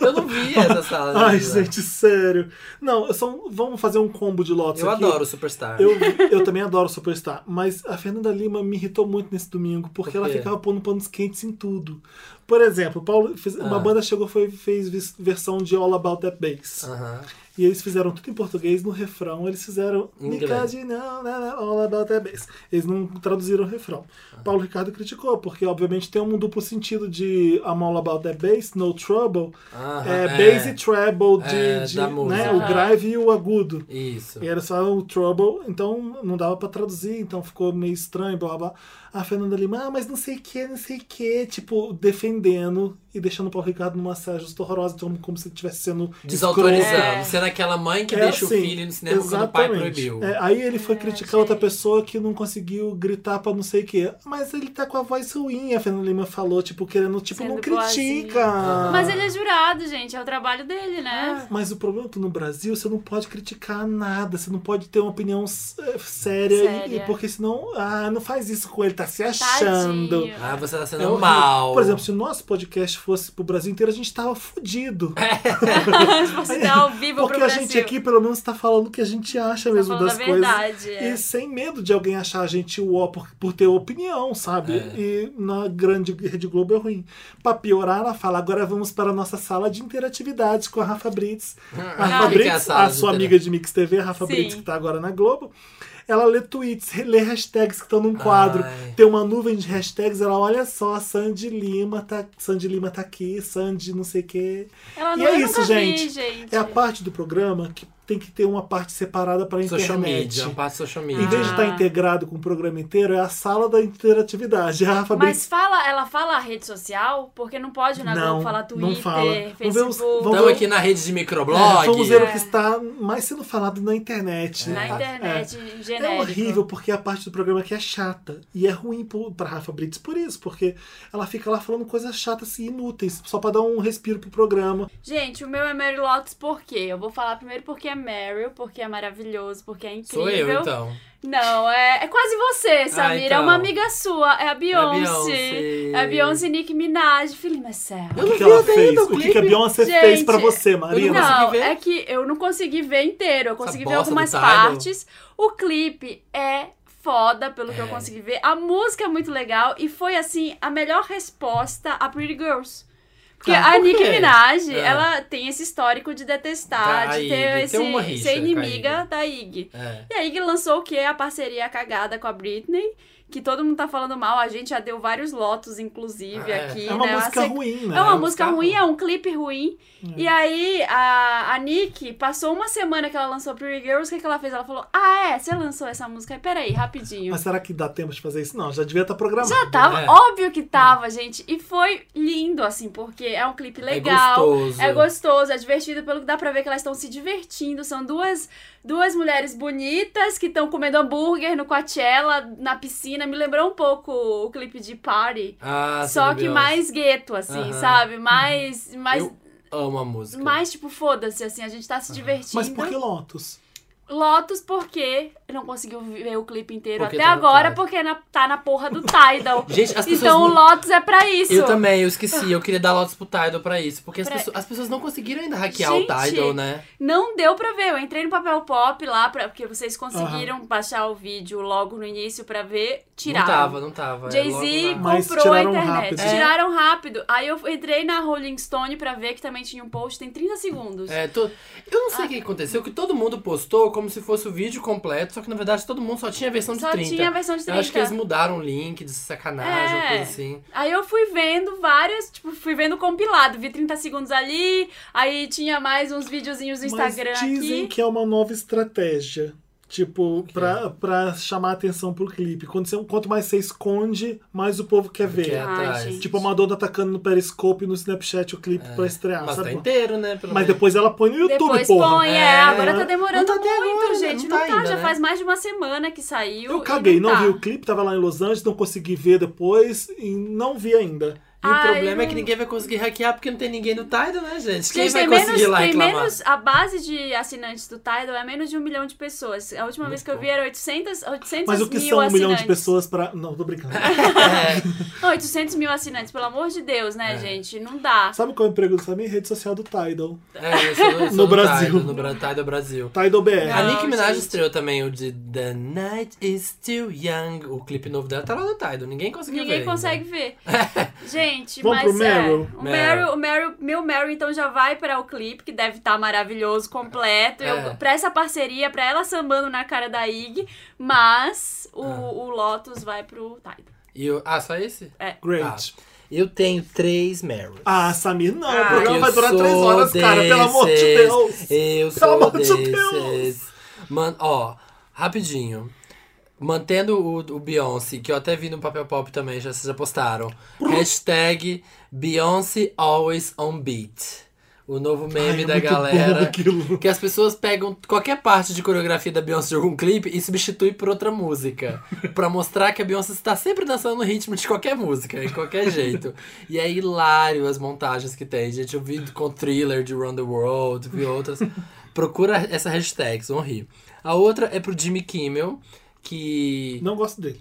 B: Eu não vi essa sala. né?
A: Ai,
B: Lila.
A: gente, sério. Não, são, vamos fazer um combo de Lotus
B: Eu
A: aqui.
B: adoro o Superstar.
A: Eu, eu também adoro Superstar, mas a Fernanda Lima me irritou muito nesse domingo, porque
B: Por
A: ela
B: quê?
A: ficava pondo panos quentes em tudo. Por exemplo, o Paulo fez- uma
B: Ah.
A: banda chegou e fez vis- versão de All About That Bass.
B: Aham.
A: E eles fizeram tudo em português, no refrão eles fizeram
B: Em
A: Because you know that all about that bass. Eles não traduziram o refrão.
B: Ah.
A: Paulo Ricardo criticou, porque obviamente tem um duplo sentido de I'm all about that bass, no trouble.
B: Aham,
A: é,
B: é.
A: bass e treble de,
B: É,
A: de,
B: da
A: né,
B: música.
A: o grave e o agudo.
B: Isso.
A: E era só o Trouble, então não dava pra traduzir, então ficou meio estranho, blá blá. blá. A Fernanda Lima, ah, mas não sei o que, não sei o que, tipo, defendendo e deixando o Paulo Ricardo numa saia justa horrorosa, então como se ele estivesse sendo. escroto.
B: Desautorizando.
C: É.
B: Sendo era aquela mãe que
A: É
B: deixa
A: assim,
B: o filho no cinema quando o pai
A: exatamente.
B: proibiu.
A: É, aí ele foi criticar
C: achei.
A: outra pessoa que não conseguiu gritar pra não sei o quê. Mas ele tá com a voz ruim, a Fernanda Lima falou, tipo, querendo, tipo,
C: Sendo
A: não
C: boazinha.
A: critica.
C: Mas ele é jurado, gente. É o trabalho dele, né?
A: Mas o problema é que no Brasil você não pode criticar nada, você não pode ter uma opinião s- eh, séria, e-
C: Séria.
A: e- porque senão, ah, não faz isso com ele, tá se achando.
C: Tadinho.
B: Ah, você tá sendo
A: É horrível.
B: mal.
A: Por exemplo, se o nosso podcast fosse pro Brasil inteiro, a gente tava fudido.
B: Ah.
C: Se fosse dar ao vivo
A: porque
C: pro
A: a
C: Brasil.
A: gente aqui, pelo menos, tá falando o que a gente acha
C: tá
A: mesmo
C: falando
A: das
C: a
A: coisas.
C: verdade. é.
A: E sem medo de alguém achar a gente o por, por ter opinião, sabe?
B: É.
A: E na grande Rede Globo é ruim. Pra piorar, ela fala: agora vamos para a nossa sala de interatividade com a Rafa Brits. A Rafa
B: Ah, que que é a
A: Brits,
B: sala
A: a
B: de
A: sua
B: intera-
A: amiga de Mix TV, a Rafa
C: Sim.
A: Brits, que tá agora na Globo. Ela lê tweets, lê hashtags que estão num quadro.
B: Ai.
A: Tem uma nuvem de hashtags, ela olha só, Sandy Lima tá, Sandy Lima tá aqui, Sandy não sei o quê.
C: Ela
A: e
C: não,
A: é
C: eu
A: isso,
C: nunca vi,
A: gente.
C: gente.
A: É a parte do programa que tem que ter uma parte separada pra internet.
B: Social media, a parte social media.
A: Em vez de
C: Ah.
A: estar integrado com o programa inteiro, é a sala da interatividade. A Rafa
C: Mas fala, ela fala a rede social? Porque não pode na
A: Não,
C: Globo falar
A: não
C: Twitter,
A: fala. Vamos ver
C: Facebook.
A: os- vamos
B: Estamos
A: ver-
B: aqui na rede de
A: Brin-
B: microblog.
A: É, vamos ver
C: É.
A: o que está mais sendo falado na internet.
C: Na
A: É.
C: internet,
A: É.
C: genérico.
A: É horrível porque a parte do programa que é chata. E é ruim pro- pra Rafa Brits por isso, porque ela fica lá falando coisas chatas assim, inúteis, só pra dar um respiro pro programa.
C: Gente, o meu é Mary Lotus por quê? Eu vou falar primeiro porque é Meryl, porque é maravilhoso, porque é incrível.
B: Sou eu, então.
C: Não, é, é quase você, Samira. É
B: então.
C: uma amiga sua, é a Beyoncé.
B: Beyoncé.
C: É a Beyoncé e Nick Minaj. Filho, mas sério.
B: Eu não
A: O que, que
B: vi
A: ela
B: ainda
A: fez?
B: o
A: O que, que a
B: clipe.
A: Beyoncé
C: Gente,
A: fez pra você,
B: eu
A: Marina?
C: Não,
B: consegui ver?
C: é que eu não consegui ver inteiro. Eu consegui
B: bosta
C: ver
B: do
C: algumas
B: Tidal.
C: partes. O clipe é foda, pelo que eu
B: É.
C: consegui ver. A música é muito legal. E foi, assim, a melhor resposta a Pretty Girls. Porque
B: Ah,
C: a
B: por
C: Nicki
B: quê?
C: Minaj,
B: É.
C: ela tem esse histórico de detestar,
B: Da
C: de ter
B: Iggy, tem
C: esse,
B: uma rixa
C: ser
B: com a
C: inimiga
B: Iggy.
C: da Ig.
B: É.
C: E a Iggy lançou o quê? A parceria cagada com a Britney, que todo mundo tá falando mal. A gente já deu vários lotos, inclusive,
B: Ah, é.
C: aqui.
A: É uma
C: né?
A: música
C: sequ-
A: ruim, né?
C: é uma
B: um
C: música
B: carro.
C: ruim, é um clipe ruim.
B: É.
C: E aí, a, a Nick passou uma semana que ela lançou Pretty Girls, o que, que ela fez? Ela falou: Ah, é, você lançou essa música? Peraí, rapidinho.
A: Mas será que dá tempo de fazer isso? Não, já devia estar programado.
C: Já tá tava,
B: É.
C: óbvio que tava, gente. E foi lindo, assim, porque é um clipe
B: É
C: legal.
B: gostoso.
C: É gostoso, é divertido, pelo que dá pra ver que elas estão se divertindo. São duas, duas mulheres bonitas que estão comendo hambúrguer no Coachella, na piscina. Me lembrou um pouco o clipe de Party.
B: Ah, sim,
C: Só
B: da
C: que
B: Beyoncé.
C: mais gueto, assim,
B: Aham. Uhum.
C: sabe? Mais, mais
B: Eu amo a música.
C: mas, tipo, foda-se, assim, a gente tá se divertindo.
A: Mas por que Lotus?
C: Lotus, porque não conseguiu ver o clipe inteiro
B: Porque
C: até
B: tá no
C: agora,
B: Tidal.
C: porque na- tá na porra do Tidal.
B: Gente, as pessoas
C: então o
B: não-
C: Lotus é pra isso.
B: Eu também, eu esqueci. Eu queria dar lotes pro Tidal pra isso. Porque as,
C: Pra-
B: pessoas, as pessoas não conseguiram ainda hackear o
C: Gente,
B: Tidal, né?
C: Não deu pra ver. Eu entrei no papel pop lá, pra, porque vocês conseguiram baixar o vídeo logo no início pra ver. Tiraram.
B: Não tava, não tava. é
C: Jay-Z
B: logo na-
A: Mas
C: comprou a
A: tiraram
C: internet.
A: rápido.
B: É.
C: Tiraram rápido. Aí eu entrei na Rolling Stone pra ver que também tinha um post, tem 30 segundos.
B: É, to- Eu não
C: Ah.
B: sei o que aconteceu, que todo mundo postou como se fosse o vídeo completo, só que na verdade todo mundo só tinha a versão de
C: Só
B: 30.
C: tinha a versão de 30.
B: Eu acho que eles mudaram o link de sacanagem,
C: É.
B: ou coisa assim.
C: Aí eu fui vendo várias, tipo, fui vendo compilado, vi 30 segundos ali, aí tinha mais uns videozinhos no Instagram
A: Mas dizem
C: aqui.
A: que é uma nova estratégia. Tipo, pra, pra chamar atenção pro clipe. Quando você- quanto mais você esconde, mais o povo quer ver.
B: Que é
C: Ai,
B: atrás.
C: gente.
A: Tipo, a Madonna atacando no Periscope e no Snapchat o clipe pra estrear,
B: Mas tá
A: Ah, sabe?
B: inteiro, né? Pelo
A: Mas
B: menos.
A: depois ela põe no YouTube,
C: Depois
A: porra.
C: põe, é,
B: É.
C: agora tá
B: Não
C: demorando
B: tá até
C: muito,
B: agora,
C: gente.
B: não
C: Não,
B: tá
C: tá,
B: ainda,
C: já
B: né?
C: faz mais de uma semana que saiu.
A: Eu
C: e
A: caguei, não,
C: tá.
A: vi o clipe, tava lá em Los Angeles, não consegui ver depois e não vi ainda.
B: E o
C: Ai,
B: problema é que
C: não-
B: ninguém vai conseguir hackear porque não tem ninguém no Tidal, né, gente? Quem
C: Gente,
B: vai
C: tem
B: conseguir
C: menos,
B: lá
C: tem
B: reclamar?
C: menos. A base de assinantes do Tidal é menos de um milhão de pessoas. A última vez que eu vi era 800, 800
A: Mas o que
C: mil
A: são um
C: assinantes.
A: milhão de pessoas pra. Não, tô brincando.
B: É,
C: Não, 800 mil assinantes, pelo amor de Deus, né, gente? Não dá.
A: sabe qual é o emprego do Samir? Rede social do Tidal.
B: é, eu sou, eu sou do
A: No Brasil.
B: Tidal, no Bra- Tidal Brasil.
A: Tidal BR.
C: Ah,
B: A Nicki Minaj
C: gente.
B: estreou também o de The Night is Still Young. O clipe novo dela tá lá no Tidal. Ninguém conseguiu ver.
C: Ninguém
B: ainda.
C: consegue ver. Gente,
A: Vamos
C: mas
A: pro Meryl?
C: é. O
B: Meryl.
C: Meryl, o Meryl, meu Meryl então já vai para o clipe, que deve estar maravilhoso, completo. Eu-
B: É.
C: pra essa parceria, pra ela sambando na cara da Ig, mas o,
B: Ah.
C: o Lotus vai pro Tidal.
B: E eu- ah, só esse?
C: É.
A: Great.
B: Eu tenho três Meryls.
A: Ah, Samir, não.
C: Ah,
A: o
B: Porque
A: programa vai
B: eu
A: durar
B: sou
A: três horas, cara. Pelo amor de
B: desses.
A: Deus.
B: Eu
A: Pelo
B: sou
A: amor de
B: desses. Mano, ó, rapidinho. Mantendo o, o Beyoncé, que eu até vi no papel pop também, já, vocês já postaram. Hashtag Beyoncé Always On Beat. O O novo
A: Ai,
B: meme
A: é
B: da
A: muito bom
B: galera.
A: aquilo.
B: Que as pessoas pegam qualquer parte de coreografia da Beyoncé de algum clipe e substitui por outra música. pra mostrar que a Beyoncé está sempre dançando no ritmo de qualquer música, de qualquer jeito. E é hilário as montagens que tem. Gente, eu vi com thriller de Round the World, vi outras. Procura essa hashtag, vão rir. A outra é pro Jimmy Kimmel, que.
A: Não gosto dele.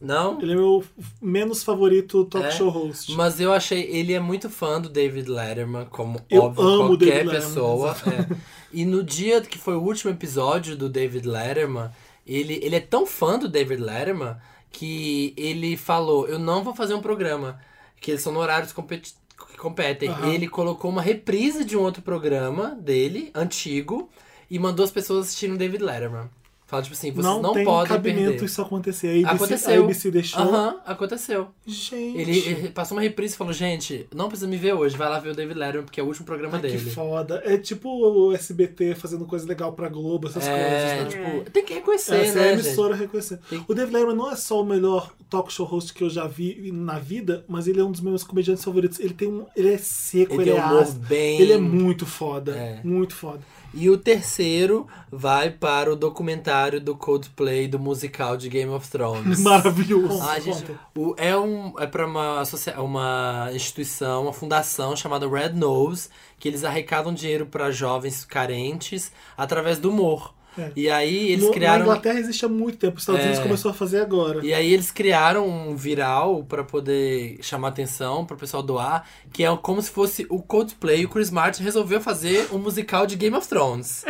B: Não?
A: Ele é meu menos favorito talk
B: É?
A: show host.
B: Mas eu achei, ele é muito fã do David Letterman, como
A: Eu
B: óbvio,
A: amo o
B: qualquer
A: David Letterman,
B: pessoa. é. E no dia que foi o último episódio do David Letterman, ele, ele é tão fã do David Letterman que ele falou, eu não vou fazer um programa, que eles são no horários competi- que competem.
A: Aham.
B: Ele colocou uma reprise de um outro programa dele, antigo, e mandou as pessoas assistirem o David Letterman. Fala tipo assim, vocês não,
A: não, tem
B: podem
A: cabimento
B: perder.
A: isso acontecer. A ABC,
B: Aconteceu.
A: a ABC deixou.
B: Aham, aconteceu.
A: Gente.
B: Ele, ele passou uma reprise e falou, gente, não precisa me ver hoje, vai lá ver o David Letterman, porque é o último programa
A: Ai, que
B: dele.
A: foda. É tipo o SBT fazendo coisa legal pra Globo, essas
B: É,
A: coisas. Né?
B: tipo, tem que reconhecer,
A: Essa é
B: né,
A: a
B: gente?
A: emissora reconhecendo.
B: Tem-
A: O David Letterman não é só o melhor talk show host que eu já vi na vida, mas ele é um dos meus comediantes favoritos. Ele tem um, ele é seco,
B: Ele
A: ele,
B: tem
A: é
B: um humor
A: ácido.
B: bem-
A: Ele é muito foda,
B: É.
A: muito foda.
B: E o terceiro vai para o documentário do Coldplay, do musical de Game of Thrones.
A: Maravilhoso.
B: Ah, gente,
A: Conta.
B: o- é um é para uma, associa- uma instituição, uma fundação chamada Red Nose, que eles arrecadam dinheiro para jovens carentes através do humor.
A: É.
B: E aí eles
A: No-
B: criaram
A: Na Inglaterra existe há muito tempo. Os Estados
B: É.
A: Unidos começou a fazer agora.
B: E aí eles criaram um viral pra poder chamar atenção pro pessoal doar, que é como se fosse o Coldplay. O Chris Martin resolveu fazer um musical de Game of Thrones.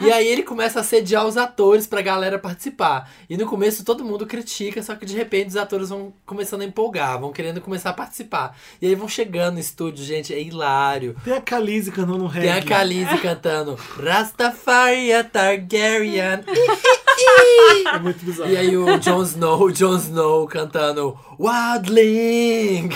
B: e aí ele começa a sediar os atores pra galera participar. E no começo todo mundo critica, só que de repente os atores vão começando a empolgar, vão querendo começar a participar. E aí vão chegando no estúdio, gente, é hilário.
A: Tem a Khaleesi cantando um reggae.
B: Tem a Khaleesi cantando Rastafari Targaryen.
A: É muito bizarro.
B: E aí o Jon Snow, o Jon Snow cantando Wildling!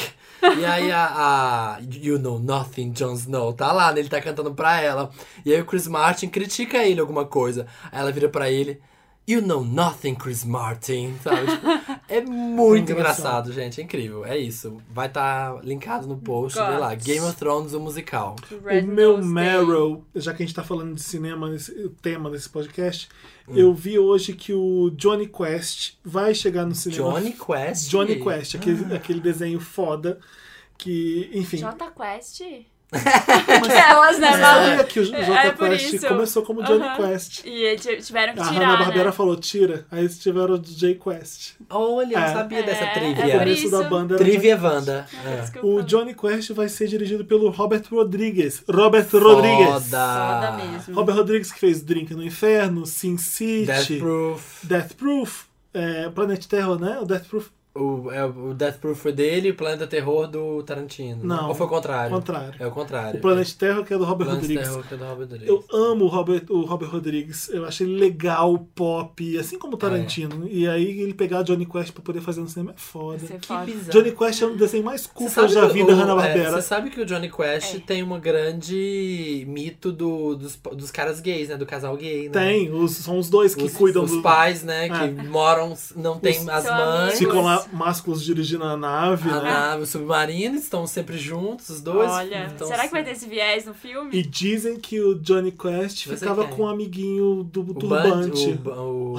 B: E aí a, a You Know Nothing, Jon Snow, tá lá, né? ele tá cantando pra ela. E aí o Chris Martin critica ele alguma coisa. Aí ela vira pra ele, You Know Nothing, Chris Martin, sabe? Tipo, é muito
A: É
B: engraçado.
A: engraçado.
B: gente, é incrível, é isso. Vai tá linkado no post,
C: Gosto.
B: vê lá, Game of Thrones, o musical.
C: Red
A: o meu
C: Nose
A: Meryl, já que a gente tá falando de cinema, nesse, o tema desse podcast,
B: Hum.
A: eu vi hoje que o Johnny Quest vai chegar no cinema.
B: Johnny Quest? Ah.
A: Johnny Quest, aquele, aquele desenho foda que, enfim.
C: tem. Jota Quest? Elas, né,
A: Mas
C: maluco?
A: sabia que o Jota
C: é por
A: Quest
C: isso.
A: começou como Johnny
C: Aham.
A: Quest.
C: E eles tiveram que
A: A
C: tirar,
A: Hanna-Barbera
C: né?
A: falou, tira. Aí eles tiveram o J Quest.
B: Olha, eu não
A: É.
B: sabia dessa
C: É, é
B: trivia.
C: por
A: O começo
C: isso.
A: da banda era
B: Trivia
A: Johnny Quest.
B: Wanda. É.
C: Desculpa.
A: O Johnny Quest vai ser dirigido pelo Robert Rodriguez. Robert Rodriguez.
C: Foda
B: Foda.
C: mesmo.
A: Robert Rodriguez que fez Drink no Inferno, Sin City,
B: Death Proof.
A: Death Proof, é, Planet Terror, né? O Death Proof,
B: O, é, o Death Proof foi dele e o Planeta Terror do Tarantino.
A: Não.
B: Ou foi o contrário?
A: contrário.
B: É o contrário.
A: O Planet Terror, que é do Robert
B: Planet
A: Rodrigues.
B: Terror, que é do Robert Rodrigues.
A: Eu amo o Robert, o Robert Rodrigues. Eu achei ele legal, pop, assim
B: É.
A: como o Tarantino. E aí ele pegar Johnny Quest pra poder fazer no cinema é foda.
C: Você
B: Que
C: fala.
B: bizarro.
A: Johnny Quest é um desenho mais cool que eu já vi
B: o-
A: da
B: é,
A: Hanna-Barbera.
B: Você sabe que o Johnny Quest
C: É.
B: tem uma grande mito do, dos, dos caras gays, né? Do casal gay, né?
A: Tem, os- são os dois que
B: Os,
A: cuidam
B: os
A: do...
B: pais, né? Que
A: É.
B: moram, não tem
A: Os-
B: as
C: São
B: mães.
C: amigos.
A: Ficam lá másculos dirigindo a nave,
B: A
A: né?
B: nave, o submarino, estão sempre juntos, os dois.
C: Olha,
B: Então,
C: será que vai ter esse viés no filme?
A: E dizem que o Johnny Quest
B: Você
A: ficava
B: quem?
A: com um amiguinho do
B: o
A: Turbante.
B: Bud- o-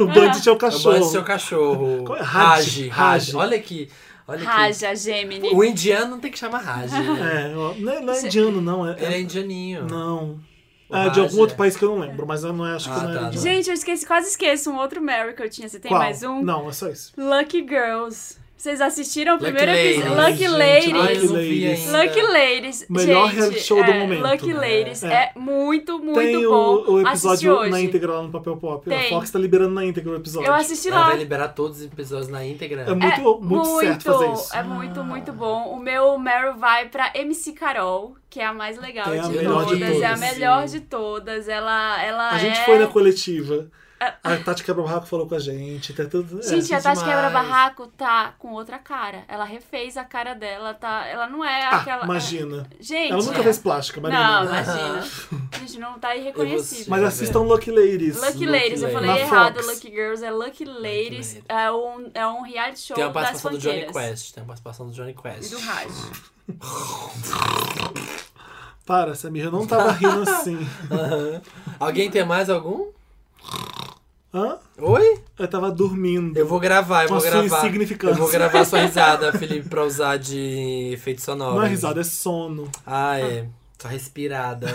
B: o,
A: O Bandit é o
B: Eu banho
A: cachorro.
B: seu cachorro.
A: Qual é?
B: Raj,
A: Raj,
B: Raj.
A: Raj.
B: Olha aqui. Olha aqui.
C: Raja, Gemini.
B: O indiano tem que chamar Raj. né?
A: É, ó, não é, não é indiano, não. É,
B: Ele é indianinho.
A: Não.
B: O
A: Ah, é de
B: Raj,
A: algum outro
B: é.
A: país que eu não lembro, mas eu não é, acho
B: Ah,
A: que não
B: tá,
A: era de
B: tá.
C: Gente, eu esqueci, quase esqueço um outro Mary que eu tinha. Você tem
A: Qual?
C: mais um?
A: Não, é só isso.
C: Lucky Girls. Vocês assistiram o
B: Lucky
C: primeiro episódio?
B: Ladies.
C: Lucky
A: Ai, gente,
B: Ah, eu
C: Ladies.
B: não vi
A: Ladies.
B: ainda.
C: Lucky Ladies.
A: Melhor
C: gente,
A: reality show do
C: é,
A: momento.
C: Lucky Ladies. É,
A: É.
C: muito, muito
A: Tem
C: bom.
A: o, o
C: Assisti
A: episódio
C: hoje.
A: na íntegra lá no Papel Pop.
C: Tem.
A: A Fox tá liberando na íntegra o episódio.
C: Eu assisti
B: Ela
C: lá.
B: vai liberar todos os episódios na íntegra.
A: É muito, muito, certo fazer isso.
C: É muito, muito bom. O meu Meryl vai pra MC Carol, que é a mais legal
A: É a
C: de,
A: melhor de
C: todas. É a
A: todas,
C: melhor
B: sim.
C: de todas. Ela, ela
A: a gente
C: é...
A: foi na coletiva. A Tati Quebra-Barraco falou com a gente. Tá tudo, é.
C: Gente, a Tati
B: demais.
C: Quebra-Barraco tá com outra cara. Ela refez a cara dela, tá... Ela não é
A: Ah,
C: aquela...
A: imagina.
C: Gente...
A: Ela nunca
B: é.
A: fez plástica, Marina.
C: Não, imagina. A gente não tá irreconhecível.
A: Mas assistam Lucky Ladies.
C: Lucky
B: Lucky
C: Ladies,
B: Ladies.
C: eu falei
A: Na
C: errado,
A: Fox.
C: Lucky Girls é Lucky Ladies,
B: Ladies.
C: É, um, é um reality show
B: Tem a
C: das
B: participação do Johnny
C: funkeiras.
B: Quest. Tem a participação do Johnny Quest.
C: E do Raj.
A: Para, Samir, eu não tava rindo assim.
B: Alguém tem mais algum?
A: Hã?
B: Oi?
A: Eu tava dormindo.
B: Eu vou gravar, eu
A: Com
B: vou
A: a sua
B: gravar.
A: insignificância.
B: Eu vou gravar sua risada, Felipe, pra usar de efeito sonoro.
A: Não é risada, é sono.
B: Ah, é. Só respirada.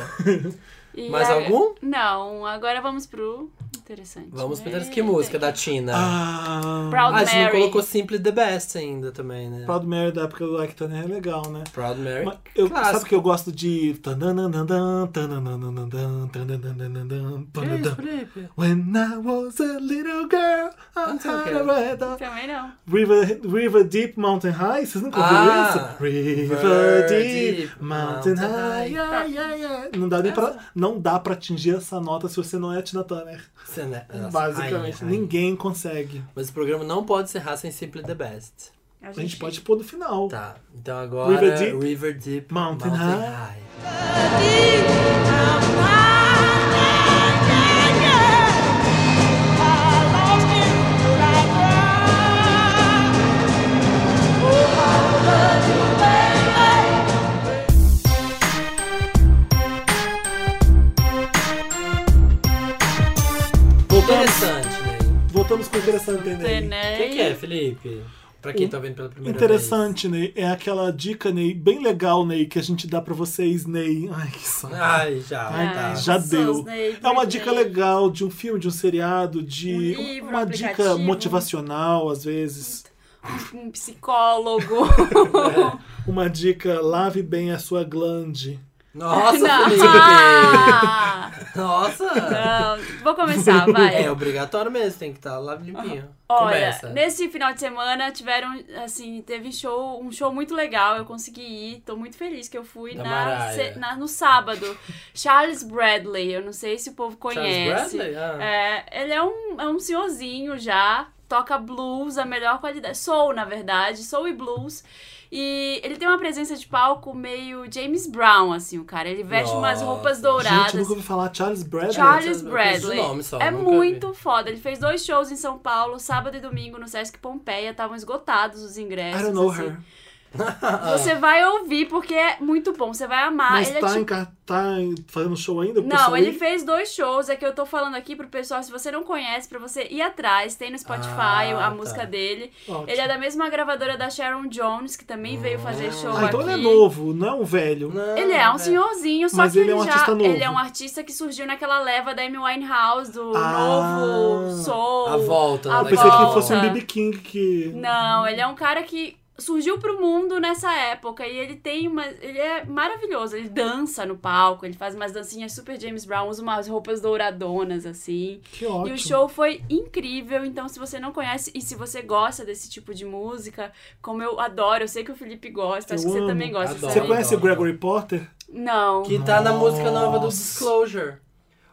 C: E
B: Mais algum?
C: Não, agora vamos pro interessante.
B: Vamos
C: né?
B: pensar que música da Tina.
A: Ah.
C: Proud
B: Ah, a gente não
C: Mary.
B: colocou Simply the Best ainda também, né?
A: Proud Mary da época do Like Turner é legal, né?
B: Proud Mary.
A: Mas Eu,
B: É Clássico.
A: sabe que eu gosto de. tananandam, tananandam, tananandam, tananandam.
B: Felipe?
A: When I was a little girl, I
B: Não sei o que
A: had
B: é.
A: a red eye.
C: Também não.
A: River, River Deep Mountain High? Vocês nunca ouviram
B: Ah,
A: isso? River,
B: River
A: Deep,
B: Deep
A: Mountain,
B: Mountain
A: High.
B: High. Tá.
A: yeah, yeah, yeah. Não, dá nem pra, não dá pra atingir essa nota se você não é a Tina Turner.
B: Você, né? Nossa,
A: Basicamente,
B: ai, ai.
A: ninguém consegue.
B: Mas o programa não pode encerrar sem Simply the Best.
A: A gente pode pôr no final.
B: Tá, então agora
A: River Deep,
B: River Deep,
A: Mountain High.
B: High.
A: Voltamos,
B: Interessante, né?
A: voltamos com o interessante, né? Ney.
C: né?
B: O que, que é, Felipe? Pra quem tá vendo pela primeira
A: Hum. Interessante, Ney. É aquela dica, Ney, bem legal, Ney, que a gente dá pra vocês, Ney. Ai, que
B: vez.
A: saco.
B: Ai, já,
A: Ai,
B: tá.
A: já
C: Ah, Jesus, né?
A: deu.
C: Ney,
A: é uma
C: Britney.
A: dica legal de um filme, de um seriado, de
C: Um livro,
A: uma
C: um
A: dica
C: aplicativo.
A: motivacional, às vezes.
C: Um psicólogo.
A: Uma dica, lave bem a sua glande.
B: Nossa,
C: não.
B: Felipe!
C: Ah,
B: Nossa!
C: não. Vou começar, Ah, vai.
B: É obrigatório mesmo, tem que estar lá limpinho.
C: Olha,
B: Começa.
C: nesse final de semana tiveram, assim, teve show, um show muito legal, eu consegui ir, tô muito feliz que eu fui
B: Da
C: na,
B: Mariah.
C: se- na- no sábado. Charles Bradley, eu não sei se o povo conhece.
B: Bradley? Ah.
C: É, ele é um, é um senhorzinho já, toca blues, a melhor qualidade, soul na verdade, soul e blues. E ele tem uma presença de palco meio James Brown, assim, o cara. Ele veste umas
B: Nossa.
C: roupas
A: Gente, eu
C: douradas.
A: nunca ouvi falar Charles Bradley.
C: Charles
B: Eu conheço de
C: Bradley.
B: nome só,
C: é
B: nunca
C: muito
B: vi.
C: foda. Ele fez dois shows em São Paulo, sábado e domingo, no Sesc Pompeia. Estavam esgotados os ingressos.
A: I don't know
C: assim.
A: her. Ah,
B: Ah,
C: Você vai ouvir porque é muito bom. Você vai amar.
A: Mas
C: ele é
A: tá,
C: tipo-
A: em, ca- tá em- fazendo show ainda? pro
C: Não,
A: pessoal
C: ele
A: ir?
C: fez dois shows. É que eu tô falando aqui pro pessoal, se você não conhece, pra você ir atrás. Tem no Spotify
B: Ah,
C: a
B: tá.
C: música dele.
A: Ótimo.
C: Ele é da mesma gravadora da Sharon Jones, que também veio fazer show
A: Ah, então
C: aqui.
A: ele é novo, não é um velho.
B: Não,
C: Ele é um
B: é.
C: senhorzinho, só
A: Mas
C: que
A: ele
C: ele,
A: é um
C: já
A: artista novo.
C: ele é um artista que surgiu naquela leva da Amy Winehouse, do
A: Ah.
C: novo soul.
B: A volta, né,
C: a
A: Eu pensei que
C: volta.
A: fosse um BB King que.
C: Não, ele é um cara que surgiu pro mundo nessa época e ele tem uma. Ele é maravilhoso. Ele dança no palco, ele faz umas dancinhas super James Brown, usa umas roupas douradonas, assim.
A: Que ótimo.
C: E o show foi incrível, então se você não conhece e se você gosta desse tipo de música, como eu adoro, eu sei que o Felipe gosta, acho
A: Eu
C: que
A: amo,
C: você também gosta.
B: adoro.
A: Você
C: sabe?
A: conhece o
B: Adoro.
A: Gregory Potter?
C: Não.
B: Que tá na música nova do
A: Nossa.
B: Disclosure.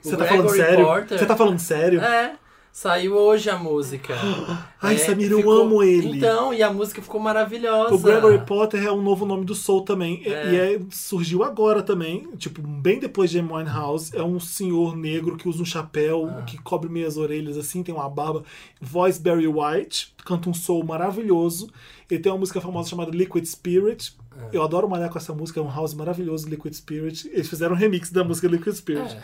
B: O
A: Você tá falando
B: Gregory
A: sério?
B: Porter-
A: Você tá falando sério?
B: É. Saiu hoje a música.
A: Ai,
B: É,
A: Samir, eu
B: ficou-
A: amo ele.
B: Então, e a música ficou maravilhosa.
A: O Gregory Potter é um novo nome do Soul também. E-
B: É.
A: E é- surgiu agora também, tipo, bem depois de Amy Winehouse. É um senhor negro que usa um chapéu
B: Ah.
A: que cobre meias orelhas, assim, tem uma barba. Voz Barry White, canta um soul maravilhoso. Ele tem uma música famosa chamada Liquid Spirit.
B: É.
A: Eu adoro malhar com essa música, é um house maravilhoso, Liquid Spirit. Eles fizeram um remix da música Liquid Spirit.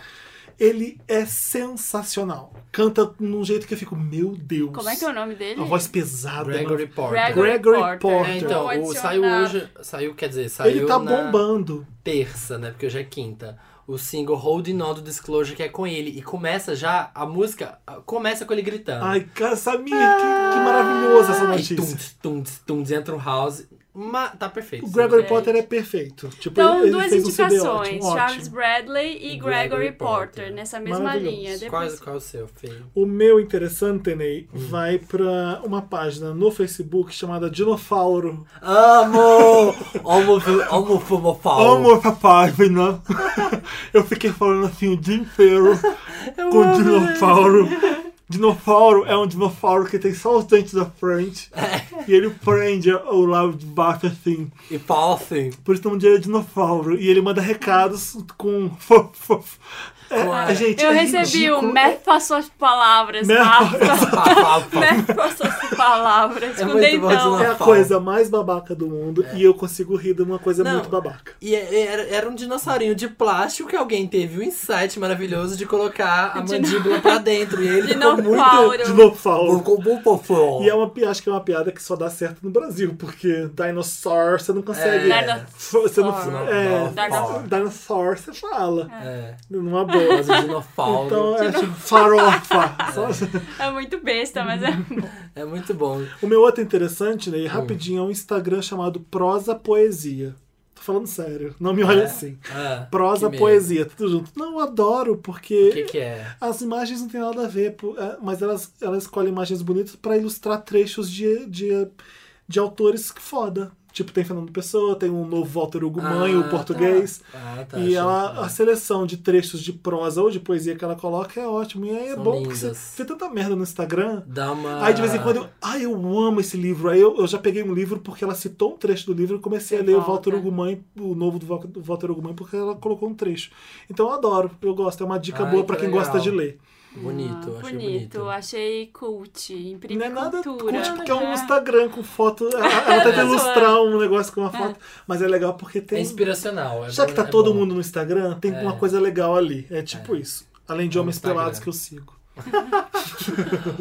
A: Ele é sensacional. Canta num jeito que eu fico, meu Deus.
C: Como é que é o nome dele?
A: Uma voz pesada.
B: Gregory
A: maravilhosa.
B: Porter.
A: Gregory Porter.
B: É,
A: Porter.
B: então,
C: Vou
B: o,
C: adicionar.
B: saiu hoje. Saiu, quer dizer, saiu
A: Ele tá
B: na
A: bombando.
B: terça, né? Porque hoje é quinta. O single Holding On do Disclosure, que é com ele. E começa já, a música ah, começa com ele gritando.
A: Ai, cara, Samir, que, que maravilhosa essa
B: Aí,
A: notícia.
B: tunds, tunds, tunds, entra o House. Ma- Tá perfeito.
A: O Gregory
C: Gente.
A: Potter é perfeito. Tipo,
C: Então,
A: ele, ele
C: duas
A: fez um CD
C: indicações,
A: ótimo, ótimo.
C: Charles Bradley e
B: E
C: Gregory,
B: Gregory
C: Porter,
B: Porter.
C: nessa mesma
A: Maravilhoso.
C: linha.
B: Qual,
C: Depois...
B: qual é o seu, filho?
A: O meu interessante, Ney,
B: Hum.
A: vai pra uma página no Facebook chamada Dinofauro.
B: Amo! Amo, amo fumofauro.
A: Amo essa página. Eu fiquei falando assim o dia inteiro com o dinossauro. Dinofauro é um dinossauro que tem só os dentes da frente. E ele prende o Loud Buff assim.
B: E Paul Thing.
A: Por isso o nome dele é Dinossauro. E ele manda recados com. fo- fo- fo- É,
B: Claro.
A: gente,
C: Eu
A: é
C: recebi um
A: ridículo.
C: o Matt passou as palavras,
A: Matt-
C: Marta.
B: Pá, pá, pá.
C: Matt passou as palavras.
B: É
C: com
B: muito bom
C: dentão.
B: isso,
A: É a coisa mais babaca do mundo e eu consigo rir de uma coisa
B: É. Não.
A: muito babaca.
B: E é- era, era um dinossaurinho de plástico que alguém teve o insight maravilhoso de colocar a
C: Dino-
B: mandíbula pra dentro. E ele ficou muito.
C: Dinofauro.
A: Dinossauro.
B: Bucubupofó.
A: E é uma, pi- acho que é uma piada que só dá certo no Brasil, porque Dinosaur você não consegue.
B: É.
C: Dino-
A: Você não,
C: Dinosaur.
A: é,
C: Dinosaur.
A: Dinosaur você fala.
B: É,
A: Numa boa.
B: mas o dinofauro.
A: Então é tipo farofa. Só- assim.
C: É muito besta, mas é
B: É muito bom.
A: O meu outro interessante,
B: Hum.
A: né? E rapidinho, é um Instagram chamado Prosa Poesia. Tô falando sério, não me olha assim.
B: Ah,
A: Prosa
B: que medo.
A: Poesia, tudo junto. Não, eu adoro,
B: O
A: porque
B: que, que é?
A: as imagens não tem nada a ver, pô, é, mas elas, ela escolhe imagens bonitas pra ilustrar trechos de, de, de autores que foda. Tipo, tem Fernando Pessoa, tem um novo Walter Hugo Manho,
B: Ah,
A: o português.
B: Ah, tá.
A: e
B: achei-
A: ela, assim, a
B: ah.
A: seleção de trechos de prosa ou de poesia que ela coloca é ótimo. E aí é
B: São
A: bom porque você
B: lindas.
A: vê tanta merda no Instagram.
B: Dá uma.
A: Aí de vez em quando eu. Ai, eu amo esse livro. Aí eu, eu já peguei um livro porque ela citou um trecho do livro e comecei a
C: Você
A: ler o
C: volta.
A: Walter Ugumãe, o novo do Val- do Walter Ugumãe, porque ela colocou um trecho. Então eu adoro, eu gosto. É uma dica
B: Ai,
A: boa
B: que
A: pra quem
B: legal.
A: gosta de ler.
B: Bonito,
C: Ah,
B: achei
C: bonito.
B: bonito. É
C: Achei cult, imprime
A: Não é nada
C: cultura.
A: curte porque é um
C: É.
A: Instagram com foto. Ela, ela tenta
C: Zoando.
A: ilustrar um negócio com uma foto. Mas é legal porque
B: É
A: tem.
B: inspiracional. é
A: Já
B: bom-
A: que tá
B: é
A: todo
B: bom.
A: mundo no Instagram, tem uma coisa legal ali. É tipo isso. Além de
B: É um
A: homens pelados
B: Instagram.
A: que eu sigo.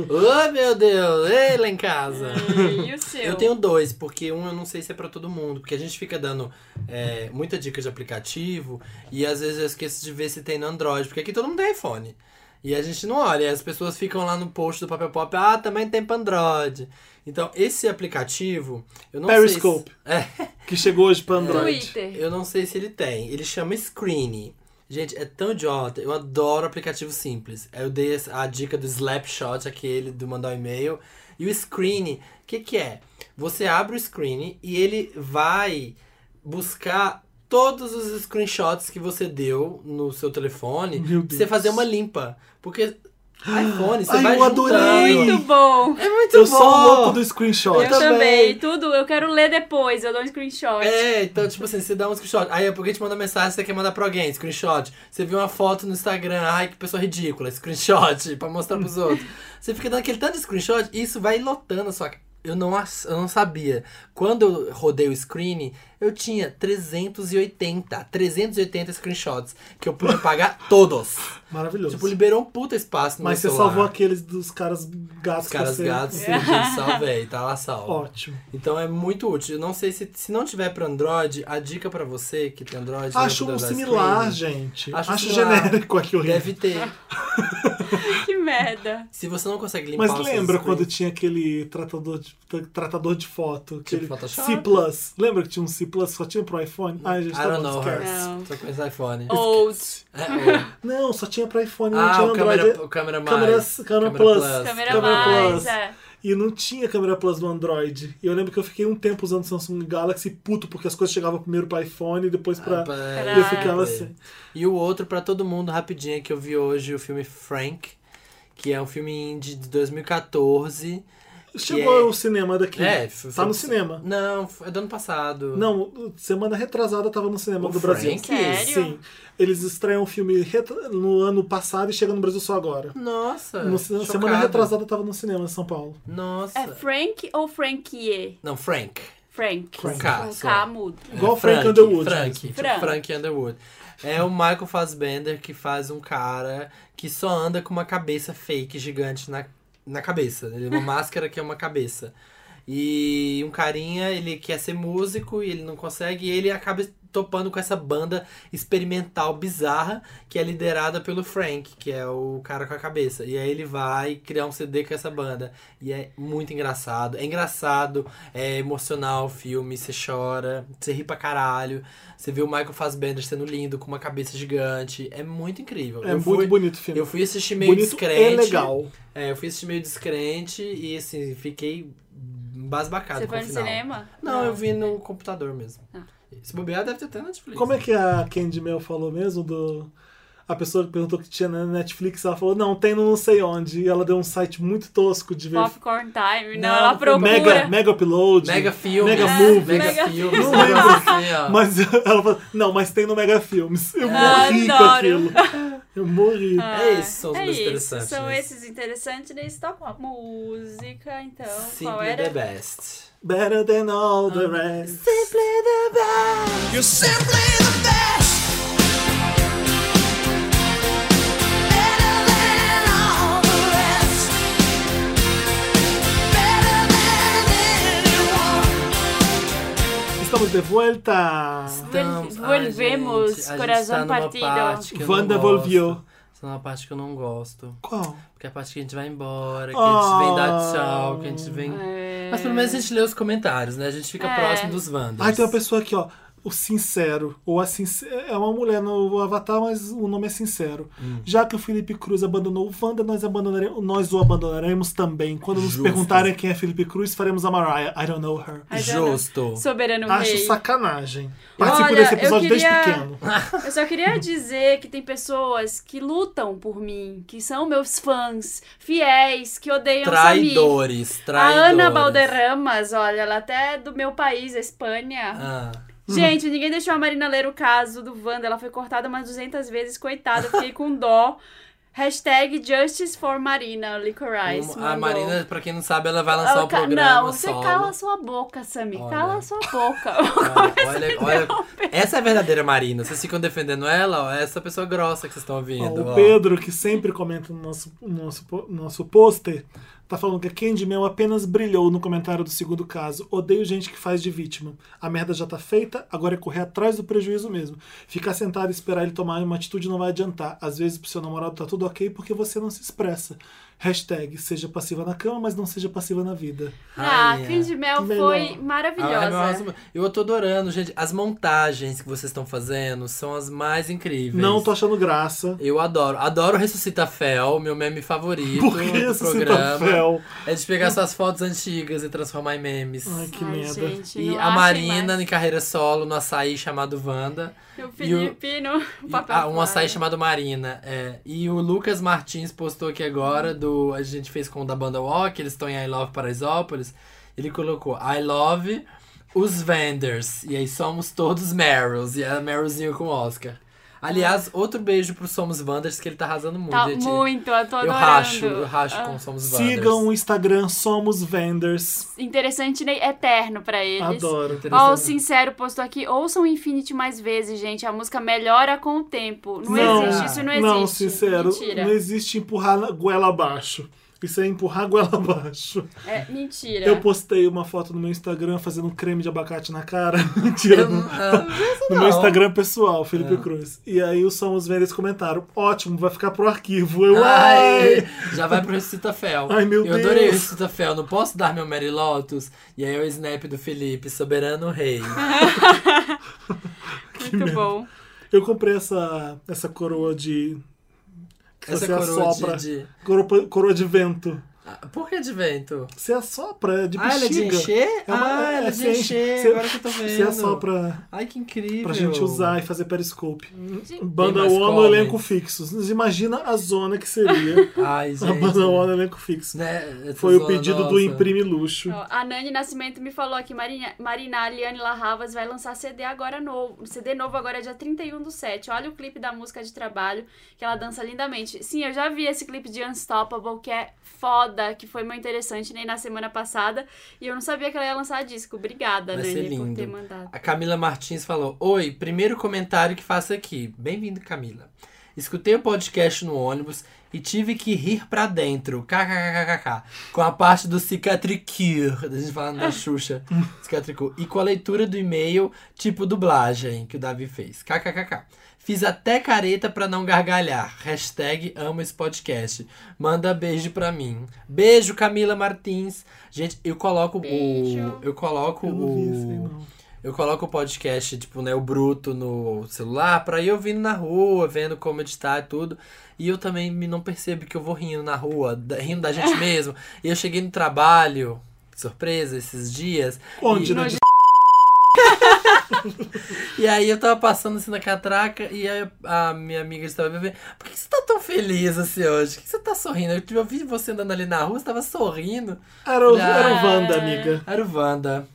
B: Ô, meu Deus! Ei, lá em casa!
C: é. E o seu?
B: Eu tenho dois, porque um eu não sei se é pra todo mundo, porque a gente fica dando é, muita dica de aplicativo e às vezes eu esqueço de ver se tem no Android, porque aqui todo mundo tem iPhone. E a gente não olha, e as pessoas ficam lá no post do Papel Pop, ah, também tem pra Android. Então, esse aplicativo, eu não
A: Periscope.
B: sei. Se... É.
A: Que chegou hoje pra Android.
C: Twitter.
B: Eu não sei se ele tem. Ele chama Screen. Gente, é tão idiota. Eu adoro aplicativo simples. Eu dei essa- a dica do Slapshot, aquele do mandar um e-mail. E o Screen, o que, que é? Você abre o Screen e ele vai buscar todos os screenshots que você deu no seu telefone.
A: Meu
B: pra
A: Deus.
B: você fazer uma limpa. Porque iPhone, você
A: Ai,
B: vai
A: eu adorei.
B: juntando.
C: Muito bom.
B: É muito bom!
A: Eu sou o louco do screenshot.
C: Eu também. Tudo, eu quero ler depois, eu dou um screenshot.
B: É, então, tipo assim, você dá um screenshot. Aí alguém te manda mensagem, você quer mandar pra alguém, screenshot. Você viu uma foto no Instagram, ai, que pessoa ridícula, screenshot, pra mostrar pros outros. Você fica dando aquele tanto de screenshot e isso vai lotando a sua. ca- Eu não, ass- eu não sabia. Quando eu rodei o screen, eu tinha 380, 380 screenshots que eu pude apagar todos.
A: Maravilhoso.
B: Tipo, liberou um puta espaço no
A: Mas
B: meu
A: você
B: celular.
A: salvou aqueles dos caras gatos.
B: Os
A: que
B: caras
A: você-
B: gatos,
A: você-
B: sim, gente, salvei, tá lá salvo.
A: Ótimo.
B: Então é muito útil. Eu não sei se se não tiver para Android, a dica pra você que tem Android.
A: Acho
B: né,
A: um
B: pra usar
A: similar,
B: screen,
A: gente.
B: Acho um
A: Acho,
B: similar.
A: genérico aqui o
B: Deve ter.
C: Que merda.
B: Se você não consegue limpar
A: Mas
B: os seus
A: lembra
B: screens-
A: quando tinha aquele tratador de, tra- tratador de foto? Aquele
B: Tipo Photoshop?
A: C Plus. Lembra que tinha um C Plus só tinha pro iPhone? Ai, gente,
B: I
A: tá
B: don't
A: bom,
B: know
A: esquece.
B: her.
C: Não.
B: Só com esse iPhone.
C: Old.
B: É, ou-
A: Não, só tinha pra iPhone, não
B: Ah,
A: tinha um
B: o câmera,
A: Android.
B: o câmera mais.
A: Câmera- câmera plus.
C: Câmera,
A: Câmera
C: mais,
A: plus.
C: é.
A: E não tinha câmera Plus no Android. E eu lembro que eu fiquei um tempo usando Samsung Galaxy puto, porque as coisas chegavam primeiro pra iPhone e depois pra.
B: Ah, Pra-
A: E eu ficava assim.
B: E o outro pra todo mundo rapidinho que eu vi hoje, o filme Frank, que é um filme indie de 2014.
A: Chegou
B: é-
A: o cinema daqui.
B: É, f-
A: tá no
B: f-
A: cinema.
B: Não, é do ano passado.
A: Não, semana retrasada tava no cinema
B: O
A: do
B: Frank?
A: Brasil.
C: Sério?
A: Sim. Eles estreiam o filme retra- no ano passado e chega no Brasil só agora.
B: Nossa.
A: No cin-
B: Ah, chocado.
A: semana retrasada tava no cinema em São Paulo.
B: Nossa.
C: É Frank ou Frankie?
B: Não, Frank.
C: Frank.
B: Com K
C: Com
B: só.
C: K mudo.
A: Igual o Frank Underwood.
B: É, Frank, tipo
C: Frank.
B: Frank Underwood. É o Michael Fassbender que faz um cara que só anda com uma cabeça fake gigante na, na cabeça. Ele é uma máscara que é uma cabeça. E um carinha, ele quer ser músico e ele não consegue, e ele acaba topando com essa banda experimental bizarra que é liderada pelo Frank, que é o cara com a cabeça. E aí ele vai criar um CD com essa banda. E é muito engraçado. É engraçado, é emocional o filme, você chora, você ri pra caralho. Você vê o Michael Fassbender sendo lindo, com uma cabeça gigante. É muito incrível.
A: É
B: eu
A: muito
B: fui,
A: bonito o filme.
B: Eu fui assistir meio
A: bonito
B: descrente.
A: é legal.
B: É, eu fui assistir meio descrente e assim, fiquei basbacado
C: Você
B: com
C: foi
B: o
C: no
B: final.
C: cinema?
B: Não, eu vi no computador mesmo.
C: Ah.
A: é
B: Se bobear, deve ter até na Netflix.
A: Como é que a Candy Mel falou mesmo do... a pessoa perguntou que tinha na Netflix, ela falou, não, tem no não sei onde. E ela deu um site muito tosco de ver.
C: Popcorn Time, não,
B: Não,
C: ela procura.
A: Mega, mega upload.
B: Mega filmes.
A: Mega movies.
B: Mega
C: Ah, Mega-
B: filmes.
A: Não
B: um negócio
A: lembro.
B: assim, ó.
A: Mas ela falou, não, mas tem no Mega Filmes. Eu
C: Ah,
A: morri com aquilo.
C: adoro.
A: Eu morri.
B: É isso, são os
C: é
B: meus
C: isso,
B: interessantes.
C: São
B: né?
C: esses interessantes nesse top música, então. qual
B: Simply the
C: era?
B: best.
A: Better than all the
C: Ah.
A: rest.
D: You're simply the best. Better than all the rest. Better than anyone.
A: Estamos de volta.
B: Estamos-
C: Vol-
B: Então, Ai,
C: volvemos,
B: gente, a gente
C: coração
B: tá numa
C: partido.
B: parte que eu não
A: Wanda
B: gosto.
A: volviu.
B: Tá numa parte que eu não gosto.
A: Qual?
B: Porque é a parte que a gente vai embora, que a gente
A: Ah.
B: vem dar tchau, que a gente vem.
C: É.
B: Mas pelo menos a gente lê os comentários, né? A gente fica
C: É.
B: próximo dos Wanders.
A: Ah, tem uma pessoa aqui, ó. O Sincero, ou a sincer... é uma mulher no Avatar, mas o nome é Sincero.
C: Hum.
A: Já que o Felipe Cruz abandonou o Wanda, nós, abandonaremos, nós o abandonaremos também. Quando nos
B: Justo.
A: perguntarem quem é Felipe Cruz, faremos a Mariah. I don't know her.
C: Ai, Jana,
B: Justo.
C: Soberano
A: Acho
C: Rei.
A: sacanagem. Participo
C: Olha,
A: desse episódio
C: eu
A: desde
C: queria-
A: pequeno.
C: Eu só queria dizer que tem pessoas que lutam por mim, que são meus fãs fiéis, que odeiam Samir.
B: Traidores,
C: A
B: traidores.
C: Ana Balderramas, olha, ela até é do meu país, a Espanha.
B: Ah,
C: Gente, ninguém deixou a Marina ler o caso do Wanda. Ela foi cortada umas 200 vezes, coitada. Fiquei com dó. Hashtag Justice for Marina, Licorice.
B: uma- a
C: mandou.
B: Marina, pra quem não sabe, ela vai
C: Ah,
B: lançar o
C: ca-
B: programa
C: Não, você
B: solo.
C: cala sua boca, Sammy.
B: Olha.
C: Cala sua boca.
B: Ah, olha, olha, essa é a verdadeira Marina. Vocês ficam defendendo ela, ó, essa pessoa grossa que vocês estão
A: Ó,
B: ouvindo.
A: o
B: ó.
A: Pedro, que sempre comenta no nosso, no nosso, po- nosso pôster, tá falando que a Candyman apenas brilhou no comentário do segundo caso. Odeio gente que faz de vítima. A merda já tá feita, agora é correr atrás do prejuízo mesmo. Ficar sentado e esperar ele tomar uma atitude não vai adiantar. Às vezes pro seu namorado tá tudo ok porque você não se expressa. Hashtag, seja passiva na cama, mas não seja passiva na vida.
C: Ah,
B: Rainha.
C: Fim de Mel
A: Melhor.
C: foi
B: Ah, é
C: maravilhosa.
B: mesmo. Eu tô adorando, gente. As montagens que vocês estão fazendo são as mais incríveis.
A: Não tô achando graça.
B: Eu adoro. Adoro Ressuscita Fel, meu meme favorito
A: Por que
B: do
A: esse
B: programa.
A: fel?
B: É de pegar suas fotos antigas e transformar em memes.
A: Ai, que
C: Ai,
A: merda.
C: gente,
B: E
C: não
B: a
C: achem
B: Marina
C: mais.
B: em carreira solo no açaí chamado Wanda.
C: E o
B: e o-
C: Felipe no
B: E-
C: papel. né?
B: ah, um açaí
C: toalha.
B: chamado Marina. É. E o Lucas Martins postou aqui agora do. A gente fez com o da banda Walk, eles estão em I Love Paraisópolis. Ele colocou I Love os Vendors. E aí somos todos Meryls. E a Merylzinho com Oscar. Aliás, outro beijo pro Somos Vanders, que ele tá arrasando muito,
C: Tá
B: gente.
C: muito, eu tô
B: eu
C: adorando.
B: racho, eu racho
C: Ah,
B: com Somos Vanders.
A: Sigam o Instagram Somos Vendors.
C: Interessante e eterno pra eles.
A: Adoro.
C: Ó, o Sincero postou aqui, ouçam o Infinity mais vezes, gente. A música melhora com o tempo. Não, existe, isso não existe.
A: Não, sincero,
C: Mentira.
A: não existe empurrar a goela abaixo. Isso é empurrar a goela abaixo.
C: É, mentira.
A: Eu postei uma foto no meu Instagram fazendo um creme de abacate na cara. Mentira. No no meu Instagram pessoal, Felipe
B: É.
A: Cruz. E aí os Somos Vendors comentaram: ótimo, vai ficar pro arquivo. Eu, ai!
B: Ai, já vai pro Ressuscita Fel.
A: Ai, meu
B: eu adorei o
A: Deus.
B: Ressuscita Fel. Não posso dar meu Mary Lotus? E aí é o snap do Felipe, soberano rei.
C: Muito bom.
A: Eu comprei essa, essa coroa de. Que
B: Essa
A: você
B: coroa
A: assopra.
B: de, de-
A: Coroa, coroa de vento.
B: Ah, Por que de vento?
A: Você assopra, é de
B: Ah, ela é de
A: bexiga.
B: encher?
A: É uma-
B: ah, ela é de
A: você enche-
B: encher,
A: você-
B: agora que eu tô vendo.
A: Você assopra
B: Ai, que incrível.
A: pra gente usar e fazer periscope.
B: Tem
A: Banda
B: mais né?
A: One no
B: comments?
A: elenco fixo. Vocês Imagina a zona que seria
B: Ai,
A: a Banda One
B: gente.
A: no elenco fixo.
B: Né, essa
A: Foi o
B: zona
A: pedido do
B: nossa.
A: Imprime Luxo.
C: Ó, A Nani Nascimento me falou aqui, Marina, Marina a Liane Larravas vai lançar CD agora novo. CD novo agora dia 31 do 7. Olha o clipe da música de trabalho, que ela dança lindamente. Sim, eu já vi esse clipe de Unstoppable, que é foda, que foi muito interessante, nem na semana passada. E eu não sabia que ela ia lançar disco. Obrigada,
B: Vai ser
C: Nani, por
B: lindo.
C: ter mandado.
B: A Camila Martins falou: Oi, primeiro comentário que faço aqui. Bem-vindo, Camila. Escutei o podcast no ônibus e tive que rir pra dentro, kkkk, com a parte do cicatricure, da gente falando da Xuxa, cicatricure, e com a leitura do e-mail, tipo dublagem, que o Davi fez, kkkk. Fiz até careta pra não gargalhar, hashtag amo esse podcast, manda beijo pra mim. Beijo, Camila Martins. Gente, eu coloco
C: Beijo.
B: o... Eu coloco
A: Eu não vi isso aí,
B: o...
A: não.
B: Eu coloco o podcast, tipo, né, o bruto no celular pra ir ouvindo na rua, vendo como editar e tudo. E eu também me não percebo que eu vou rindo na rua, da- rindo da gente mesmo. E eu cheguei no
A: né?
B: trabalho, surpresa, esses dias.
A: Onde,
B: E-
A: né?
C: Nojo-
B: E aí eu tava passando assim na catraca e aí a minha amiga estava me vendo. Por que você tá tão feliz assim hoje? Por que você tá sorrindo? Eu, eu vi você andando ali na rua, você tava sorrindo.
A: Era o,
B: Ah.
A: era o Wanda, amiga.
B: Era o Wanda.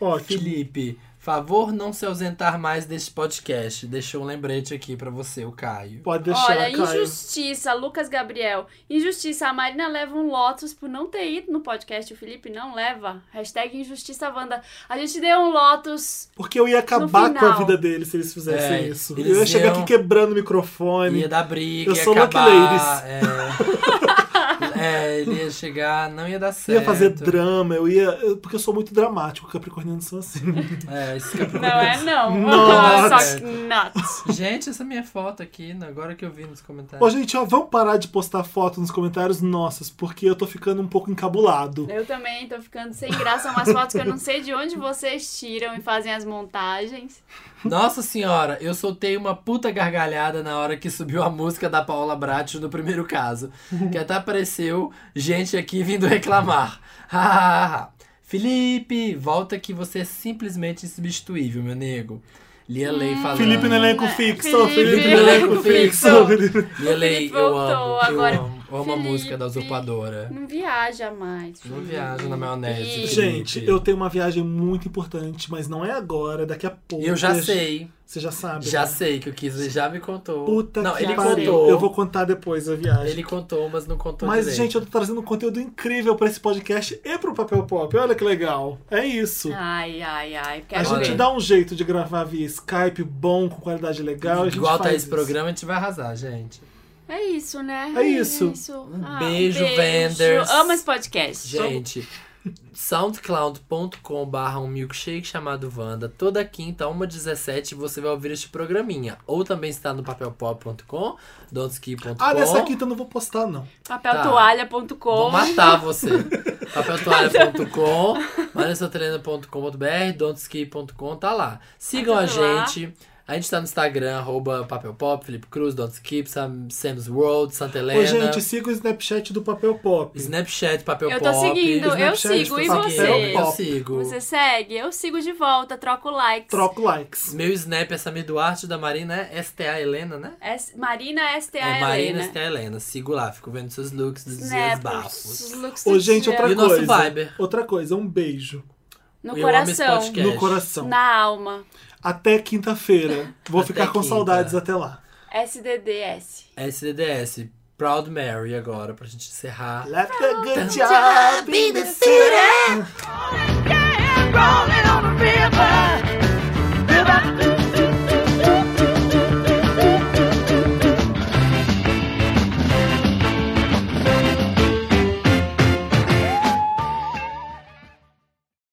A: Ó, que
B: Felipe, favor não se ausentar mais deste podcast. Deixou um lembrete aqui pra você, o Caio.
A: pode deixar,
C: Olha,
A: Caio.
C: injustiça, Lucas Gabriel. Injustiça, a Marina leva um Lotus por não ter ido no podcast. O Felipe não leva. Hashtag injustiça Wanda. A gente deu um Lotus.
A: Porque eu ia acabar com
C: No
A: a
C: final.
A: vida deles se eles fizessem
B: É,
A: isso.
B: eles
A: Eu ia chegar
B: iam-
A: aqui quebrando o microfone.
B: Ia dar briga,
A: Eu
B: ia
A: sou Lucky
B: acabar. É... é, ele ia chegar, não ia dar certo.
A: Eu ia fazer drama, eu ia. eu- porque eu sou muito dramático, capricornianos são assim.
B: É, isso que eu
C: Não é não.
A: Nossa.
C: Só que not.
B: Gente, essa é minha foto aqui, né, agora que eu vi nos
A: Ô,
B: comentários.
A: gente, ó, vamos parar de postar foto nos comentários nossas, porque eu tô ficando um pouco encabulado.
C: Eu também tô ficando sem graça. Umas fotos que eu não sei de onde vocês tiram e fazem as montagens.
B: Nossa senhora, eu soltei uma puta gargalhada na hora que subiu a música da Paola Bratio no primeiro caso. Que até apareceu gente aqui vindo reclamar. Felipe, volta que você é simplesmente insubstituível, meu nego. Lia Lei falando.
A: Felipe no elenco
C: é,
A: fixo, ô,
C: Felipe
A: Felipe no
B: no
A: elenco
B: elenco
A: fixo.
B: fixo.
A: ô, Felipe.
B: Lia Lei,
C: Felipe
B: eu amo.
C: voltou
B: Agora.
C: agora.
B: Eu amo, eu amo a
C: Felipe.
B: música da usurpadora.
C: Não viaja mais.
B: Não é
C: Felipe.
B: viaja na maionese.
C: Felipe.
A: Gente, eu tenho uma viagem muito importante, mas não é agora, é daqui a pouco.
B: Eu já
A: Você-
B: sei.
A: Você já sabe.
B: Já
A: né?
B: sei que o Kisley já me contou.
A: Puta
B: não,
A: que
B: ele
A: pariu.
B: contou.
A: Eu vou contar depois a viagem.
B: Ele contou, mas não contou
A: Mas,
B: direito.
A: gente, eu tô trazendo um conteúdo incrível pra esse podcast e pro Papel Pop. Olha que legal. É isso.
B: Ah,
C: Ai, ai, ai.
A: a
C: Quero
A: gente
C: ver.
A: dá um jeito de gravar via Skype, bom, com qualidade legal. e a gente
B: Igual tá
A: faz
B: esse
A: isso.
B: programa, a gente vai arrasar, gente.
C: É isso, né?
A: É isso.
B: Um beijo, Wenders.
C: Venders. Amo esse podcast.
B: Gente, soundcloud.com barra um milkshake chamado Wanda. Toda quinta, 1h17, você vai ouvir este programinha. Ou também está no papelpop.com, donski.com.
A: Ah, nessa quinta eu não vou postar, não.
B: Vou
C: Papeltoalha.com.
B: tá. matar você. Papeltoalha.com, mariaceltelena.com.br, donski.com, tá lá. Sigam a
C: Tá lá.
B: gente. A gente tá no Instagram, arroba papelpop, Felipe Cruz, Don't Skip, Sam, Sam's World, Santa Helena.
A: Ô, gente, siga o Snapchat do Papel Pop.
B: Snapchat, papel
C: Eu
B: pop.
C: tô seguindo, eu
A: Snapchat,
C: sigo. E
A: Papel
C: você?
B: Eu
A: Pop.
B: sigo.
C: Você segue? Eu sigo de volta, troco likes.
A: Troca likes.
B: Meu Snap é Samir Duarte da Marina, é STA Helena, né?
C: S- Marina STA
B: é Marina
C: Helena.
B: STA Helena. Sigo lá, fico vendo seus looks, dos dias
C: Snap,
B: bafos.
C: os Né, looks
A: Ô,
C: do
A: gente,
C: dia.
A: outra
B: E o nosso
A: coisa.
B: Viber.
A: Outra coisa, um beijo
C: No
B: Eu amo esse
C: coração,
B: podcast. Cash.
A: no coração.
C: na alma.
A: Até quinta-feira. Vou
B: Até
A: ficar com
B: quinta.
A: saudades até lá.
C: SDDS.
B: SDDS, Proud Mary agora, pra gente encerrar.
A: Let the good job be the city.
D: Yeah.